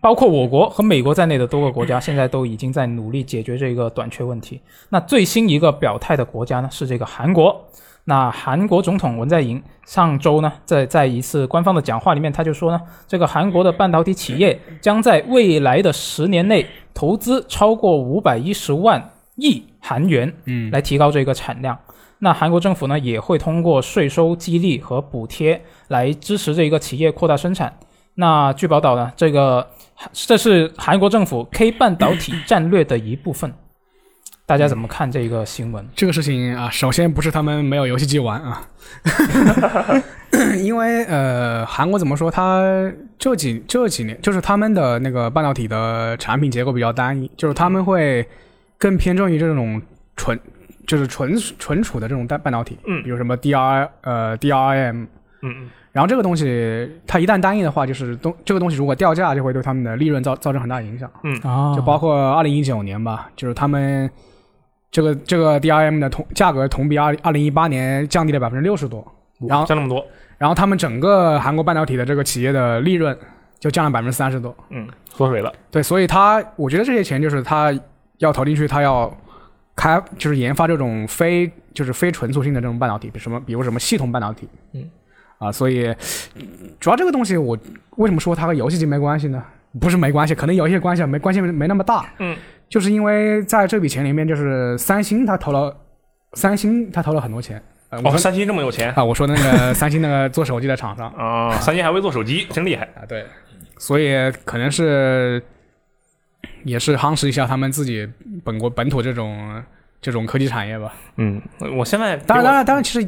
Speaker 1: 包括我国和美国在内的多个国家现在都已经在努力解决这个短缺问题。那最新一个表态的国家呢是这个韩国。那韩国总统文在寅上周呢，在在一次官方的讲话里面，他就说呢，这个韩国的半导体企业将在未来的十年内投资超过五百一十万亿韩元，
Speaker 2: 嗯，
Speaker 1: 来提高这个产量。那韩国政府呢，也会通过税收激励和补贴来支持这一个企业扩大生产。那据报道呢，这个这是韩国政府 K 半导体战略的一部分。大家怎么看这个新闻？
Speaker 2: 这个事情啊，首先不是他们没有游戏机玩啊，
Speaker 3: <laughs>
Speaker 2: 因为呃，韩国怎么说，它这几这几年就是他们的那个半导体的产品结构比较单一，就是他们会更偏重于这种纯就是纯纯储的这种半半导体，
Speaker 3: 嗯
Speaker 2: 比如什么 DR 呃 DRM。
Speaker 3: 嗯嗯
Speaker 2: 然后这个东西，它一旦单一的话，就是东这个东西如果掉价，就会对他们的利润造造成很大影响。
Speaker 1: 啊
Speaker 2: 就包括二零一九年吧，就是他们这个这个 DRM 的同价格同比二二零一八年降低了百分之六十多，然后
Speaker 3: 降那么多，
Speaker 2: 然后他们整个韩国半导体的这个企业的利润就降了百分之三十多。
Speaker 3: 嗯，缩水了，
Speaker 2: 对，所以他我觉得这些钱就是他要投进去，他要开就是研发这种非就是非纯属性的这种半导体，比什么比如什么系统半导体，
Speaker 3: 嗯，
Speaker 2: 啊，所以主要这个东西我为什么说它和游戏机没关系呢？不是没关系，可能有一些关系，没关系没没那么大，
Speaker 3: 嗯，
Speaker 2: 就是因为在这笔钱里面，就是三星他投了，三星他投了很多钱，呃，我
Speaker 3: 哦，
Speaker 2: 说、
Speaker 3: 三星这么有钱
Speaker 2: 啊，我说那个三星那个做手机的厂商，
Speaker 3: 啊，三星还会做手机，真厉害，
Speaker 2: 啊，对，所以可能是也是夯实一下他们自己本国本土这种这种科技产业吧。
Speaker 3: 嗯，我现在
Speaker 2: 当然，当然，当然，其实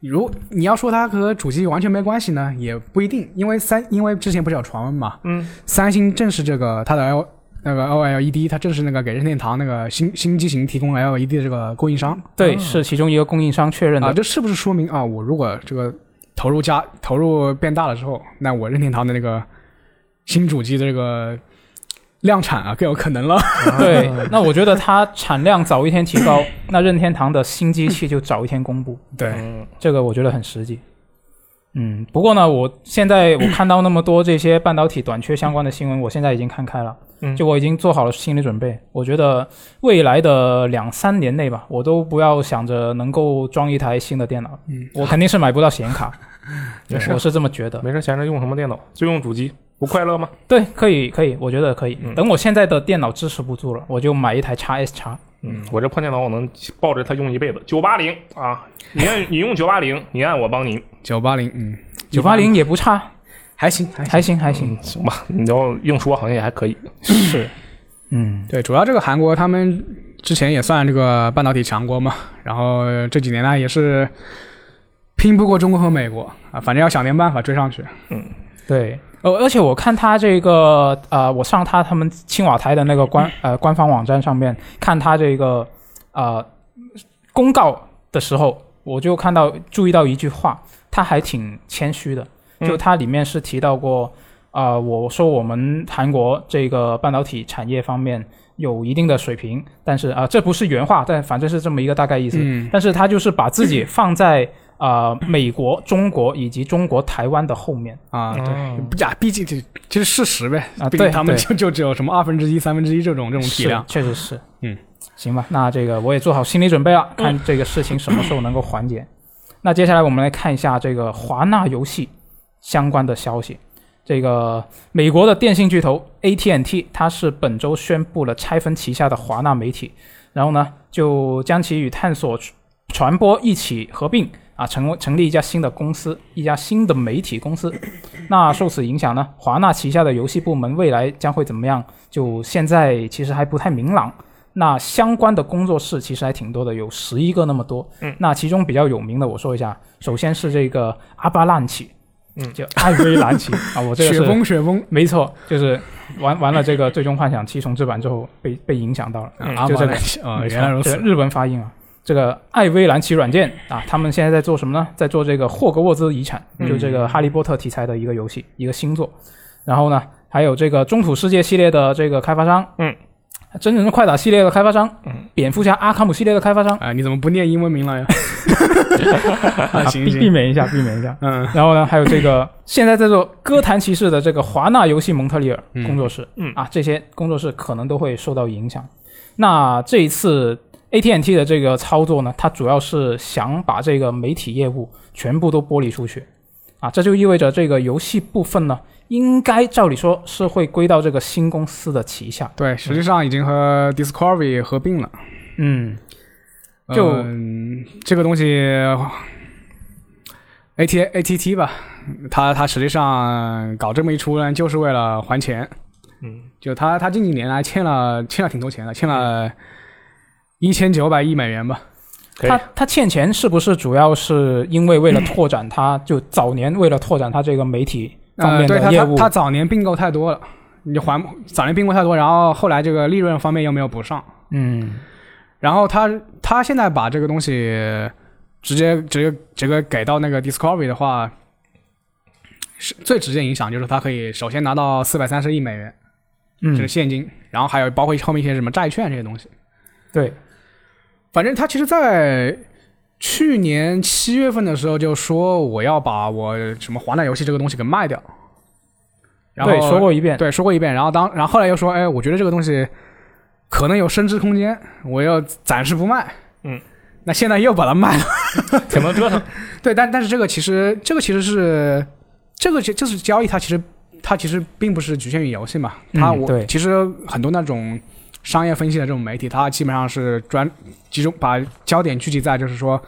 Speaker 2: 如你要说它和主机完全没关系呢，也不一定，因为三因为之前不是有传闻嘛，
Speaker 3: 嗯，
Speaker 2: 三星正是这个它的 L 那个 OLED，它正是那个给任天堂那个新新机型提供 LED 的这个供应商
Speaker 1: 对，是其中一个供应商确认的。
Speaker 2: 啊，这是不是说明啊，我如果这个投入加投入变大了之后，那我任天堂的那个新主机的这个量产啊更有可
Speaker 1: <laughs>
Speaker 2: 能了。
Speaker 1: 对，那我觉得它产量早一天提高，那任天堂的新机器就早一天公布， <laughs>
Speaker 2: 对，
Speaker 3: 嗯
Speaker 1: 这个我觉得很实际。嗯，不过呢，我现在我看到那么多这些半导体短缺相关的新闻，我现在已经看开了，
Speaker 3: 嗯
Speaker 1: 就我已经做好了心理准备。我觉得未来的两三年内吧，我都不要想着能够装一台新的电脑，
Speaker 2: 嗯，
Speaker 1: 我肯定是买不到显卡，
Speaker 3: 没事
Speaker 1: 我是这么觉得。
Speaker 3: 没事闲着用什么电脑，就用主机，不快乐吗？
Speaker 1: 对，可以，可以，我觉得可以。
Speaker 3: 嗯
Speaker 1: 等我现在的电脑支持不住了，我就买一台 x S 叉。
Speaker 3: 嗯，我这破电脑我能抱着它用一辈子。九八零啊，你按 <laughs> 你用九八零，你按我帮您，
Speaker 2: 九八零，嗯，
Speaker 1: 九八零也不差，
Speaker 2: 还行，还行。
Speaker 1: 还行还行。
Speaker 3: 嗯行吧？你要硬说好像也还可以。
Speaker 1: 是，嗯，
Speaker 2: 对，主要这个韩国他们之前也算这个半导体强国嘛，然后这几年呢也是拼不过中国和美国啊，反正要想点办法追上去。
Speaker 1: 对。呃，而且我看他这个，呃，我上他他们青瓦台的那个官呃官方网站上面看他这个呃公告的时候，我就看到注意到一句话，他还挺谦虚的，
Speaker 3: 嗯
Speaker 1: 就它里面是提到过，啊、我说我们韩国这个半导体产业方面有一定的水平，但是啊、这不是原话，但反正是这么一个大概意思。
Speaker 2: 嗯，
Speaker 1: 但是他就是把自己放在啊、美国、中国以及中国台湾的后面
Speaker 2: 啊，对。
Speaker 3: 嗯
Speaker 2: 不呀，毕竟这这是事实呗，
Speaker 1: 啊
Speaker 2: 毕竟
Speaker 1: 对
Speaker 2: 他们
Speaker 1: 对
Speaker 2: 就就只有什么二分之一、三分之一这种这种体量
Speaker 1: 是，确实是，
Speaker 2: 嗯，
Speaker 1: 行吧，那这个我也做好心理准备了，看这个事情什么时候能够缓
Speaker 2: <coughs>
Speaker 1: 解。那接下来我们来看一下这个华纳游戏相关的消息。这个美国的电信巨头 AT&T，它是本周宣布了拆分旗下的华纳媒体，然后呢，就将其与探索传播一起合并啊，成为成立一家新的公司，一家新的媒体公司。那受此影响呢，华纳旗下的游戏部门未来将会怎么样？就现在其实还不太明朗。那相关的工作室其实还挺多的，有十一个那么多。
Speaker 3: 嗯，
Speaker 1: 那其中比较有名的，我说一下，首先是这个阿巴烂奇，
Speaker 3: 嗯
Speaker 1: 就艾薇兰奇啊，我这个
Speaker 2: 雪
Speaker 1: 是
Speaker 2: 崩雪崩，
Speaker 1: 没错，就是玩玩了这个《最终幻想七重置版》之后被被影响到了。
Speaker 3: 嗯
Speaker 2: 啊，
Speaker 1: 就这个
Speaker 2: <laughs> 啊，
Speaker 1: 没错
Speaker 2: 原来如
Speaker 1: 这
Speaker 2: 此
Speaker 1: 个日文发音啊。这个艾薇兰奇软件啊，他们现在在做什么呢？在做这个霍格沃兹遗产，
Speaker 3: 嗯
Speaker 1: 就这个哈利波特题材的一个游戏，一个新作。然后呢，还有这个中土世界系列的这个开发商，
Speaker 3: 嗯，
Speaker 1: 真人快打系列的开发商，
Speaker 3: 嗯，
Speaker 1: 蝙蝠侠阿卡姆系列的开发商，
Speaker 2: 啊，你怎么不念英文名
Speaker 1: <laughs>
Speaker 2: 了呀？ <laughs> 啊，行
Speaker 1: 避避
Speaker 2: 行，
Speaker 1: 免一下，避免一下。
Speaker 2: 嗯
Speaker 1: 然后呢，还有这
Speaker 2: <laughs>
Speaker 1: 个现在在做《哥谭骑士》的这个华纳游戏蒙特利尔
Speaker 2: 嗯
Speaker 1: 工作室，
Speaker 3: 嗯
Speaker 1: 啊，这些工作室可能都会受到影响。那这一次 AT&T 的这个操作呢，它主要是想把这个媒体业务全部都剥离出去，啊，这就意味着这个游戏部分呢，应该照理说是会归到这个新公司的旗下。
Speaker 2: 对，实际上已经和 Discovery 合并了。
Speaker 1: 嗯，就
Speaker 2: 嗯、这个东西，A T A T T 吧，它它实际上搞这么一出呢，就是为了还钱。
Speaker 3: 嗯，
Speaker 2: 就它它近几年来欠了欠了挺多钱的，欠
Speaker 1: 嗯
Speaker 2: 了一千九百亿美元吧。
Speaker 3: 可以
Speaker 1: 他他欠钱是不是主要是因为为了拓展他，就早年为了拓展他这个媒体方
Speaker 2: 呃，
Speaker 1: 面
Speaker 2: 对它
Speaker 1: 的业
Speaker 2: 它
Speaker 1: 务？
Speaker 2: 它早年并购太多了，你就还早年并购太多，然后后来这个利润方面又没有补上，
Speaker 1: 嗯
Speaker 2: 然后他他现在把这个东西直接直接直接给到那个 Discovery 的话，是最直接影响就是他可以首先拿到四百三十亿美元，这是
Speaker 1: 嗯，
Speaker 2: 现金，然后还有包括后面一些什么债券这些东西。
Speaker 1: 对，
Speaker 2: 反正他其实，在去年七月份的时候就说我要把我什么华纳游戏这个东西给卖掉，然后
Speaker 1: 对说过一遍，
Speaker 2: 对，说过一遍，然后当然后后来又说，哎，我觉得这个东西可能有升值空间，我要暂时不卖。
Speaker 3: 嗯，
Speaker 2: 那现在又把它卖了。
Speaker 3: 挺能折腾。
Speaker 2: 对，但但是这个其实这个其实是这个其这是交易，它其实它其实并不是局限于游戏嘛，它
Speaker 1: 嗯
Speaker 2: 我、
Speaker 1: 对
Speaker 2: 其实很多那种。商业分析的这种媒体，它基本上是专集中把焦点聚集在，就是说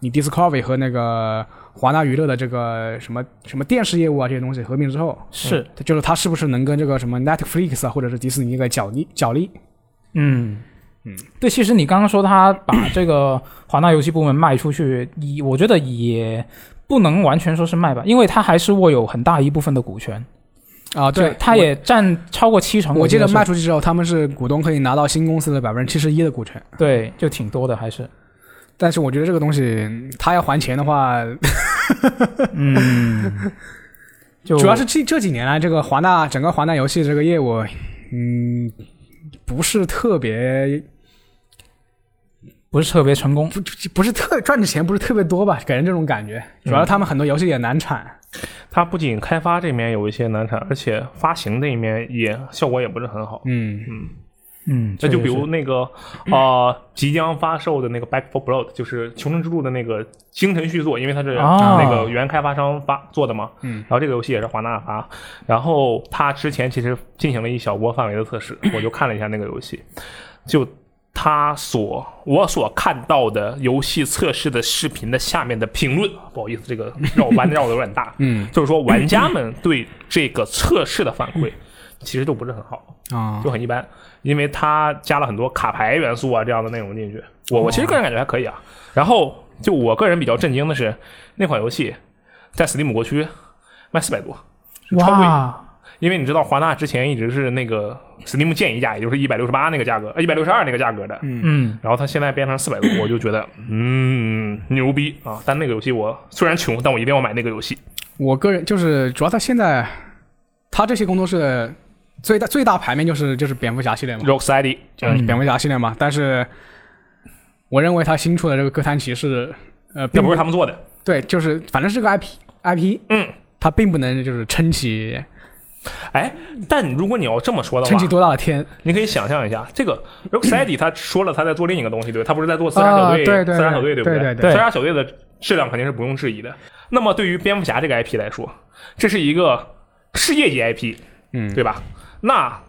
Speaker 2: 你 Discovery 和那个华纳娱乐的这个什么什么电视业务啊这些东西合并之后，嗯
Speaker 1: 是，
Speaker 2: 就是它是不是能跟这个什么 Netflix 啊，或者是迪士尼给角力角力？
Speaker 1: 嗯
Speaker 2: 嗯，
Speaker 1: 对，其实你刚刚说他把这个华纳游戏部门卖出去，以我觉得也不能完全说是卖吧，因为他还是握有很大一部分的股权，
Speaker 2: 啊，
Speaker 1: 就他也占超过七成，
Speaker 2: 我，我记得
Speaker 1: 是
Speaker 2: 卖出去之后，他们是股东可以拿到新公司的百分之七十一的股权，
Speaker 1: 对就挺多的，还是
Speaker 2: 但是我觉得这个东西他要还钱的话，
Speaker 1: 嗯，就
Speaker 2: 主要是这这几年来，这个华纳整个华纳游戏这个业务，嗯，不是特别
Speaker 1: 不是特别成功，
Speaker 2: 不不是特赚的钱不是特别多吧，给人这种感觉。
Speaker 3: 嗯
Speaker 2: 主要是他们很多游戏也难产，
Speaker 3: 它不仅开发这面有一些难产，而且发行这一面也效果也不是很好。
Speaker 2: 嗯，
Speaker 1: 嗯，
Speaker 3: 那就
Speaker 1: 确
Speaker 3: 比
Speaker 1: 实
Speaker 3: 如
Speaker 1: 是
Speaker 3: 那个呃，即将发售的那个《Back for Blood》，就是《求生之路》的那个星辰续作，因为它是
Speaker 1: 啊
Speaker 3: 那个原开发商发做的嘛。
Speaker 2: 嗯
Speaker 3: 然后这个游戏也是华纳发，然后它之前其实进行了一小波范围的测试，我就看了一下那个游戏，就。它所我所看到的游戏测试的视频的下面的评论，不好意思，这个绕弯绕的有点大，
Speaker 2: 嗯，
Speaker 3: 就是说玩家们对这个测试的反馈其实都不是很好，
Speaker 2: 啊
Speaker 3: 就很一般，因为它加了很多卡牌元素啊这样的内容进去。我我其实个人感觉还可以啊。然后就我个人比较震惊的是，那款游戏在 Steam 国区卖四百多，是超贵。
Speaker 1: 哇，
Speaker 3: 因为你知道华纳之前一直是那个 Steam 建议价，也就是一百六十八那个价格，一百六十二那个价格的。
Speaker 1: 嗯，
Speaker 3: 然后它现在变成四百多，我就觉得嗯牛逼啊！但那个游戏我虽然穷，但我一定要买那个游戏。
Speaker 2: 我个人就是，主要他现在他这些工作室最大最大牌面就是就是蝙蝠侠系列嘛，
Speaker 3: Rocksteady，
Speaker 2: 就是
Speaker 1: 嗯
Speaker 2: 蝙蝠侠系列嘛。但是我认为他新出的这个哥谭骑士，呃，
Speaker 3: 那
Speaker 2: 并
Speaker 3: 不是他们做的，
Speaker 2: 对，就是反正是个 IP IP，
Speaker 3: 嗯，
Speaker 2: 它并不能就是撑起
Speaker 3: 哎，但如果你要这么说的
Speaker 2: 撑
Speaker 3: 话
Speaker 2: 起，多大的天
Speaker 3: 你可以想象一下，这个
Speaker 2: <clears throat>
Speaker 3: Rocksteady 他说了他在做另一个东西，对吧，他不是在做自杀小队，
Speaker 2: 啊对对
Speaker 3: 自杀小队，
Speaker 2: 对
Speaker 3: 不
Speaker 2: 对
Speaker 1: 对对
Speaker 3: 自杀小队的质量肯定是不用质疑的。那么对于蝙蝠侠这个 IP 来说，这是一个世界级 IP，
Speaker 2: 嗯
Speaker 3: 对吧？那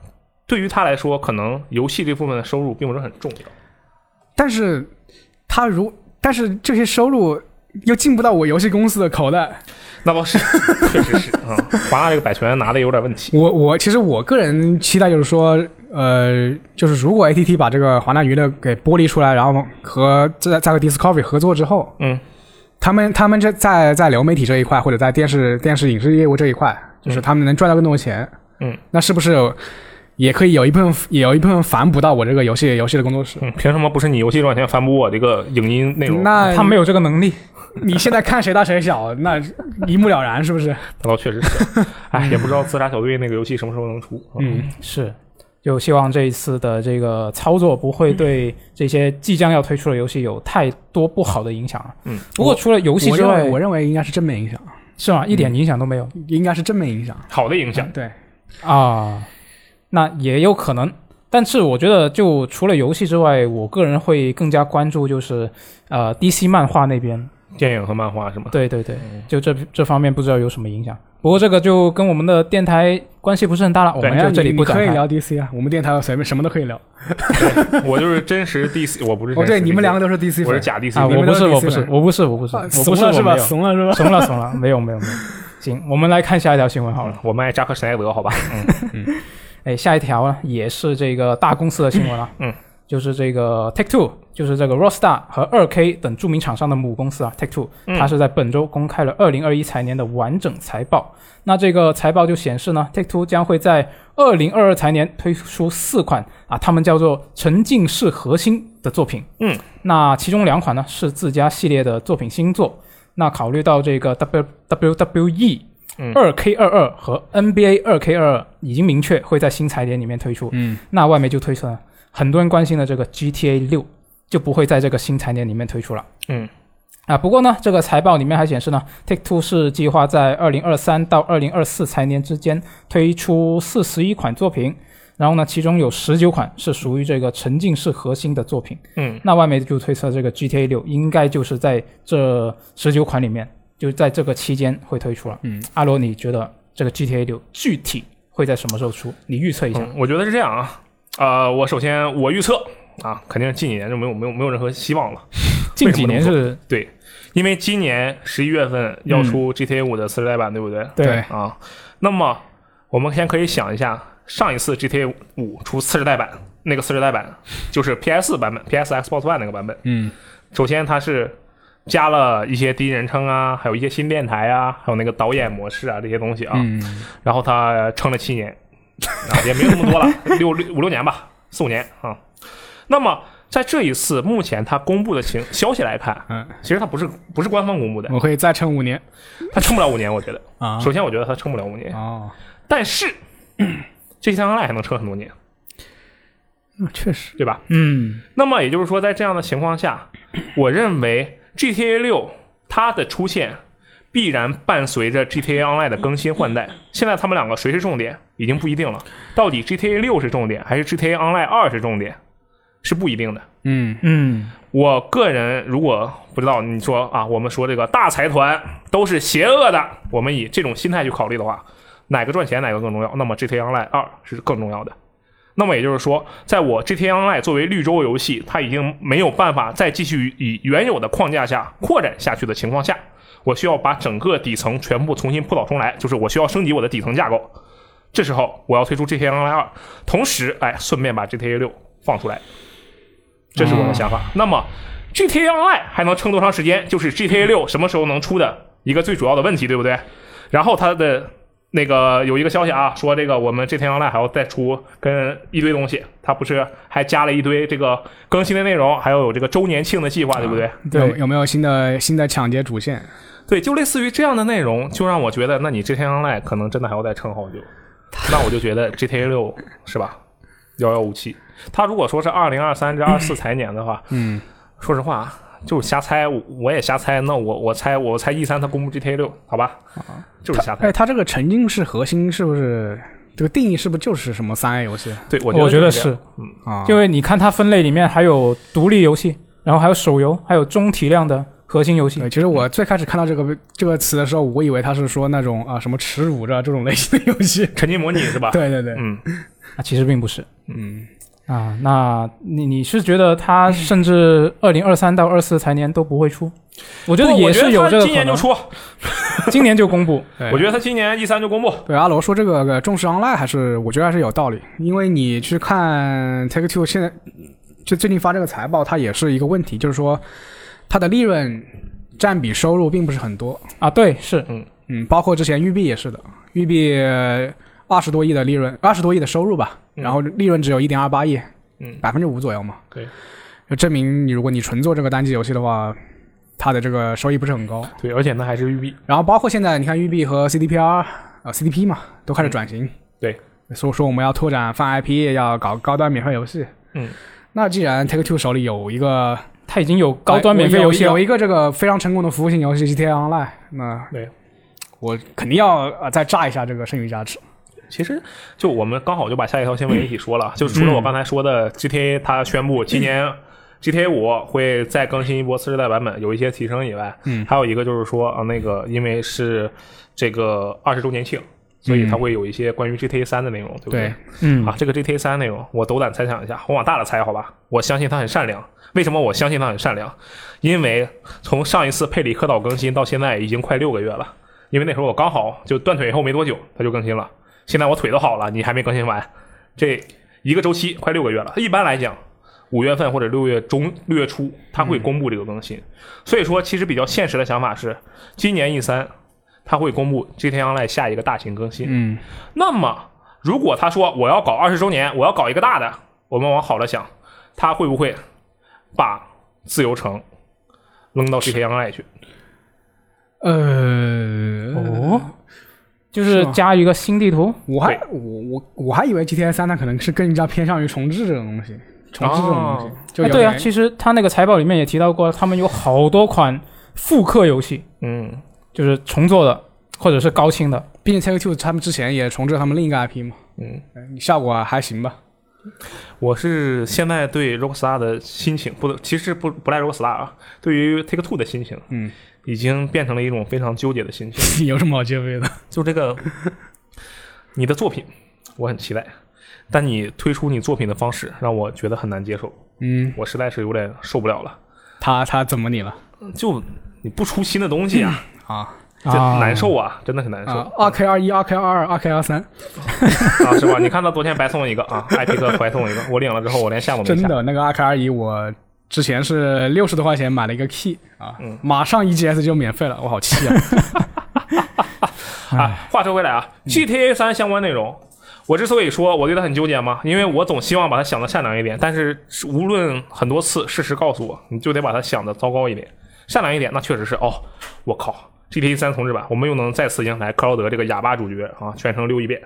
Speaker 3: 对于他来说，可能游戏这部分的收入并不是很重要。
Speaker 2: 但是它如但是这些收入又进不到我游戏公司的口袋。<laughs>
Speaker 3: 那倒是，确实是啊、嗯，华纳这个版权拿的有点问题。
Speaker 2: 我我其实我个人期待就是说，呃，就是如果 ATT 把这个华纳娱乐给剥离出来，然后和再再和 Discovery 合作之后，
Speaker 3: 嗯，
Speaker 2: 他们他们这在在流媒体这一块，或者在电视电视影视业务这一块，就是他们能赚到更多钱，
Speaker 3: 嗯，
Speaker 2: 那是不是有也可以有一部分也有一部分反哺到我这个游戏游戏的工作室？
Speaker 3: 嗯，凭什么不是你游戏赚钱反哺我这个影音内容？
Speaker 2: 那
Speaker 1: 他没有这个能力，
Speaker 2: 你现在看谁大谁小，那一目了然，是不是？
Speaker 3: 那倒确实是，哎，也不知道自杀小队那个游戏什么时候能出。嗯，
Speaker 2: 嗯，
Speaker 1: 是，就希望这一次的这个操作不会对这些即将要推出的游戏有太多不好的影响啊。
Speaker 3: 嗯，
Speaker 1: 不过除了游戏
Speaker 2: 我
Speaker 1: 之
Speaker 2: 认
Speaker 1: 外
Speaker 2: 为，嗯我认为应该是正面影响，
Speaker 1: 是吗？一点影响都没有
Speaker 2: 应该是正面影响。
Speaker 3: 好的影响。
Speaker 2: 对，
Speaker 1: 啊？那也有可能。但是我觉得，就除了游戏之外，我个人会更加关注就是，呃，DC 漫画那边，
Speaker 3: 电影和漫画是
Speaker 2: 嗯
Speaker 3: 吗？
Speaker 1: 对对对，就这这方面不知道有什么影响。不过这个就跟我们的电台关系不是很啊大了，我
Speaker 3: 对
Speaker 1: 们就这里
Speaker 2: 你
Speaker 1: 不
Speaker 2: 你
Speaker 1: 展
Speaker 2: 可以
Speaker 1: 开。
Speaker 2: 聊 DC 啊，我们电台随便什么都可以聊。
Speaker 3: <laughs> 我就是真实 DC，我不是真
Speaker 2: 哦，
Speaker 3: 实 DC。
Speaker 2: 对，你们两个都是 DC
Speaker 3: 我是
Speaker 2: 粉，
Speaker 3: 假 DC，
Speaker 1: 啊，
Speaker 2: 你
Speaker 1: 我
Speaker 2: 们
Speaker 1: 不
Speaker 2: 都
Speaker 1: 是，
Speaker 2: 是
Speaker 1: 我不
Speaker 2: DC
Speaker 1: 是，我不是，我不是，
Speaker 2: 啊
Speaker 1: 我不
Speaker 2: 怂
Speaker 1: 是，
Speaker 2: 了
Speaker 1: 我
Speaker 2: 是
Speaker 1: 没
Speaker 2: 吧？
Speaker 1: 有。
Speaker 2: 怂了是
Speaker 3: <laughs>
Speaker 2: 吧？
Speaker 1: 怂了，怂了，没有，没有，没有。行，我们来看下一条新闻好了。
Speaker 3: 嗯我们爱扎克施耐德，好吧？
Speaker 1: 哎，下一条呢也是这个大公司的新闻啊，
Speaker 3: 嗯，
Speaker 1: 就是这个 Take Two，就是这个 Rockstar 和 2K 等著名厂商的母公司啊，Take Two，
Speaker 3: 嗯
Speaker 1: 它是在本周公开了2021财年的完整财报。那这个财报就显示呢，Take Two 将会在2022财年推出四款啊，他们叫做沉浸式核心的作品。
Speaker 3: 嗯，
Speaker 1: 那其中两款呢是自家系列的作品新作。那考虑到这个 W E WWE
Speaker 3: 嗯
Speaker 1: 二 K 二二和 NBA 二 K 二二已经明确会在新财年里面推出，
Speaker 2: 嗯，
Speaker 1: 那外媒就推测呢，很多人关心的这个 GTA 六就不会在这个新财年里面推出了。
Speaker 3: 嗯，
Speaker 1: 啊，不过呢，这个财报里面还显示呢，Take Two 是计划在二零二三到二零二四财年之间推出四十一款作品，然后呢，其中有十九款是属于这个沉浸式核心的作品。
Speaker 3: 嗯，
Speaker 1: 那外媒就推测这个 GTA 六应该就是在这十九款里面，就在这个期间会推出了。
Speaker 2: 嗯，
Speaker 1: 阿罗，你觉得这个 GTA 六具体会在什么时候出？你预测一下。
Speaker 3: 嗯我觉得是这样啊。呃，我首先我预测啊，肯定是近几年就没有没有没有任何希望了，
Speaker 1: 近几年是
Speaker 3: 因为今年十一月份要出
Speaker 2: 嗯
Speaker 3: GTA 五的次世代版，对不对？
Speaker 2: 对
Speaker 3: 啊，那么我们先可以想一下，上一次 GTA 五出次世代版，那个次世代版就是 PS 版本，PS Xbox One 那个版本。
Speaker 2: 嗯，
Speaker 3: 首先它是加了一些第一人称啊，还有一些新电台啊，还有那个导演模式啊这些东西啊。
Speaker 2: 嗯，
Speaker 3: 然后他撑了七年，啊，也没有那么多了，六六五六年吧，四五年啊。那么在这一次目前他公布的情消息来看，
Speaker 2: 嗯，
Speaker 3: 其实他不是不是官方公布的，
Speaker 2: <laughs> 我可以再撑五年
Speaker 3: 他撑不了五年，我觉得。
Speaker 2: 啊。
Speaker 3: 首先，我觉得他撑不了五年，
Speaker 2: 哦，
Speaker 3: 但是 <clears throat> 这些三方赖还能撑很多年，
Speaker 2: 那确实，
Speaker 3: 对吧？
Speaker 1: 嗯
Speaker 3: 那么也就是说，在这样的情况下，我认为 GTA 六它的出现必然伴随着 GTA Online 的更新换代。现在他们两个谁是重点已经不一定了，到底 GTA 六是重点还是 GTA Online 二是重点是不一定的。
Speaker 2: 嗯
Speaker 1: 嗯
Speaker 3: 我个人如果不知道你说啊，我们说这个大财团都是邪恶的，我们以这种心态去考虑的话，哪个赚钱哪个更重要？那么 GTA Online 二是更重要的。那么也就是说，在我 GTA Online 作为绿洲游戏，它已经没有办法再继续以原有的框架下扩展下去的情况下，我需要把整个底层全部重新扑倒重来，就是我需要升级我的底层架构。这时候我要推出 GTA Online 二，同时哎，顺便把 GTA 六放出来，这是我的想法。那么 GTA Online 还能撑多长时间，就是 GTA 六什么时候能出的一个最主要的问题，对不对？然后它的那个有一个消息啊，说这个我们 GTA Online 还要再出跟一堆东西，它不是还加了一堆这个更新的内容，还有有这个周年庆的计划，对不对？
Speaker 1: 对
Speaker 2: 有有没有新的新的抢劫主线？
Speaker 3: 对，就类似于这样的内容，就让我觉得，那你 GTA Online 可能真的还要再撑好久。那我就觉得 GTA 六是吧？遥遥无期。他如果说是二零二三至二四财年的话，
Speaker 2: 嗯，
Speaker 3: 说实话就是瞎猜，我我也瞎猜。那我我猜我猜 E 三他公布 GTA 六，好吧？就是瞎猜
Speaker 2: 哎，。它这个沉浸式核心是不是这个定义是不是就是什么三 A 游戏
Speaker 3: 对，我
Speaker 1: 我
Speaker 3: 觉得
Speaker 1: 得是，
Speaker 3: 这样
Speaker 2: 啊？
Speaker 1: 因为你看它分类里面还有独立游戏，然后还有手游，还有中体量的核心游戏
Speaker 2: 对，。其实我最开始看到这个这个词的时候，我以为它是说那种啊什么耻辱着这种类型的游
Speaker 3: <laughs>
Speaker 2: 戏。
Speaker 3: 沉浸模拟是吧？
Speaker 2: 对对对，
Speaker 3: 嗯，
Speaker 1: 啊，其实并不是。
Speaker 2: 嗯，
Speaker 1: 啊，那你你是觉得它甚至二零二三到二四财年都不会出？我觉得
Speaker 3: 不
Speaker 1: 也是有
Speaker 3: 我觉
Speaker 1: 这个
Speaker 3: 得他今
Speaker 1: 可
Speaker 3: 年就
Speaker 1: 能，
Speaker 3: 出，
Speaker 1: 今年就公布。
Speaker 2: 哎
Speaker 3: 我觉得他今年 E 三就公布。
Speaker 2: 对阿罗说这个呃重视 online 还是我觉得还是有道理，因为你去看 Take Two 现在就最近发这个财报，它也是一个问题，就是说它的利润占比收入并不是很多。
Speaker 1: 啊，对，是
Speaker 2: 嗯，包括之前育碧也是的，育碧二十多亿的利润，二十多亿的收入吧，
Speaker 3: 嗯
Speaker 2: 然后利润只有一点二八亿，
Speaker 3: 嗯
Speaker 2: 百分之五左右嘛。
Speaker 3: 对，
Speaker 2: 就证明你如果你纯做这个单机游戏的话，它的这个收益不是很高。
Speaker 3: 对，而且呢还是育碧，
Speaker 2: 然后包括现在你看育碧和 CDPR 呃 CDP 嘛都
Speaker 1: 嗯
Speaker 2: 开始转型，
Speaker 3: 对，
Speaker 2: 所以说我们要拓展泛 IP，要搞高端免费游戏。
Speaker 3: 嗯，
Speaker 2: 那既然 Take Two 手里有一个
Speaker 1: 它已经有高端免费游戏啊
Speaker 2: 哎有
Speaker 1: 了
Speaker 2: 有，一个这个非常成功的服务型游戏 GTA Online，那
Speaker 3: 对
Speaker 2: 我肯定要呃再炸一下这个剩余价值。
Speaker 3: 其实就我们刚好就把下一条新闻一起说了，就除了我刚才说的 GTA 它宣布今年 GTA 五会再更新一波次世代版本，有一些提升以外，嗯，还有一个就是说啊，那个因为是这个二十周年庆，所以它会有一些关于 GTA 三的内容，对不
Speaker 2: 对
Speaker 1: 嗯
Speaker 3: 啊，这个 GTA 三内容，我斗胆猜想一下，我往大了猜，好吧？我相信他很善良。为什么我相信他很善良？因为从上一次佩里克岛更新到现在已经快六个月了，因为那时候我刚好就断腿以后没多久，他就更新了。现在我腿都好了，你还没更新完，这一个周期快六个月了。一般来讲，五月份或者六月中、六月初，他会公布这个更新。所以说，其实比较现实的想法是，今年 E 三他会公布 GTA Online 下一个大型更新。
Speaker 2: 嗯，
Speaker 3: 那么，如果他说我要搞二十周年，我要搞一个大的，我们往好了想，他会不会把自由城扔到 GTA Online 去？
Speaker 2: 呃，
Speaker 1: 哦，就是是
Speaker 2: 吗
Speaker 1: 加一个新地图，
Speaker 2: 我还
Speaker 3: 对
Speaker 2: 我我我还以为 GTA 三它可能是更加偏向于重置这种东西，重置这种东西、
Speaker 3: 哦
Speaker 2: 就
Speaker 1: 哎
Speaker 2: 有
Speaker 1: 对啊，
Speaker 2: 点
Speaker 1: 其实他那个财报里面也提到过，他们有好多款复刻游戏，
Speaker 3: 嗯，
Speaker 1: 就是重做的或者是高清的。
Speaker 2: 毕竟 Take Two 他们之前也重置了他们另一个 IP 嘛，
Speaker 3: 嗯，
Speaker 2: 嗯效果还行吧。
Speaker 3: 我是现在对 Rockstar 的心情，不，其实不不赖 Rockstar 啊，对于 Take Two 的心情，啊
Speaker 2: 嗯，
Speaker 3: 已经变成了一种非常纠结的心情。 <laughs>
Speaker 2: 有什么好戒备的？
Speaker 3: 就这个你的作品，我很期待，但你推出你作品的方式让我觉得很难接受，
Speaker 2: 嗯，
Speaker 3: 我实在是有点受不了了。
Speaker 2: 他他怎么你了
Speaker 3: 就你不出新的东西啊，
Speaker 2: 啊？
Speaker 3: 这
Speaker 1: 啊
Speaker 3: 难受啊，真的很难受
Speaker 2: 啊，二 K 二一、二 K 二、二 K 二三，
Speaker 3: 啊，是吧？你看到昨天白送一个啊，艾皮克白送一个，我领了之后我连下都没
Speaker 2: 真
Speaker 3: 下。
Speaker 2: 的那个二 K 二一，我之前是六十多块钱买了一个 key 啊，
Speaker 3: 嗯
Speaker 2: 马上 EGS 就免费了，我好气
Speaker 3: <laughs>
Speaker 2: 啊！
Speaker 3: 啊，话说回来啊，GTA 三相关内容，我之所以说我对它很纠结嘛，因为我总希望把它想的善良一点，但是无论很多次事实告诉我，你就得把它想的糟糕一点，善良一点，那确实是哦，我靠，GTA 三重置版，我们又能再次迎来克劳德这个哑巴主角啊，全程溜一遍。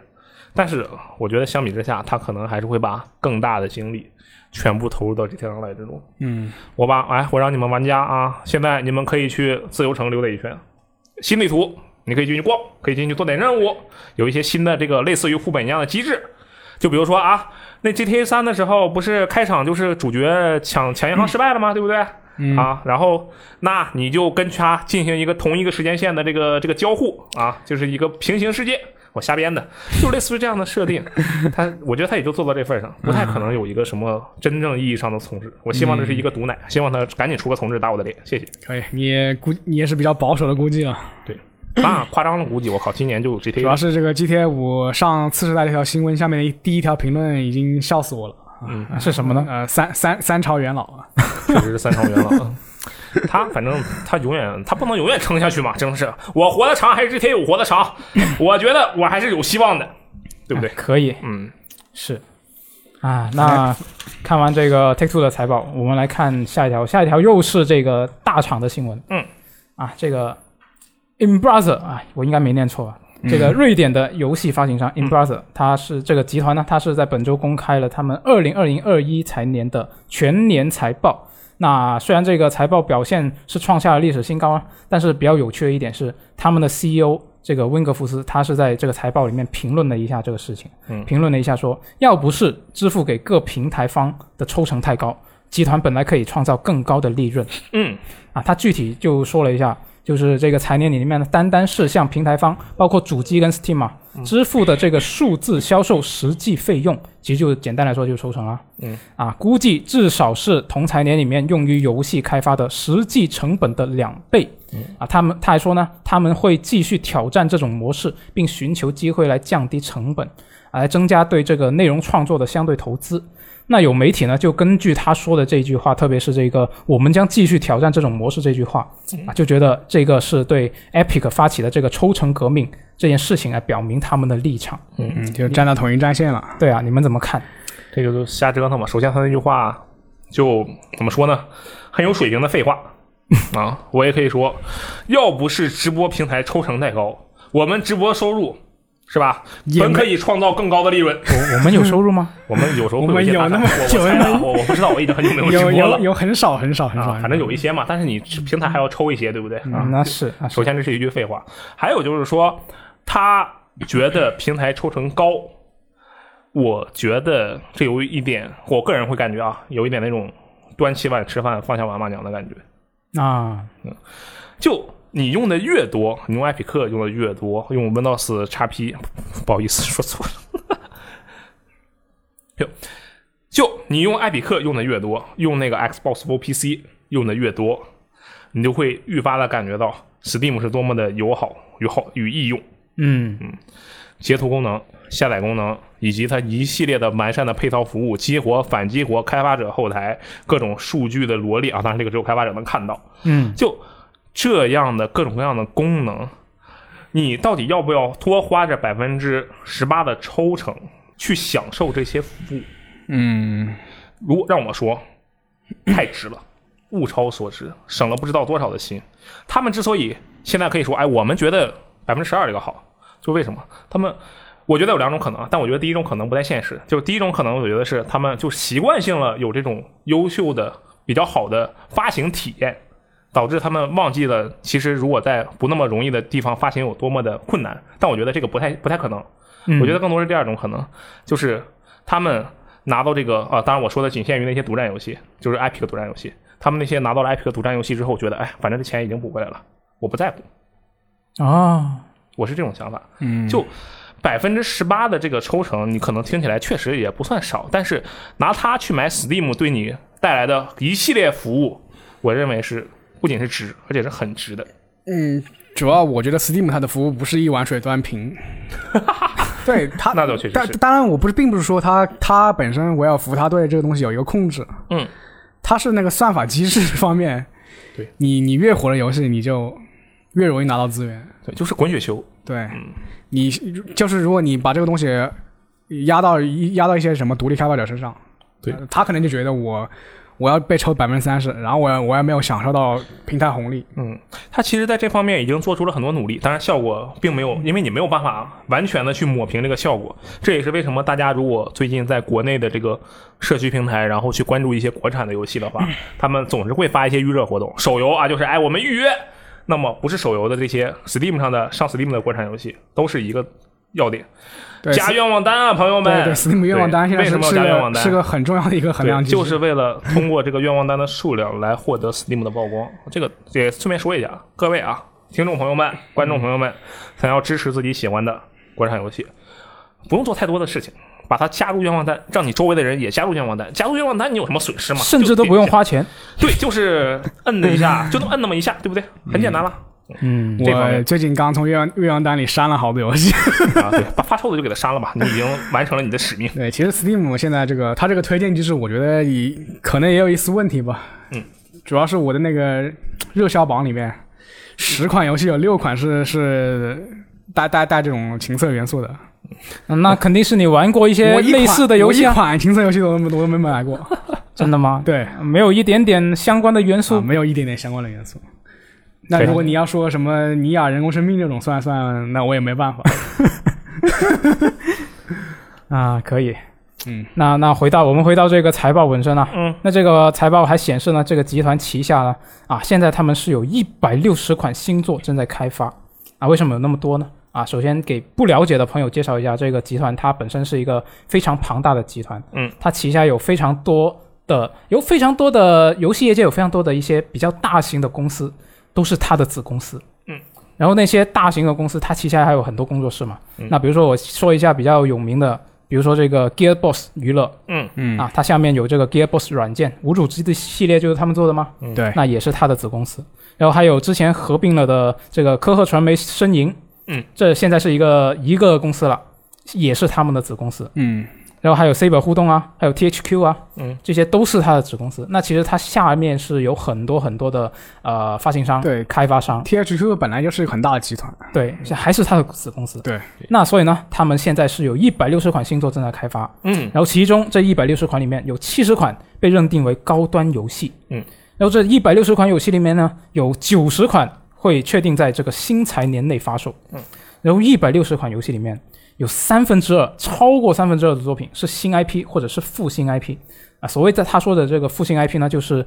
Speaker 3: 但是我觉得相比之下，他可能还是会把更大的精力全部投入到 GTA Online 之中。
Speaker 2: 嗯，
Speaker 3: 我把哎，我让你们玩家啊，现在你们可以去自由城溜达一圈，新地图你可以进去逛，可以进去做点任务，有一些新的这个类似于副本一样的机制，就比如说啊，那 GTA 三的时候不是开场就是主角抢抢银行失败了吗？对不对？
Speaker 2: 嗯
Speaker 3: 啊，然后那你就跟他进行一个同一个时间线的这个这个交互啊，就是一个平行世界。我瞎编的，就类似于这样的设定，他我觉得他也就做到这份上，不太可能有一个什么真正意义上的重置。我希望这是一个毒奶，希望他赶紧出个重置打我的脸，谢谢。
Speaker 2: 可以，你估你也是比较保守的估计啊。
Speaker 3: 那夸张了，估计我靠，今年就有
Speaker 2: 主要
Speaker 3: GTA，
Speaker 2: 是这个 GTA 五上次世代这条新闻下面的一第一条评论已经笑死我了。
Speaker 3: 嗯
Speaker 1: 是什么呢？
Speaker 2: 呃，三三三朝元老啊，
Speaker 3: 确实是三朝元老啊。他反正他永远他不能永远撑下去嘛，真是我活得长还是 GTA 五活得长，我觉得我还是有希望的，对不对？
Speaker 1: 哎可以
Speaker 3: 嗯，
Speaker 1: 是啊。那看完这个 Take Two 的财报，我们来看下一条，下一条又是这个大厂的新闻。
Speaker 3: 嗯，
Speaker 1: 啊，这个 Embracer 啊，我应该没念错吧？这个瑞典的游戏发行商 Embracer，它是这个集团呢，它是在本周公开了他们二零二零二一财年的全年财报。那虽然这个财报表现是创下了历史新高啊，但是比较有趣的一点是，他们的 CEO 这个温格福斯，他是在这个财报里面评论了一下这个事情，
Speaker 3: 嗯
Speaker 1: 评论了一下说，要不是支付给各平台方的抽成太高，集团本来可以创造更高的利润。
Speaker 3: 嗯，
Speaker 1: 啊，他具体就说了一下，就是这个财年里面的单单是向平台方，包括主机跟 Steam 啊，支付的这个数字销售实际费用，其实就简单来说就是抽成啊。
Speaker 3: 嗯。
Speaker 1: 啊，估计至少是同财年里面用于游戏开发的实际成本的两倍。啊，他们他还说呢，他们会继续挑战这种模式，并寻求机会来降低成本，啊来增加对这个内容创作的相对投资。那有媒体呢，就根据他说的这句话，特别是这个“我们将继续挑战这种模式”这句话
Speaker 2: 嗯
Speaker 1: 啊，就觉得这个是对 Epic 发起的这个抽成革命这件事情来表明他们的立场。
Speaker 2: 嗯，就站到统一战线了。
Speaker 1: 对啊，你们怎么看？
Speaker 2: <laughs>
Speaker 3: 这个就瞎折腾嘛。首先，他那句话就怎么说呢？很有水平的废话，啊，我也可以说，要不是直播平台抽成太高，我们直播收入是吧，
Speaker 2: 也
Speaker 3: 本
Speaker 2: 没
Speaker 3: 可以创造更高的
Speaker 2: <laughs>
Speaker 3: 利润。
Speaker 1: 我我们有收入吗？
Speaker 3: 我们有时候会
Speaker 2: 我们
Speaker 3: 一些
Speaker 2: 有
Speaker 3: 打卡
Speaker 2: 那么
Speaker 3: 我我
Speaker 2: 久
Speaker 3: 猜
Speaker 2: 吗
Speaker 3: 的啊我我不知道，我已经很久没有直
Speaker 2: 有
Speaker 3: 播
Speaker 2: 有
Speaker 3: 了
Speaker 2: 有很少很少很少
Speaker 3: 啊，，反正有一些嘛，但是你平台还要抽一些，对不对？啊，
Speaker 1: 嗯那是那是
Speaker 3: 首先这是一句废话，还有就是说，他觉得平台抽成高，我觉得这有一点，我个人会感觉啊，有一点那种端起碗吃饭，放下碗骂娘的感觉。
Speaker 1: 啊，
Speaker 3: 就你用的越多，你用艾匹克用的越多，用 Windows XP，不好意思说错了， <laughs> 就就你用艾匹克用的越多，用那个 Xbox for PC 用的越多，你就会愈发的感觉到 Steam 是多么的友好、友好与易用。
Speaker 1: 嗯，
Speaker 3: 截图功能、下载功能，以及它一系列的完善的配套服务，激活、反激活、开发者后台各种数据的罗列啊，当然这个只有开发者能看到。
Speaker 1: 嗯，
Speaker 3: 就这样的各种各样的功能，你到底要不要多花这百分之十八的抽成去享受这些服务？
Speaker 2: 嗯，
Speaker 3: 如果让我说， <clears throat> 太值了，物超所值，省了不知道多少的心。他们之所以现在可以说，哎，我们觉得百分之十二这个好，就为什么？他们我觉得有两种可能啊，但我觉得第一种可能不太现实。就第一种可能，我觉得是他们就习惯性了有这种优秀的、比较好的发行体验，导致他们忘记了其实如果在不那么容易的地方发行有多么的困难。但我觉得这个不太不太可能。
Speaker 1: 嗯
Speaker 3: 我觉得更多是第二种可能，就是他们拿到这个啊、当然我说的仅限于那些独占游戏，就是 Epic 独占游戏，他们那些拿到了 Epic 独占游戏之后，觉得哎，反正这钱已经补回来了，我不在乎，
Speaker 1: 啊，
Speaker 3: 我是这种想法。
Speaker 2: 嗯
Speaker 3: 就百分之十八的这个抽成，你可能听起来确实也不算少，但是拿它去买 Steam 对你带来的一系列服务，我认为是不仅是值，而且是很值的。
Speaker 2: 嗯，主要我觉得 Steam 它的服务不是一碗水端
Speaker 3: <laughs>
Speaker 2: 平。对它，
Speaker 3: 那倒确实
Speaker 2: 但
Speaker 3: 是
Speaker 2: 当然，我不是，并不是说它它本身我要服，它对这个东西有一个控制。
Speaker 3: 嗯，
Speaker 2: 它是那个算法机制方面，
Speaker 3: 对
Speaker 2: 你你越火的游戏，你就越容易拿到资源。
Speaker 3: 对，就是滚雪球。
Speaker 2: 对，
Speaker 3: 嗯
Speaker 2: 你就是如果你把这个东西压到压到一些什么独立开发者身上，
Speaker 3: 对
Speaker 2: 呃他可能就觉得我我要被抽百分之三十，然后我要我也没有享受到平台红利。
Speaker 3: 嗯，他其实在这方面已经做出了很多努力，当然效果并没有，
Speaker 2: 嗯
Speaker 3: 因为你没有办法完全的去抹平这个效果。这也是为什么大家如果最近在国内的这个社区平台，然后去关注一些国产的游戏的
Speaker 2: 嗯
Speaker 3: 话，他们总是会发一些预热活动，手游啊，就是哎我们预约。那么不是手游的这些 Steam 上的上 Steam 的国产游戏都是一个要点，
Speaker 2: 对，
Speaker 3: 加愿望单啊，朋友
Speaker 2: 对
Speaker 3: 们
Speaker 2: 对，Steam 愿望单现
Speaker 3: 对
Speaker 2: 在
Speaker 3: 为什
Speaker 2: 是
Speaker 3: 么要
Speaker 2: 是
Speaker 3: 加愿望
Speaker 2: 个
Speaker 3: 单？
Speaker 2: 是个很重要的一个衡量
Speaker 3: 对，
Speaker 2: 机制，
Speaker 3: 就是为了通过这个愿望单的数量来获得 Steam 的曝光。这个也顺便说一下，各位啊，听众朋友
Speaker 1: 嗯
Speaker 3: 们、观众朋友们，想要支持自己喜欢的国产游戏，不用做太多的事情，把它加入愿望单，让你周围的人也加入愿望单。加入愿望单，你有什么损失吗？
Speaker 1: 甚至
Speaker 3: 就
Speaker 1: 都不用
Speaker 3: 点
Speaker 1: 花钱，
Speaker 3: 一下，对，就是摁了一下， <laughs> 就能摁那么一下，对不对？很简单了。
Speaker 1: 嗯，
Speaker 3: 这方
Speaker 2: 我
Speaker 3: 面
Speaker 2: 最近刚从愿望愿望单里删了好多游戏。 <laughs>
Speaker 3: 啊，对，把发臭的就给它删
Speaker 1: <laughs>
Speaker 3: 了吧，你已经完成了你的使命。
Speaker 2: 对，其实 Steam 现在这个它这个推荐机制，我觉得也可能也有一丝问题吧。
Speaker 3: 嗯，
Speaker 2: 主要是我的那个热销榜里面，十款游戏有六款是是带带带这种情色元素的。
Speaker 1: 那肯定是你玩过一些
Speaker 2: 我一款
Speaker 1: 类似的游戏
Speaker 2: 我一
Speaker 1: 啊，
Speaker 2: 款情色游戏都没我都没买过。
Speaker 3: <laughs>
Speaker 1: 真的吗？
Speaker 2: 对，
Speaker 1: 没有一点点相关的元
Speaker 2: 啊，
Speaker 1: 素，
Speaker 2: 没有一点点相关的元素。那
Speaker 3: 对
Speaker 2: 如果你要说什么尼亚人工生命这种算算，那我也没办法。
Speaker 1: 啊，可以。
Speaker 2: 嗯，
Speaker 1: 那那回到我们回到这个财报本身啊，
Speaker 3: 嗯，
Speaker 1: 那这个财报还显示呢，这个集团旗下呢啊，现在他们是有一百六十款新作正在开发啊，为什么有那么多呢？啊，首先给不了解的朋友介绍一下，这个集团它本身是一个非常庞大的集团，
Speaker 3: 嗯，
Speaker 1: 它旗下有非常多的有非常多的游戏业界有非常多的一些比较大型的公司，都是它的子公司，
Speaker 3: 嗯，
Speaker 1: 然后那些大型的公司，它旗下还有很多工作室嘛，
Speaker 3: 嗯
Speaker 1: 那比如说我说一下比较有名的，比如说这个 Gearbox 娱乐，
Speaker 3: 嗯，
Speaker 2: 嗯，
Speaker 1: 啊，它下面有这个 Gearbox 软件，无主之地系列就是他们做的吗？
Speaker 2: <laughs> 对，
Speaker 1: 那也是它的子公司。然后还有之前合并了的这个科赫传媒申银，
Speaker 3: 嗯，
Speaker 1: 这现在是一个一个公司了，也是他们的子公司。
Speaker 2: 嗯，
Speaker 1: 然后还有 Saber 互动啊，还有 THQ 啊，
Speaker 3: 嗯，
Speaker 1: 这些都是它的子公司。那其实它下面是有很多很多的呃发行商、
Speaker 2: 对
Speaker 1: 开发商，
Speaker 2: ，THQ 本来就是很大的集团。
Speaker 1: 对，还是它的子公司。
Speaker 2: 对，
Speaker 1: 那所以呢，他们现在是有一百六十款新作正在开发，
Speaker 3: 嗯，
Speaker 1: 然后其中这一百六十款里面有七十款被认定为高端游戏，
Speaker 3: 嗯，
Speaker 1: 然后这一百六十款游戏里面呢，有九十款会确定在这个新财年内发售。
Speaker 3: 嗯，
Speaker 1: 然后一百六十款游戏里面有三分之二，超过三分之二的作品是新 IP 或者是复兴 IP。啊，所谓的他说的这个复兴 IP 呢，就是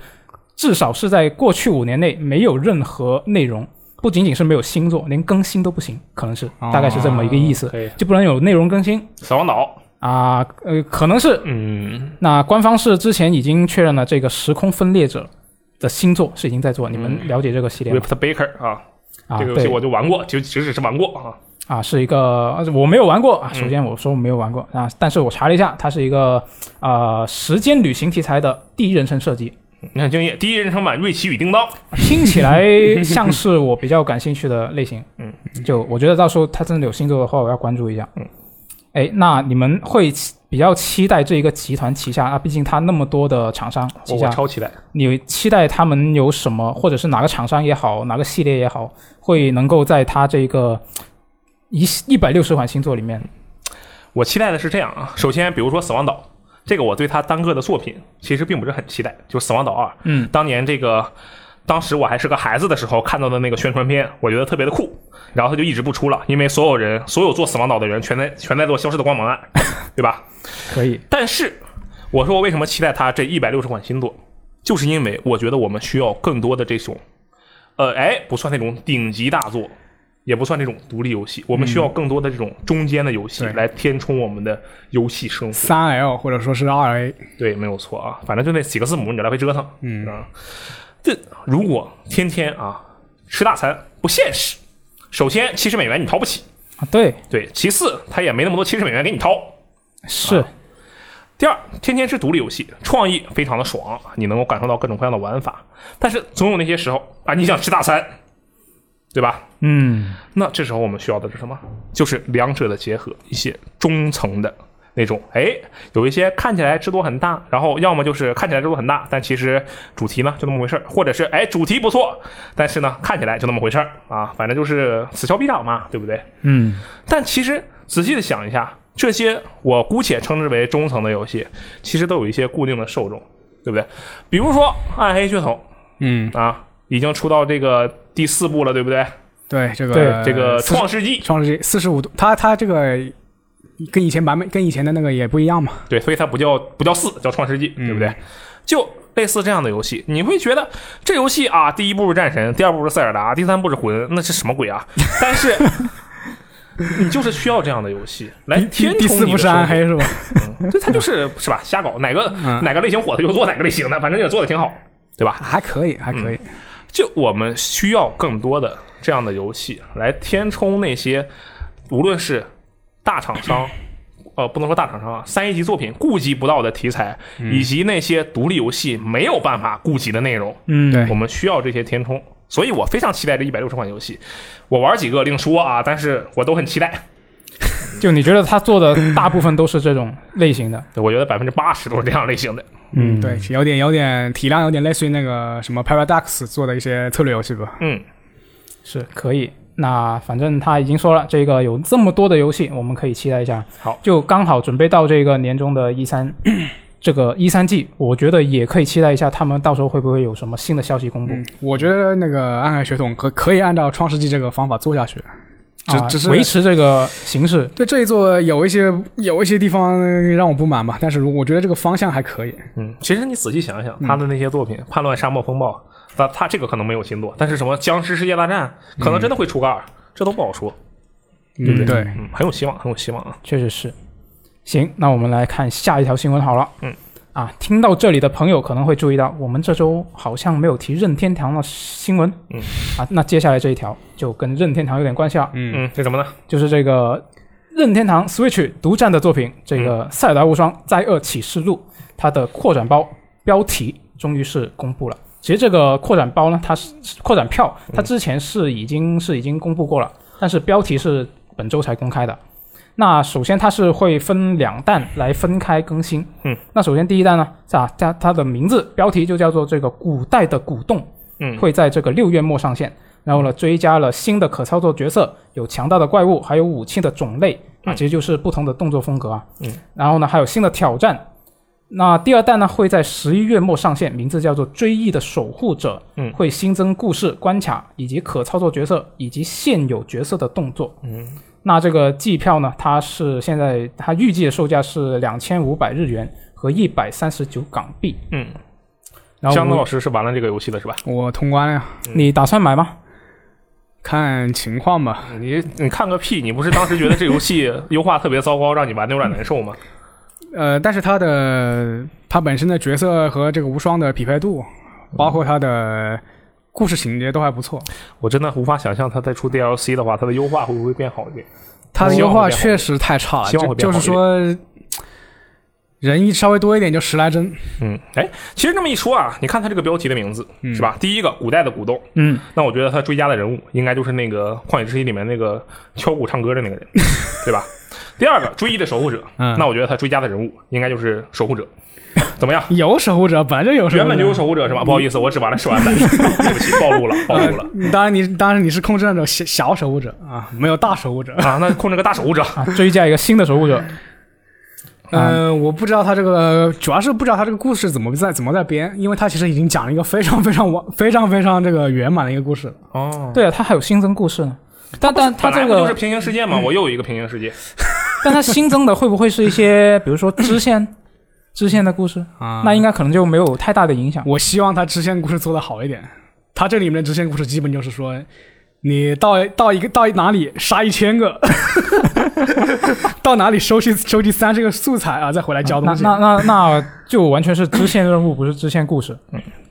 Speaker 1: 至少是在过去五年内没有任何内容，不仅仅是没有新作，连更新都不行，可能是大概是这么一个意思，
Speaker 3: 哦可以。
Speaker 1: 就不能有内容更新
Speaker 3: 死亡岛，
Speaker 1: 啊，呃，可能是
Speaker 3: 嗯，
Speaker 1: 那官方是之前已经确认了这个《时空分裂者》的新作是已经在做，你们了解这个系列吗？
Speaker 3: With Baker 啊，
Speaker 1: 嗯啊，
Speaker 3: 嗯这个游戏
Speaker 1: 对
Speaker 3: 我就玩过，就只只是玩过啊。
Speaker 1: 啊，是一个呃我没有玩过啊。
Speaker 3: 嗯
Speaker 1: 首先我说我没有玩过、啊，但是我查了一下，它是一个呃时间旅行题材的第一人称射击，
Speaker 3: 你很敬业，第一人称版《瑞奇与叮当》，
Speaker 1: 听起来 <laughs> 像是我比较感兴趣的类型。
Speaker 3: 嗯，
Speaker 1: 就我觉得到时候它真的有新作的话，我要关注一下。
Speaker 3: 嗯，
Speaker 1: 哎，那你们会期比较期待这一个集团旗下啊？毕竟它那么多的厂商
Speaker 3: 我
Speaker 1: 旗
Speaker 3: 哦我
Speaker 1: 下，
Speaker 3: 超期待。
Speaker 1: 你期待他们有什么，或者是哪个厂商也好，哪个系列也好，会能够在它这个一一百六十款新作里面
Speaker 3: 我期待的是这样啊，首先比如说《死亡岛》，这个我对它单个的作品其实并不是很期待，就《死亡岛二》。
Speaker 1: 嗯，
Speaker 3: 当年这个。当时我还是个孩子的时候看到的那个宣传片，我觉得特别的酷，然后它就一直不出了，因为所有人，所有做死亡岛的人全在全在做消失的光芒案， <laughs> 对吧？
Speaker 1: 可以
Speaker 3: 但是我说我为什么期待它这一百六十款新作，就是因为我觉得我们需要更多的这种，呃，哎，不算那种顶级大作，也不算这种独立游戏，我们需要更多的这种中间的游
Speaker 2: 嗯
Speaker 3: 戏
Speaker 2: 对
Speaker 3: 来填充我们的游戏生活。
Speaker 2: 三 L 或者说是二 A，
Speaker 3: 对，没有错啊，反正就那几个字母，你来回折腾，
Speaker 2: 嗯
Speaker 3: 啊。这如果天天啊吃大餐不现实，首先七十美元你掏不起，
Speaker 1: 啊，对，
Speaker 3: 对，其次他也没那么多七十美元给你掏，
Speaker 1: 是、
Speaker 2: 啊
Speaker 3: 第二，天天是独立游戏，创意非常的爽，你能够感受到各种各样的玩法。但是总有那些时候啊，你想吃大餐，对吧？
Speaker 1: 嗯，
Speaker 3: 那这时候我们需要的是什么？就是两者的结合，一些中层的那种，哎，有一些看起来制作很大，然后要么就是看起来制作很大，但其实主题呢就那么回事儿，或者是哎主题不错，但是呢看起来就那么回事儿啊，反正就是此消彼长嘛，对不对？
Speaker 1: 嗯，
Speaker 3: 但其实仔细的想一下，这些我姑且称之为中层的游戏，其实都有一些固定的受众，对不对？比如说《暗黑血统
Speaker 2: 嗯》，
Speaker 3: 啊，已经出到这个第四部了，对不对？
Speaker 2: 对这个
Speaker 1: 对
Speaker 3: 这个《
Speaker 2: 创
Speaker 3: 创世纪》
Speaker 2: 创世纪呃四十五度，它它这个跟以前版本跟以前的那个也不一样嘛，
Speaker 3: 对，所以它不叫不叫四，叫创世纪，对不对？
Speaker 2: 嗯
Speaker 3: 就类似这样的游戏，你会觉得这游戏啊，第一部是战神，第二部是塞尔达，第三部是魂，那是什么鬼啊？
Speaker 2: <laughs>
Speaker 3: 但是你就是需要这样的游戏来填
Speaker 2: 第第
Speaker 3: 充
Speaker 2: 四
Speaker 3: 你
Speaker 2: 不
Speaker 3: 的
Speaker 2: 是
Speaker 3: 生
Speaker 2: 暗
Speaker 3: 活
Speaker 2: 黑是吧？ <laughs>
Speaker 3: 这他就是是吧？瞎搞，哪个、
Speaker 2: 嗯
Speaker 3: 哪个类型火他就做哪个类型的，反正也做的挺好，对吧？
Speaker 2: 还可以，还可以，
Speaker 3: 就我们需要更多的这样的游戏来填充那些，无论是大厂商，呃，不能说大厂商啊，三 A 级作品顾及不到的题材，以及那些独立游戏没有办法顾及的内容，
Speaker 1: 嗯，
Speaker 2: 对
Speaker 3: 我们需要这些填充。所以我非常期待这一百六十款游戏，我玩几个另说啊，但是我都很期待。
Speaker 1: 就你觉得他做的大部分都是这种类型
Speaker 2: 嗯
Speaker 1: 的，
Speaker 3: 我觉得百分之八十都是这样类型的。
Speaker 1: 嗯，
Speaker 2: 对，有点有点体量有点类似于那个什么 Paradox 做的一些策略游戏吧。
Speaker 3: 嗯，
Speaker 1: 是可以。那反正他已经说了，这个有这么多的游戏，我们可以期待一下。
Speaker 3: 好，
Speaker 1: 就刚好准备到这个年终的一 E 三， <clears throat> 这个一三季，我觉得也可以期待一下，他们到时候会不会有什么新的消息公布？
Speaker 2: 嗯，我觉得那个暗黑血统可可以按照创世纪这个方法做下去，只、
Speaker 1: 啊
Speaker 2: 只是
Speaker 1: 维持这个形式。
Speaker 2: 对这一座有一些有一些地方让我不满吧，但是如我觉得这个方向还可以。
Speaker 3: 嗯，其实你仔细想想，他的那些作品，叛乱沙漠风暴》，他他这个可能没有新作，但是什么《僵尸世界大战》可能真的会出个二，这都不好说，对不
Speaker 2: 嗯，
Speaker 3: 对？
Speaker 2: 对，
Speaker 3: 嗯，很有希望，很有希望啊！
Speaker 1: 确实是。行，那我们来看下一条新闻好了。
Speaker 3: 嗯，
Speaker 1: 啊，听到这里的朋友可能会注意到，我们这周好像没有提任天堂的新闻。
Speaker 3: 嗯，
Speaker 1: 啊，那接下来这一条就跟任天堂有点关系了，
Speaker 2: 嗯，
Speaker 3: 嗯，这什么呢？
Speaker 1: 就是这个任天堂 Switch 独占的作品《这个塞尔达无双：灾厄启示录》它的扩展包标题终于是公布了。其实这个扩展包呢，它是扩展票，它之前是已经是已经公布过了，但是标题是本周才公开的。那首先它是会分两弹来分开更新。
Speaker 3: 嗯，
Speaker 1: 那首先第一弹呢，啊，它它的名字标题就叫做这个古代的鼓动。
Speaker 3: 嗯，
Speaker 1: 会在这个六月末上线。然后呢，追加了新的可操作角色，有强大的怪物，还有武器的种类啊，
Speaker 3: 嗯
Speaker 1: 其实就是不同的动作风格啊。
Speaker 3: 嗯。
Speaker 1: 然后呢，还有新的挑战，那第二弹呢会在十一月末上线，名字叫做《追忆的守护者》，
Speaker 3: 嗯
Speaker 1: 会新增故事、关卡以及可操作角色以及现有角色的动作。
Speaker 3: 嗯，
Speaker 1: 那这个季票呢，它是现在它预计的售价是两千五百日元和一百三十九港币。
Speaker 3: 嗯，
Speaker 1: 然
Speaker 3: 江子老
Speaker 1: 后
Speaker 3: 师是玩了这个游戏的是吧？
Speaker 2: 我通关了呀，
Speaker 1: 你打算买吗？
Speaker 2: 看情况吧。
Speaker 3: 你你看个屁！你不是当时觉得这游戏 <laughs> 优化特别糟糕，让你玩的有点难受吗？
Speaker 2: 呃，但是它的它本身的角色和这个无双的匹配度，包括它的故事情节都还不错。
Speaker 3: <laughs> 我真的无法想象它再出 DLC 的话，它的优化会不会变好一点？
Speaker 2: 它的
Speaker 3: 希
Speaker 2: 优
Speaker 3: 望会
Speaker 2: 化
Speaker 3: 变好
Speaker 2: 确实太差了，
Speaker 3: 希望
Speaker 2: 就
Speaker 3: 会变
Speaker 2: 就
Speaker 3: 好
Speaker 2: 是说，人一稍微多一点就十来帧。
Speaker 3: 嗯，哎，其实这么一说啊，你看它这个标题的名字、是吧？第一个古代的古董，
Speaker 1: 嗯，
Speaker 3: 那我觉得他追加的人物应该就是那个《旷野之息》里面那个敲鼓唱歌的那
Speaker 1: <laughs>
Speaker 3: 个人，对吧？第二个追忆的守护者，
Speaker 2: 嗯
Speaker 3: 那我觉得他追加的人物应该就是守
Speaker 1: <laughs>
Speaker 3: 护者，怎么样？
Speaker 2: 有守护者，本来就有守护者，
Speaker 3: 原本就有守护者是
Speaker 1: 嗯
Speaker 3: 吧？不好意思，我只玩了
Speaker 1: <laughs>
Speaker 3: 试玩版，对不起，暴露了，暴露了。
Speaker 2: 呃当然你，当然你是控制那种小小守护者啊，没有大守护者。
Speaker 3: 啊，那控制个大守护者，
Speaker 1: 啊，追加一个新的守护者。
Speaker 2: 嗯、
Speaker 1: 啊
Speaker 2: 我不知道他这个，主要是不知道他这个故事怎么在怎么在编，因为他其实已经讲了一个非常非常完、非常非常这个圆满的一个故事了。
Speaker 3: 哦，
Speaker 1: 对啊，它还有新增故事呢。但但它
Speaker 3: 本来
Speaker 1: 这
Speaker 3: 不就是
Speaker 1: 个，嗯
Speaker 3: 平行世界嘛，我又有一个平行世界，
Speaker 1: 但它新增的会不会是一些，
Speaker 3: <laughs>
Speaker 1: 比如说支线、支线的故事？
Speaker 2: 啊
Speaker 1: 那应该可能就没有太大的影响。
Speaker 2: 我希望他支线故事做得好一点。他这里面的支线故事基本就是说，你到到一个到哪里杀一千个， <laughs> 到哪里收集收集三十个素材啊，再回来交
Speaker 1: 那
Speaker 2: 东西。
Speaker 1: 那那那就完全是支线任务，不是支线故事。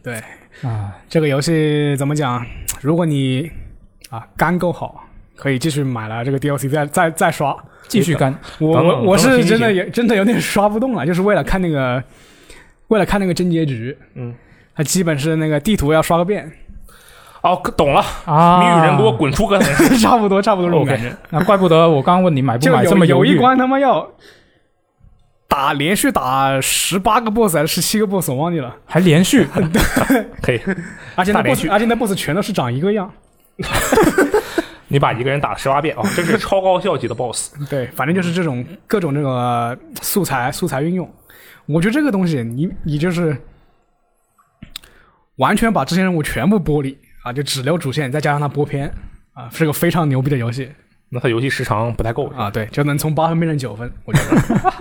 Speaker 2: 对
Speaker 1: 啊，
Speaker 2: 这个游戏怎么讲？如果你啊肝够好，可以继续买了这个 DLC 再再再刷。
Speaker 1: 继续干。
Speaker 2: 我
Speaker 3: 等等
Speaker 2: 我我
Speaker 3: 等等
Speaker 2: 是
Speaker 3: 行
Speaker 2: 真的
Speaker 3: 行
Speaker 2: 有真的有点刷不动了，就是为了看那个为了看那个真结局，
Speaker 3: 嗯，
Speaker 2: 它基本是那个地图要刷个遍， <laughs>
Speaker 3: 哦，懂了，
Speaker 1: 啊，
Speaker 3: 谜语人给我滚出
Speaker 1: <laughs>
Speaker 3: 个门，
Speaker 2: 差不多差不多这种
Speaker 3: OK
Speaker 2: 感觉。
Speaker 1: 那怪不得我刚刚问你买不
Speaker 2: 就
Speaker 1: 买这
Speaker 2: 有
Speaker 1: 么犹
Speaker 2: 有一
Speaker 1: 豫。
Speaker 2: 关他妈要打连续打十八个 boss 还是十七个 boss，我忘记了。
Speaker 1: 还连续， <laughs>
Speaker 3: 可以，
Speaker 2: 而且
Speaker 3: 打
Speaker 2: 那
Speaker 3: 连
Speaker 2: boss，
Speaker 3: 续
Speaker 2: 而且那 boss 全都是长一个样。
Speaker 3: 你把一个人打十八遍
Speaker 1: <laughs>
Speaker 3: 啊，这是超高效级的 BOSS，
Speaker 2: 对，反正就是这种
Speaker 3: 嗯
Speaker 2: 各种这个素材素材运用。我觉得这个东西你，你就是完全把支线任务全部剥离啊，就只留主线，再加上它播片啊，是个非常牛逼的游戏
Speaker 3: 那它游戏时长不太够，
Speaker 2: 啊。对，就能从八分变成九分，我觉得。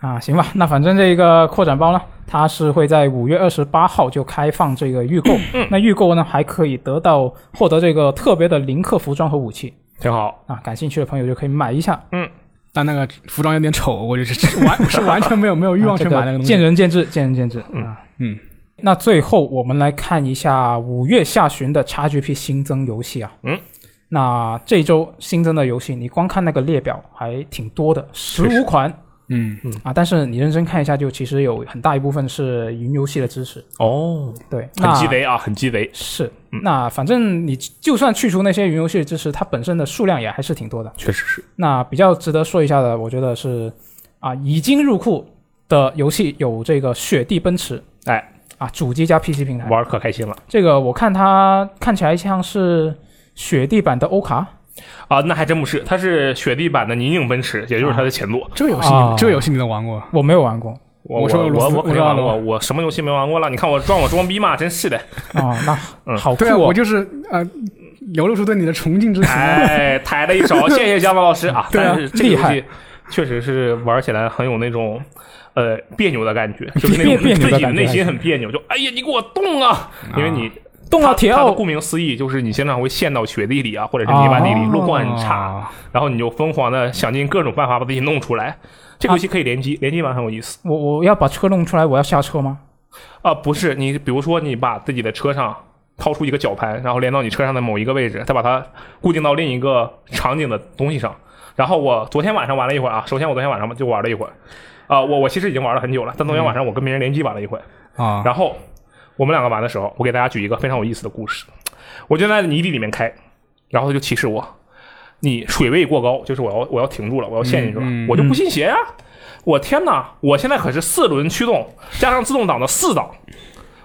Speaker 1: 啊，行吧，那反正这个扩展包呢，它是会在五月二十八号就开放这个预购。
Speaker 3: 嗯
Speaker 1: 那预购呢，还可以得到获得这个特别的林克服装和武器
Speaker 3: 挺好，
Speaker 1: 啊，感兴趣的朋友就可以买一下。
Speaker 2: 但那个服装有点丑，我就是 <laughs> 完是完全没有没有欲望去买那
Speaker 1: 啊这
Speaker 2: 个东
Speaker 1: 见
Speaker 2: 西。
Speaker 1: 仁见智，见仁见智。
Speaker 3: 嗯
Speaker 1: 啊，
Speaker 2: 嗯。
Speaker 1: 那最后我们来看一下五月下旬的 XGP 新增游戏啊。
Speaker 3: 嗯。
Speaker 1: 那这周新增的游戏，你光看那个列表还挺多的，十
Speaker 3: 确实
Speaker 1: 五款
Speaker 2: 嗯，
Speaker 1: 啊。但是你认真看一下，就其实有很大一部分是云游戏的支持。
Speaker 3: 哦，
Speaker 1: 对，
Speaker 3: 很
Speaker 1: 那
Speaker 3: 鸡贼啊，很鸡贼，
Speaker 1: 是
Speaker 3: 嗯，
Speaker 1: 那反正你就算去除那些云游戏的支持，它本身的数量也还是挺多的。
Speaker 3: 确实是，
Speaker 1: 那比较值得说一下的，我觉得是啊，已经入库的游戏有这个《雪地奔驰》，
Speaker 3: 哎，
Speaker 1: 啊，主机加 PC 平台。
Speaker 3: 玩儿可开心了
Speaker 1: 这个我看它看起来像是雪地版的欧卡，
Speaker 3: 啊，那还真不是，它是雪地版的泥泞奔驰，也就是它的前作，
Speaker 2: 这个游戏你、
Speaker 1: 啊
Speaker 2: 这个游戏你能玩过？
Speaker 1: 我没有玩过
Speaker 3: 我
Speaker 2: 我说
Speaker 3: 我
Speaker 2: 俄罗斯
Speaker 3: 我我肯定玩过，
Speaker 2: 我
Speaker 3: 我什么游戏没玩过了？你看我装我装逼嘛，真是的。
Speaker 1: <laughs>
Speaker 3: <laughs>
Speaker 1: 啊，那
Speaker 3: 嗯
Speaker 1: 好酷
Speaker 2: 对啊，我
Speaker 1: 哦！
Speaker 2: 就是呃，流露出对你的崇敬之情啊。
Speaker 3: 哎，抬了一手，谢谢江子老师啊！
Speaker 2: 对啊
Speaker 3: 但是这个
Speaker 1: 厉
Speaker 3: 游
Speaker 1: 害
Speaker 3: 戏确实是玩起来很有那种。呃，别扭的感觉，就是那
Speaker 1: 别
Speaker 3: 种
Speaker 1: 别扭的
Speaker 3: 自己
Speaker 1: 感觉
Speaker 3: 内心很别扭，就哎呀，你给我动啊！因为你
Speaker 1: 动啊
Speaker 3: 它
Speaker 1: 铁
Speaker 3: 它的
Speaker 1: 奥
Speaker 3: 顾名思义就是你经常会陷到雪地里啊，或者是泥巴地里，
Speaker 1: 哦
Speaker 3: 路况很差，
Speaker 2: 啊
Speaker 3: 然后你就疯狂的想尽各种办法把自己弄出来。这
Speaker 1: 啊
Speaker 3: 个游戏可以联机，联机玩很有意思
Speaker 1: 我我要把车弄出来，我要下车吗？
Speaker 3: 啊！不是你，比如说你把自己的车上掏出一个绞盘，然后连到你车上的某一个位置，再把它固定到另一个场景的东西上。然后我昨天晚上玩了一会儿啊，首先我昨天晚上嘛就玩了一会儿，啊，我我其实已经玩了很久了，但昨天晚
Speaker 1: 嗯
Speaker 3: 上我跟别人联机玩了一会儿，
Speaker 2: 啊！
Speaker 3: 然后我们两个玩的时候，我给大家举一个非常有意思的故事。我就在泥地里面开，然后他就提示我，你水位过高，就是我要我要停住了，我要陷进去了。
Speaker 2: 嗯嗯
Speaker 3: 我就不信邪呀、我天哪！我现在可是四轮驱动加上自动挡的四档，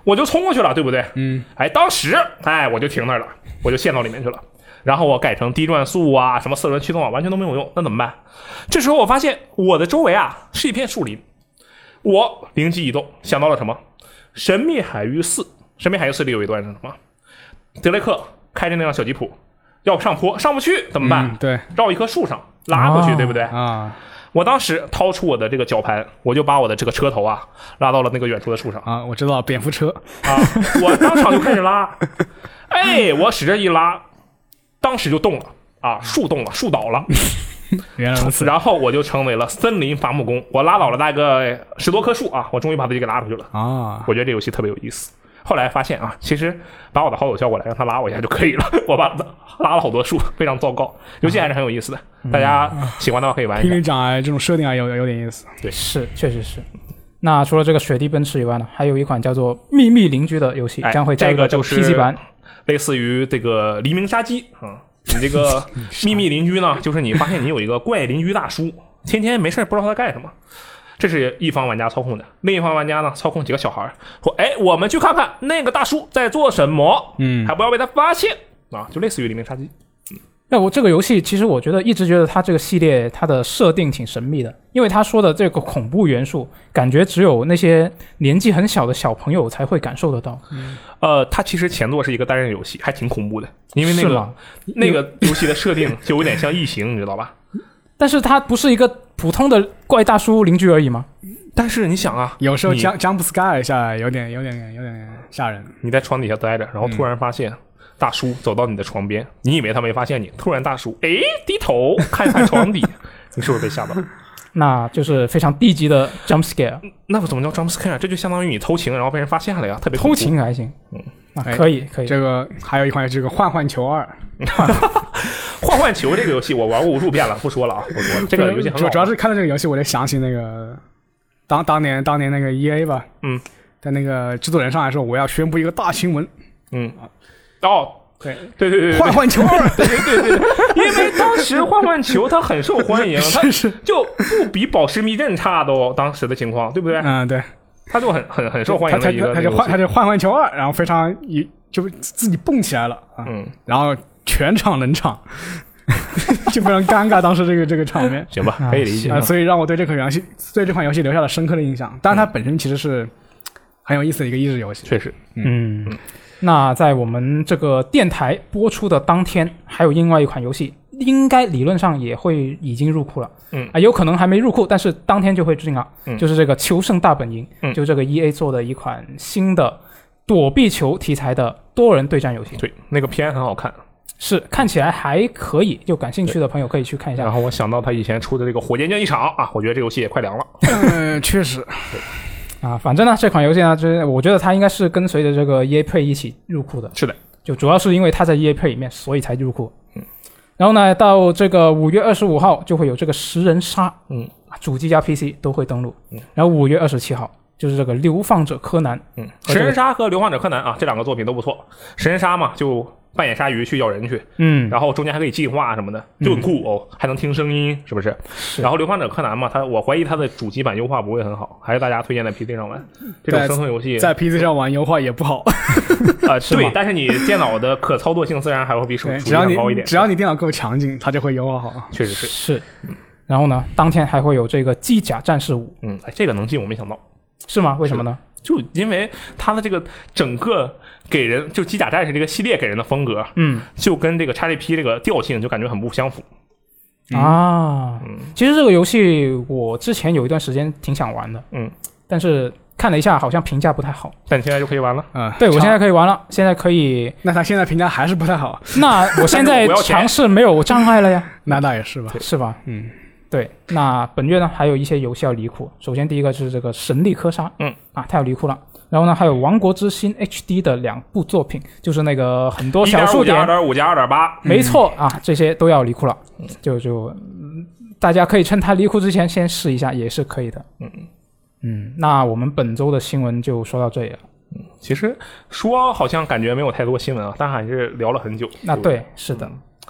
Speaker 3: 我就冲过去了，对不对？
Speaker 2: 嗯，
Speaker 3: 哎，当时哎我就停那儿了，我就陷到里面去了。然后我改成低转速啊，什么四轮驱动啊，完全都没有用。那怎么办？这时候我发现我的周围啊是一片树林，我灵机一动，想到了什么？《神秘海域四》，《神秘海域四》里有一段是什么？德雷克开着那辆小吉普要上坡，上不去怎么办？
Speaker 2: 嗯对
Speaker 3: 绕一棵树上拉过去，
Speaker 1: 哦
Speaker 3: 对不对？
Speaker 2: 啊
Speaker 3: 我当时掏出我的这个绞盘，我就把我的这个车头啊拉到了那个远处的树上
Speaker 2: 啊，我知道蝙蝠车
Speaker 3: 啊， <laughs> 我当场就开始拉，哎，我使劲一拉，当时就动了啊，树动了，树倒了，
Speaker 2: 原来如此
Speaker 3: 然后我就成为了森林伐木工，我拉倒了大概十多棵树啊，我终于把自己给拉出去了。
Speaker 2: 啊，
Speaker 3: 我觉得这游戏特别有意思。后来发现啊，其实把我的好友叫过来，让他拉我一下就可以了。 <laughs> 我把拉了好多树，非常糟糕。游戏还是很有意思的，大家喜欢的话可以玩一
Speaker 2: 拼
Speaker 3: 下。
Speaker 2: 命长啊，这种设定啊，有有点意思。
Speaker 1: 是，确实是。那除了这个雪地奔驰以外呢，还有一款叫做《秘密邻居》的游戏
Speaker 3: 哎
Speaker 1: 将会加
Speaker 3: 这
Speaker 1: 入
Speaker 3: 个
Speaker 1: 到
Speaker 3: 就是
Speaker 1: PC 版。
Speaker 3: 类似于这个黎明杀机啊，你这 <laughs> 个秘密邻居呢，就是你发现你有一个怪邻居大叔，天天没事儿不知道他干什么。这是一方玩家操控的，另一方玩家呢操控几个小孩儿说：“哎，我们去看看那个大叔在做什么，
Speaker 2: 嗯
Speaker 3: 还不要被他发现啊！”就类似于黎明杀机。
Speaker 1: 那我这个游戏，其实我觉得一直觉得它这个系列它的设定挺神秘的，因为他说的这个恐怖元素，感觉只有那些年纪很小的小朋友才会感受得到。
Speaker 3: 呃，它其实前作是一个单人游戏，还挺恐怖的，因为那
Speaker 1: 是
Speaker 3: 个
Speaker 1: 吗
Speaker 3: 那个游戏的设定就有点像异形，你知道吧？
Speaker 1: 但是它不是一个普通的怪大叔邻居而已吗？
Speaker 3: <laughs> 但是你想啊，
Speaker 2: 有时候
Speaker 3: 你
Speaker 2: jump jump scare 一下，有点有点有点吓人。
Speaker 3: 你在床底下待着，然后突
Speaker 2: 嗯
Speaker 3: 然发现大叔走到你的床边，你以为他没发现你，突然大叔哎低头
Speaker 2: <laughs>
Speaker 3: 看一看床底，你是不是被吓到了？ <laughs>
Speaker 1: 那就是非常低级的 jump scare，
Speaker 3: 那不怎么叫 jump scare，这就相当于你偷情，然后被人发现了呀，嗯特别恐
Speaker 1: 偷
Speaker 3: 怖。
Speaker 1: 情还行
Speaker 3: 嗯，
Speaker 1: 啊，
Speaker 2: 哎
Speaker 1: 可以可以。
Speaker 2: 这个还有一款这个《换换球二》，
Speaker 3: 换换球这个游戏我玩过无数遍了，不说了啊，不说了。这个游戏很好
Speaker 2: 主
Speaker 3: 玩，
Speaker 2: 主要是啊看到这个游戏，我就想起那个当当年当年那个 E A 吧，
Speaker 3: 嗯，
Speaker 2: 在那个制作人上来说，我要宣布一个大新闻，
Speaker 3: 嗯，哦，
Speaker 2: 对，
Speaker 3: 对对对对
Speaker 2: 换换球二，
Speaker 3: <laughs> 对对对对，因为当时换换球它很受
Speaker 2: <laughs>
Speaker 3: 欢迎，它
Speaker 2: 是是，
Speaker 3: 就不比宝石迷阵差的哦，当时的情况，对不对？
Speaker 2: 嗯，对，
Speaker 3: 它就很很很受欢
Speaker 2: 他
Speaker 3: 迎
Speaker 2: 他
Speaker 3: 的一
Speaker 2: 他
Speaker 3: 个
Speaker 2: 他
Speaker 3: 那个
Speaker 2: 就换
Speaker 3: 游
Speaker 2: 他
Speaker 3: 戏。
Speaker 2: 就换换球二，然后非常一就自己蹦起来了啊，
Speaker 3: 嗯，
Speaker 2: 然后全场冷场， <laughs> 就非常尴尬，当时这个这个场面。
Speaker 3: 行吧，
Speaker 1: 啊
Speaker 3: 可以理解
Speaker 2: 啊、。所以让我对这款游戏对这款游戏留下了深刻的印象。但是它本身其实是很有意思的一个益智游戏。
Speaker 3: 确实，
Speaker 1: 嗯，那在我们这个电台播出的当天，还有另外一款游戏，应该理论上也会已经入库了。
Speaker 3: 嗯
Speaker 1: 啊，有可能还没入库，但是当天就会进了。
Speaker 3: 嗯
Speaker 1: 就是这个《求胜大本营》，
Speaker 3: 嗯
Speaker 1: 就这个 E A 做的一款新的躲避球题材的多人对战游戏，
Speaker 3: 对那个片很好看。
Speaker 1: 是看起来还可以，就感兴趣的朋友可以去看一
Speaker 3: 然
Speaker 1: 下。
Speaker 3: 后我想到他以前出的这个《火箭竞技场》啊，我觉得这游戏也快凉了。
Speaker 2: 嗯，确
Speaker 3: <laughs>
Speaker 2: 实，
Speaker 1: 啊，反正呢，这款游戏呢，就是我觉得它应该是跟随着这个 EA Play 一起入库的。
Speaker 3: 是的，嗯
Speaker 1: 就主要是因为它在 EA Play 里面，所以才入库。然后呢，到这个五月二十五号就会有这个食人鲨，
Speaker 3: 嗯
Speaker 1: 啊，主机加 PC 都会登录。
Speaker 3: 嗯
Speaker 1: 然后五月二十七号就是这个流放者柯南，
Speaker 3: 嗯，《
Speaker 1: 和这个
Speaker 3: 神人鲨》和《流放者柯南》啊，这两个作品都不错。《神人鲨》嘛，就扮演鲨鱼去咬人去，
Speaker 1: 嗯，
Speaker 3: 然后中间还可以进化什么的，就
Speaker 2: 嗯
Speaker 3: 很酷哦，还能听声音，是不是？然后《流放者柯南》嘛，它我怀疑它的主机版优化不会很好，还是大家推荐在 PC 上玩这种
Speaker 2: 对
Speaker 3: 生存游戏
Speaker 2: 在 PC 上玩优化也不好，
Speaker 3: 啊，
Speaker 1: 吗
Speaker 3: 对，但是你电脑的可操作性自然还会比手
Speaker 2: 对，
Speaker 3: 手机
Speaker 2: 只要
Speaker 3: 上
Speaker 2: 你
Speaker 3: 高一点，
Speaker 2: 只要你电脑够强劲，它就会优化好。
Speaker 3: 确实是，
Speaker 1: 是。然后呢，当天还会有这个机甲战士五，
Speaker 3: 嗯，哎这个能进我没想到，
Speaker 1: 是吗？为什么呢？
Speaker 3: 就因为它的这个整个给人就机甲战士这个系列给人的风格，
Speaker 1: 嗯
Speaker 3: 就跟这个 XGP 这个调性就感觉很不相符，
Speaker 2: 嗯
Speaker 1: 啊，
Speaker 3: 嗯
Speaker 1: 其实这个游戏我之前有一段时间挺想玩的，
Speaker 3: 嗯，
Speaker 1: 但是看了一下，好像评价不太好。
Speaker 3: 但你现在就可以玩了。
Speaker 2: 嗯，
Speaker 1: 对我现在
Speaker 2: 长，
Speaker 1: 可以玩了，现在可
Speaker 3: <laughs>
Speaker 1: 以，
Speaker 2: 那它现在评价还是不太好，
Speaker 1: 那我现
Speaker 3: 但
Speaker 1: 在
Speaker 3: 是我要钱
Speaker 1: 尝试没有障碍了呀。
Speaker 2: 那倒也是吧。
Speaker 1: 是吧？
Speaker 2: 嗯，
Speaker 1: 对，那本月呢还有一些游戏要离库。首先第一个是这个《神力科莎》，
Speaker 3: 嗯，
Speaker 1: 啊，它要离库了。然后呢，还有《王国之心 HD》的两部作品，就是那个很多
Speaker 3: 一
Speaker 1: 小
Speaker 3: 点
Speaker 1: 数
Speaker 3: 五加嗯二
Speaker 1: 点，
Speaker 3: 点五加二点八，
Speaker 1: 没错啊，这些都要离库了。就就、嗯大家可以趁它离库之前先试一下，也是可以的。
Speaker 3: 嗯
Speaker 1: 嗯，那我们本周的新闻就说到这里了。
Speaker 3: 其实说好像感觉没有太多新闻啊，但还是嗯聊了很久。
Speaker 1: 那
Speaker 3: 不
Speaker 1: 啊对，是的，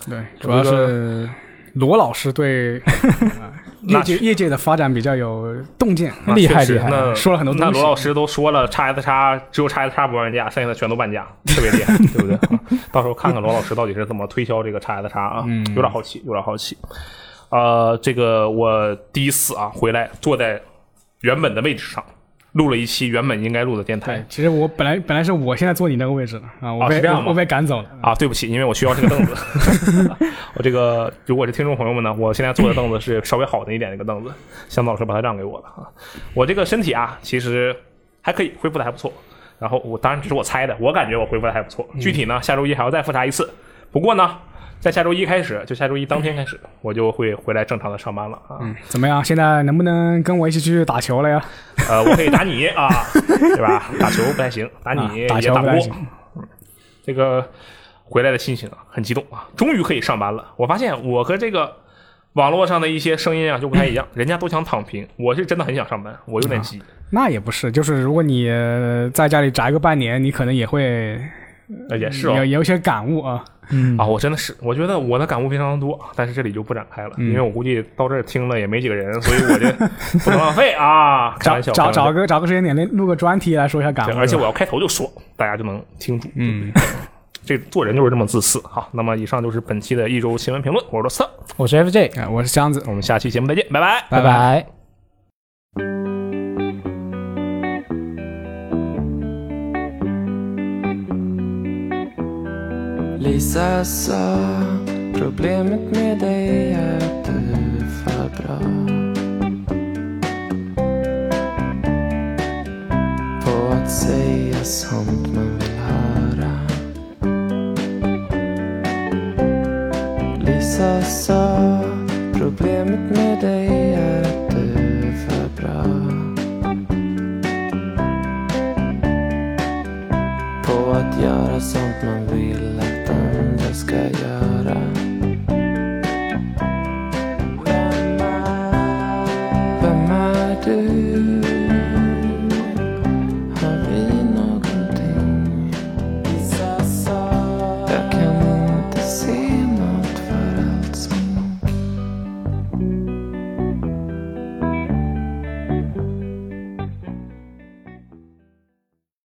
Speaker 2: 对，主要是罗老师
Speaker 3: <laughs>
Speaker 2: 对呃业界业界的发展比较有洞见，啊
Speaker 3: 那
Speaker 1: 厉害
Speaker 3: 确实
Speaker 1: 厉害
Speaker 3: 那
Speaker 2: 说了很多
Speaker 3: 那
Speaker 2: 东西
Speaker 3: 罗老师都说了，x S 叉只有 x S 叉不半价，剩下的全都半价，特别
Speaker 1: <laughs>
Speaker 3: 厉害，对不对？啊到时候看看罗老师到底是怎么推销这个 x S 叉啊，
Speaker 2: 嗯
Speaker 3: 有点好奇，有点好奇。呃，这个我第一次啊回来坐在原本的位置上，录了一期原本应该录的电台
Speaker 2: 对，。哎其实我本来本来是我现在坐你那个位置的啊，我
Speaker 3: 啊
Speaker 2: 被
Speaker 3: 是这样吗
Speaker 2: 我被赶走了。
Speaker 3: 啊，对不起，因为我需要这个凳子。
Speaker 2: <laughs>
Speaker 3: 我这个如果是听众朋友们呢，我现在坐的凳子是稍微好的一点的一个凳子，香子老师把它让给我了啊。我这个身体啊，其实还可以，恢复的还不错。然后我当然只是我猜的，我感觉我恢复的还不错。
Speaker 2: 嗯
Speaker 3: 具体呢，下周一还要再复查一次。不过呢，在下周一开始，就下周一当天开始，我就会回来正常的上班了啊。
Speaker 2: 嗯， <laughs> 怎么样？现在能不能跟我一起去打球了呀？
Speaker 3: 呃，我可以打你啊，对吧？打球不太行，打你也
Speaker 2: 啊打球
Speaker 3: 打
Speaker 2: 不
Speaker 3: 不
Speaker 2: 太
Speaker 3: 过
Speaker 2: 行。
Speaker 3: 这个回来的心情啊，很激动啊，终于可以上班了。我发现我和这个网络上的一些声音啊就不太一
Speaker 2: <laughs>
Speaker 3: 样，人家都想躺平，我是真的很想上班，我有
Speaker 2: 啊
Speaker 3: 点急。
Speaker 2: 那也不是，就是如果你呃在家里宅个半年，你可能也会
Speaker 3: 那、也是哦
Speaker 2: 有有一些感悟啊。
Speaker 1: 嗯
Speaker 3: 啊，，我真的是，我觉得我的感悟非常多，但是这里就不展开了，
Speaker 2: 嗯
Speaker 3: 因为我估计到这儿听了也没几个人，所以
Speaker 2: <laughs>
Speaker 3: 我这不能浪费啊，开
Speaker 2: 找
Speaker 3: 玩笑，
Speaker 2: 找
Speaker 3: 开玩
Speaker 2: 找
Speaker 3: 笑
Speaker 2: 个找个时间点录录个专题来说一下感
Speaker 3: 对
Speaker 2: 悟。
Speaker 3: 而且
Speaker 2: 是吧
Speaker 3: 我要开头就说，大家就能听住。 <laughs>
Speaker 2: 嗯，
Speaker 3: 这做人就是这么自私。好，那么以上就是本期的一周新闻评论，我是罗斯特，
Speaker 1: 我是 FJ，
Speaker 2: 啊我是箱子，
Speaker 3: 我们下期节目再见，拜拜。
Speaker 1: 拜拜
Speaker 4: Lisa sa Problemet med dig är att du är för bra På att säga sånt man vill höra Lisa sa Problemet med dig är att du är för bra på att göra sånt man vill att andra ska göra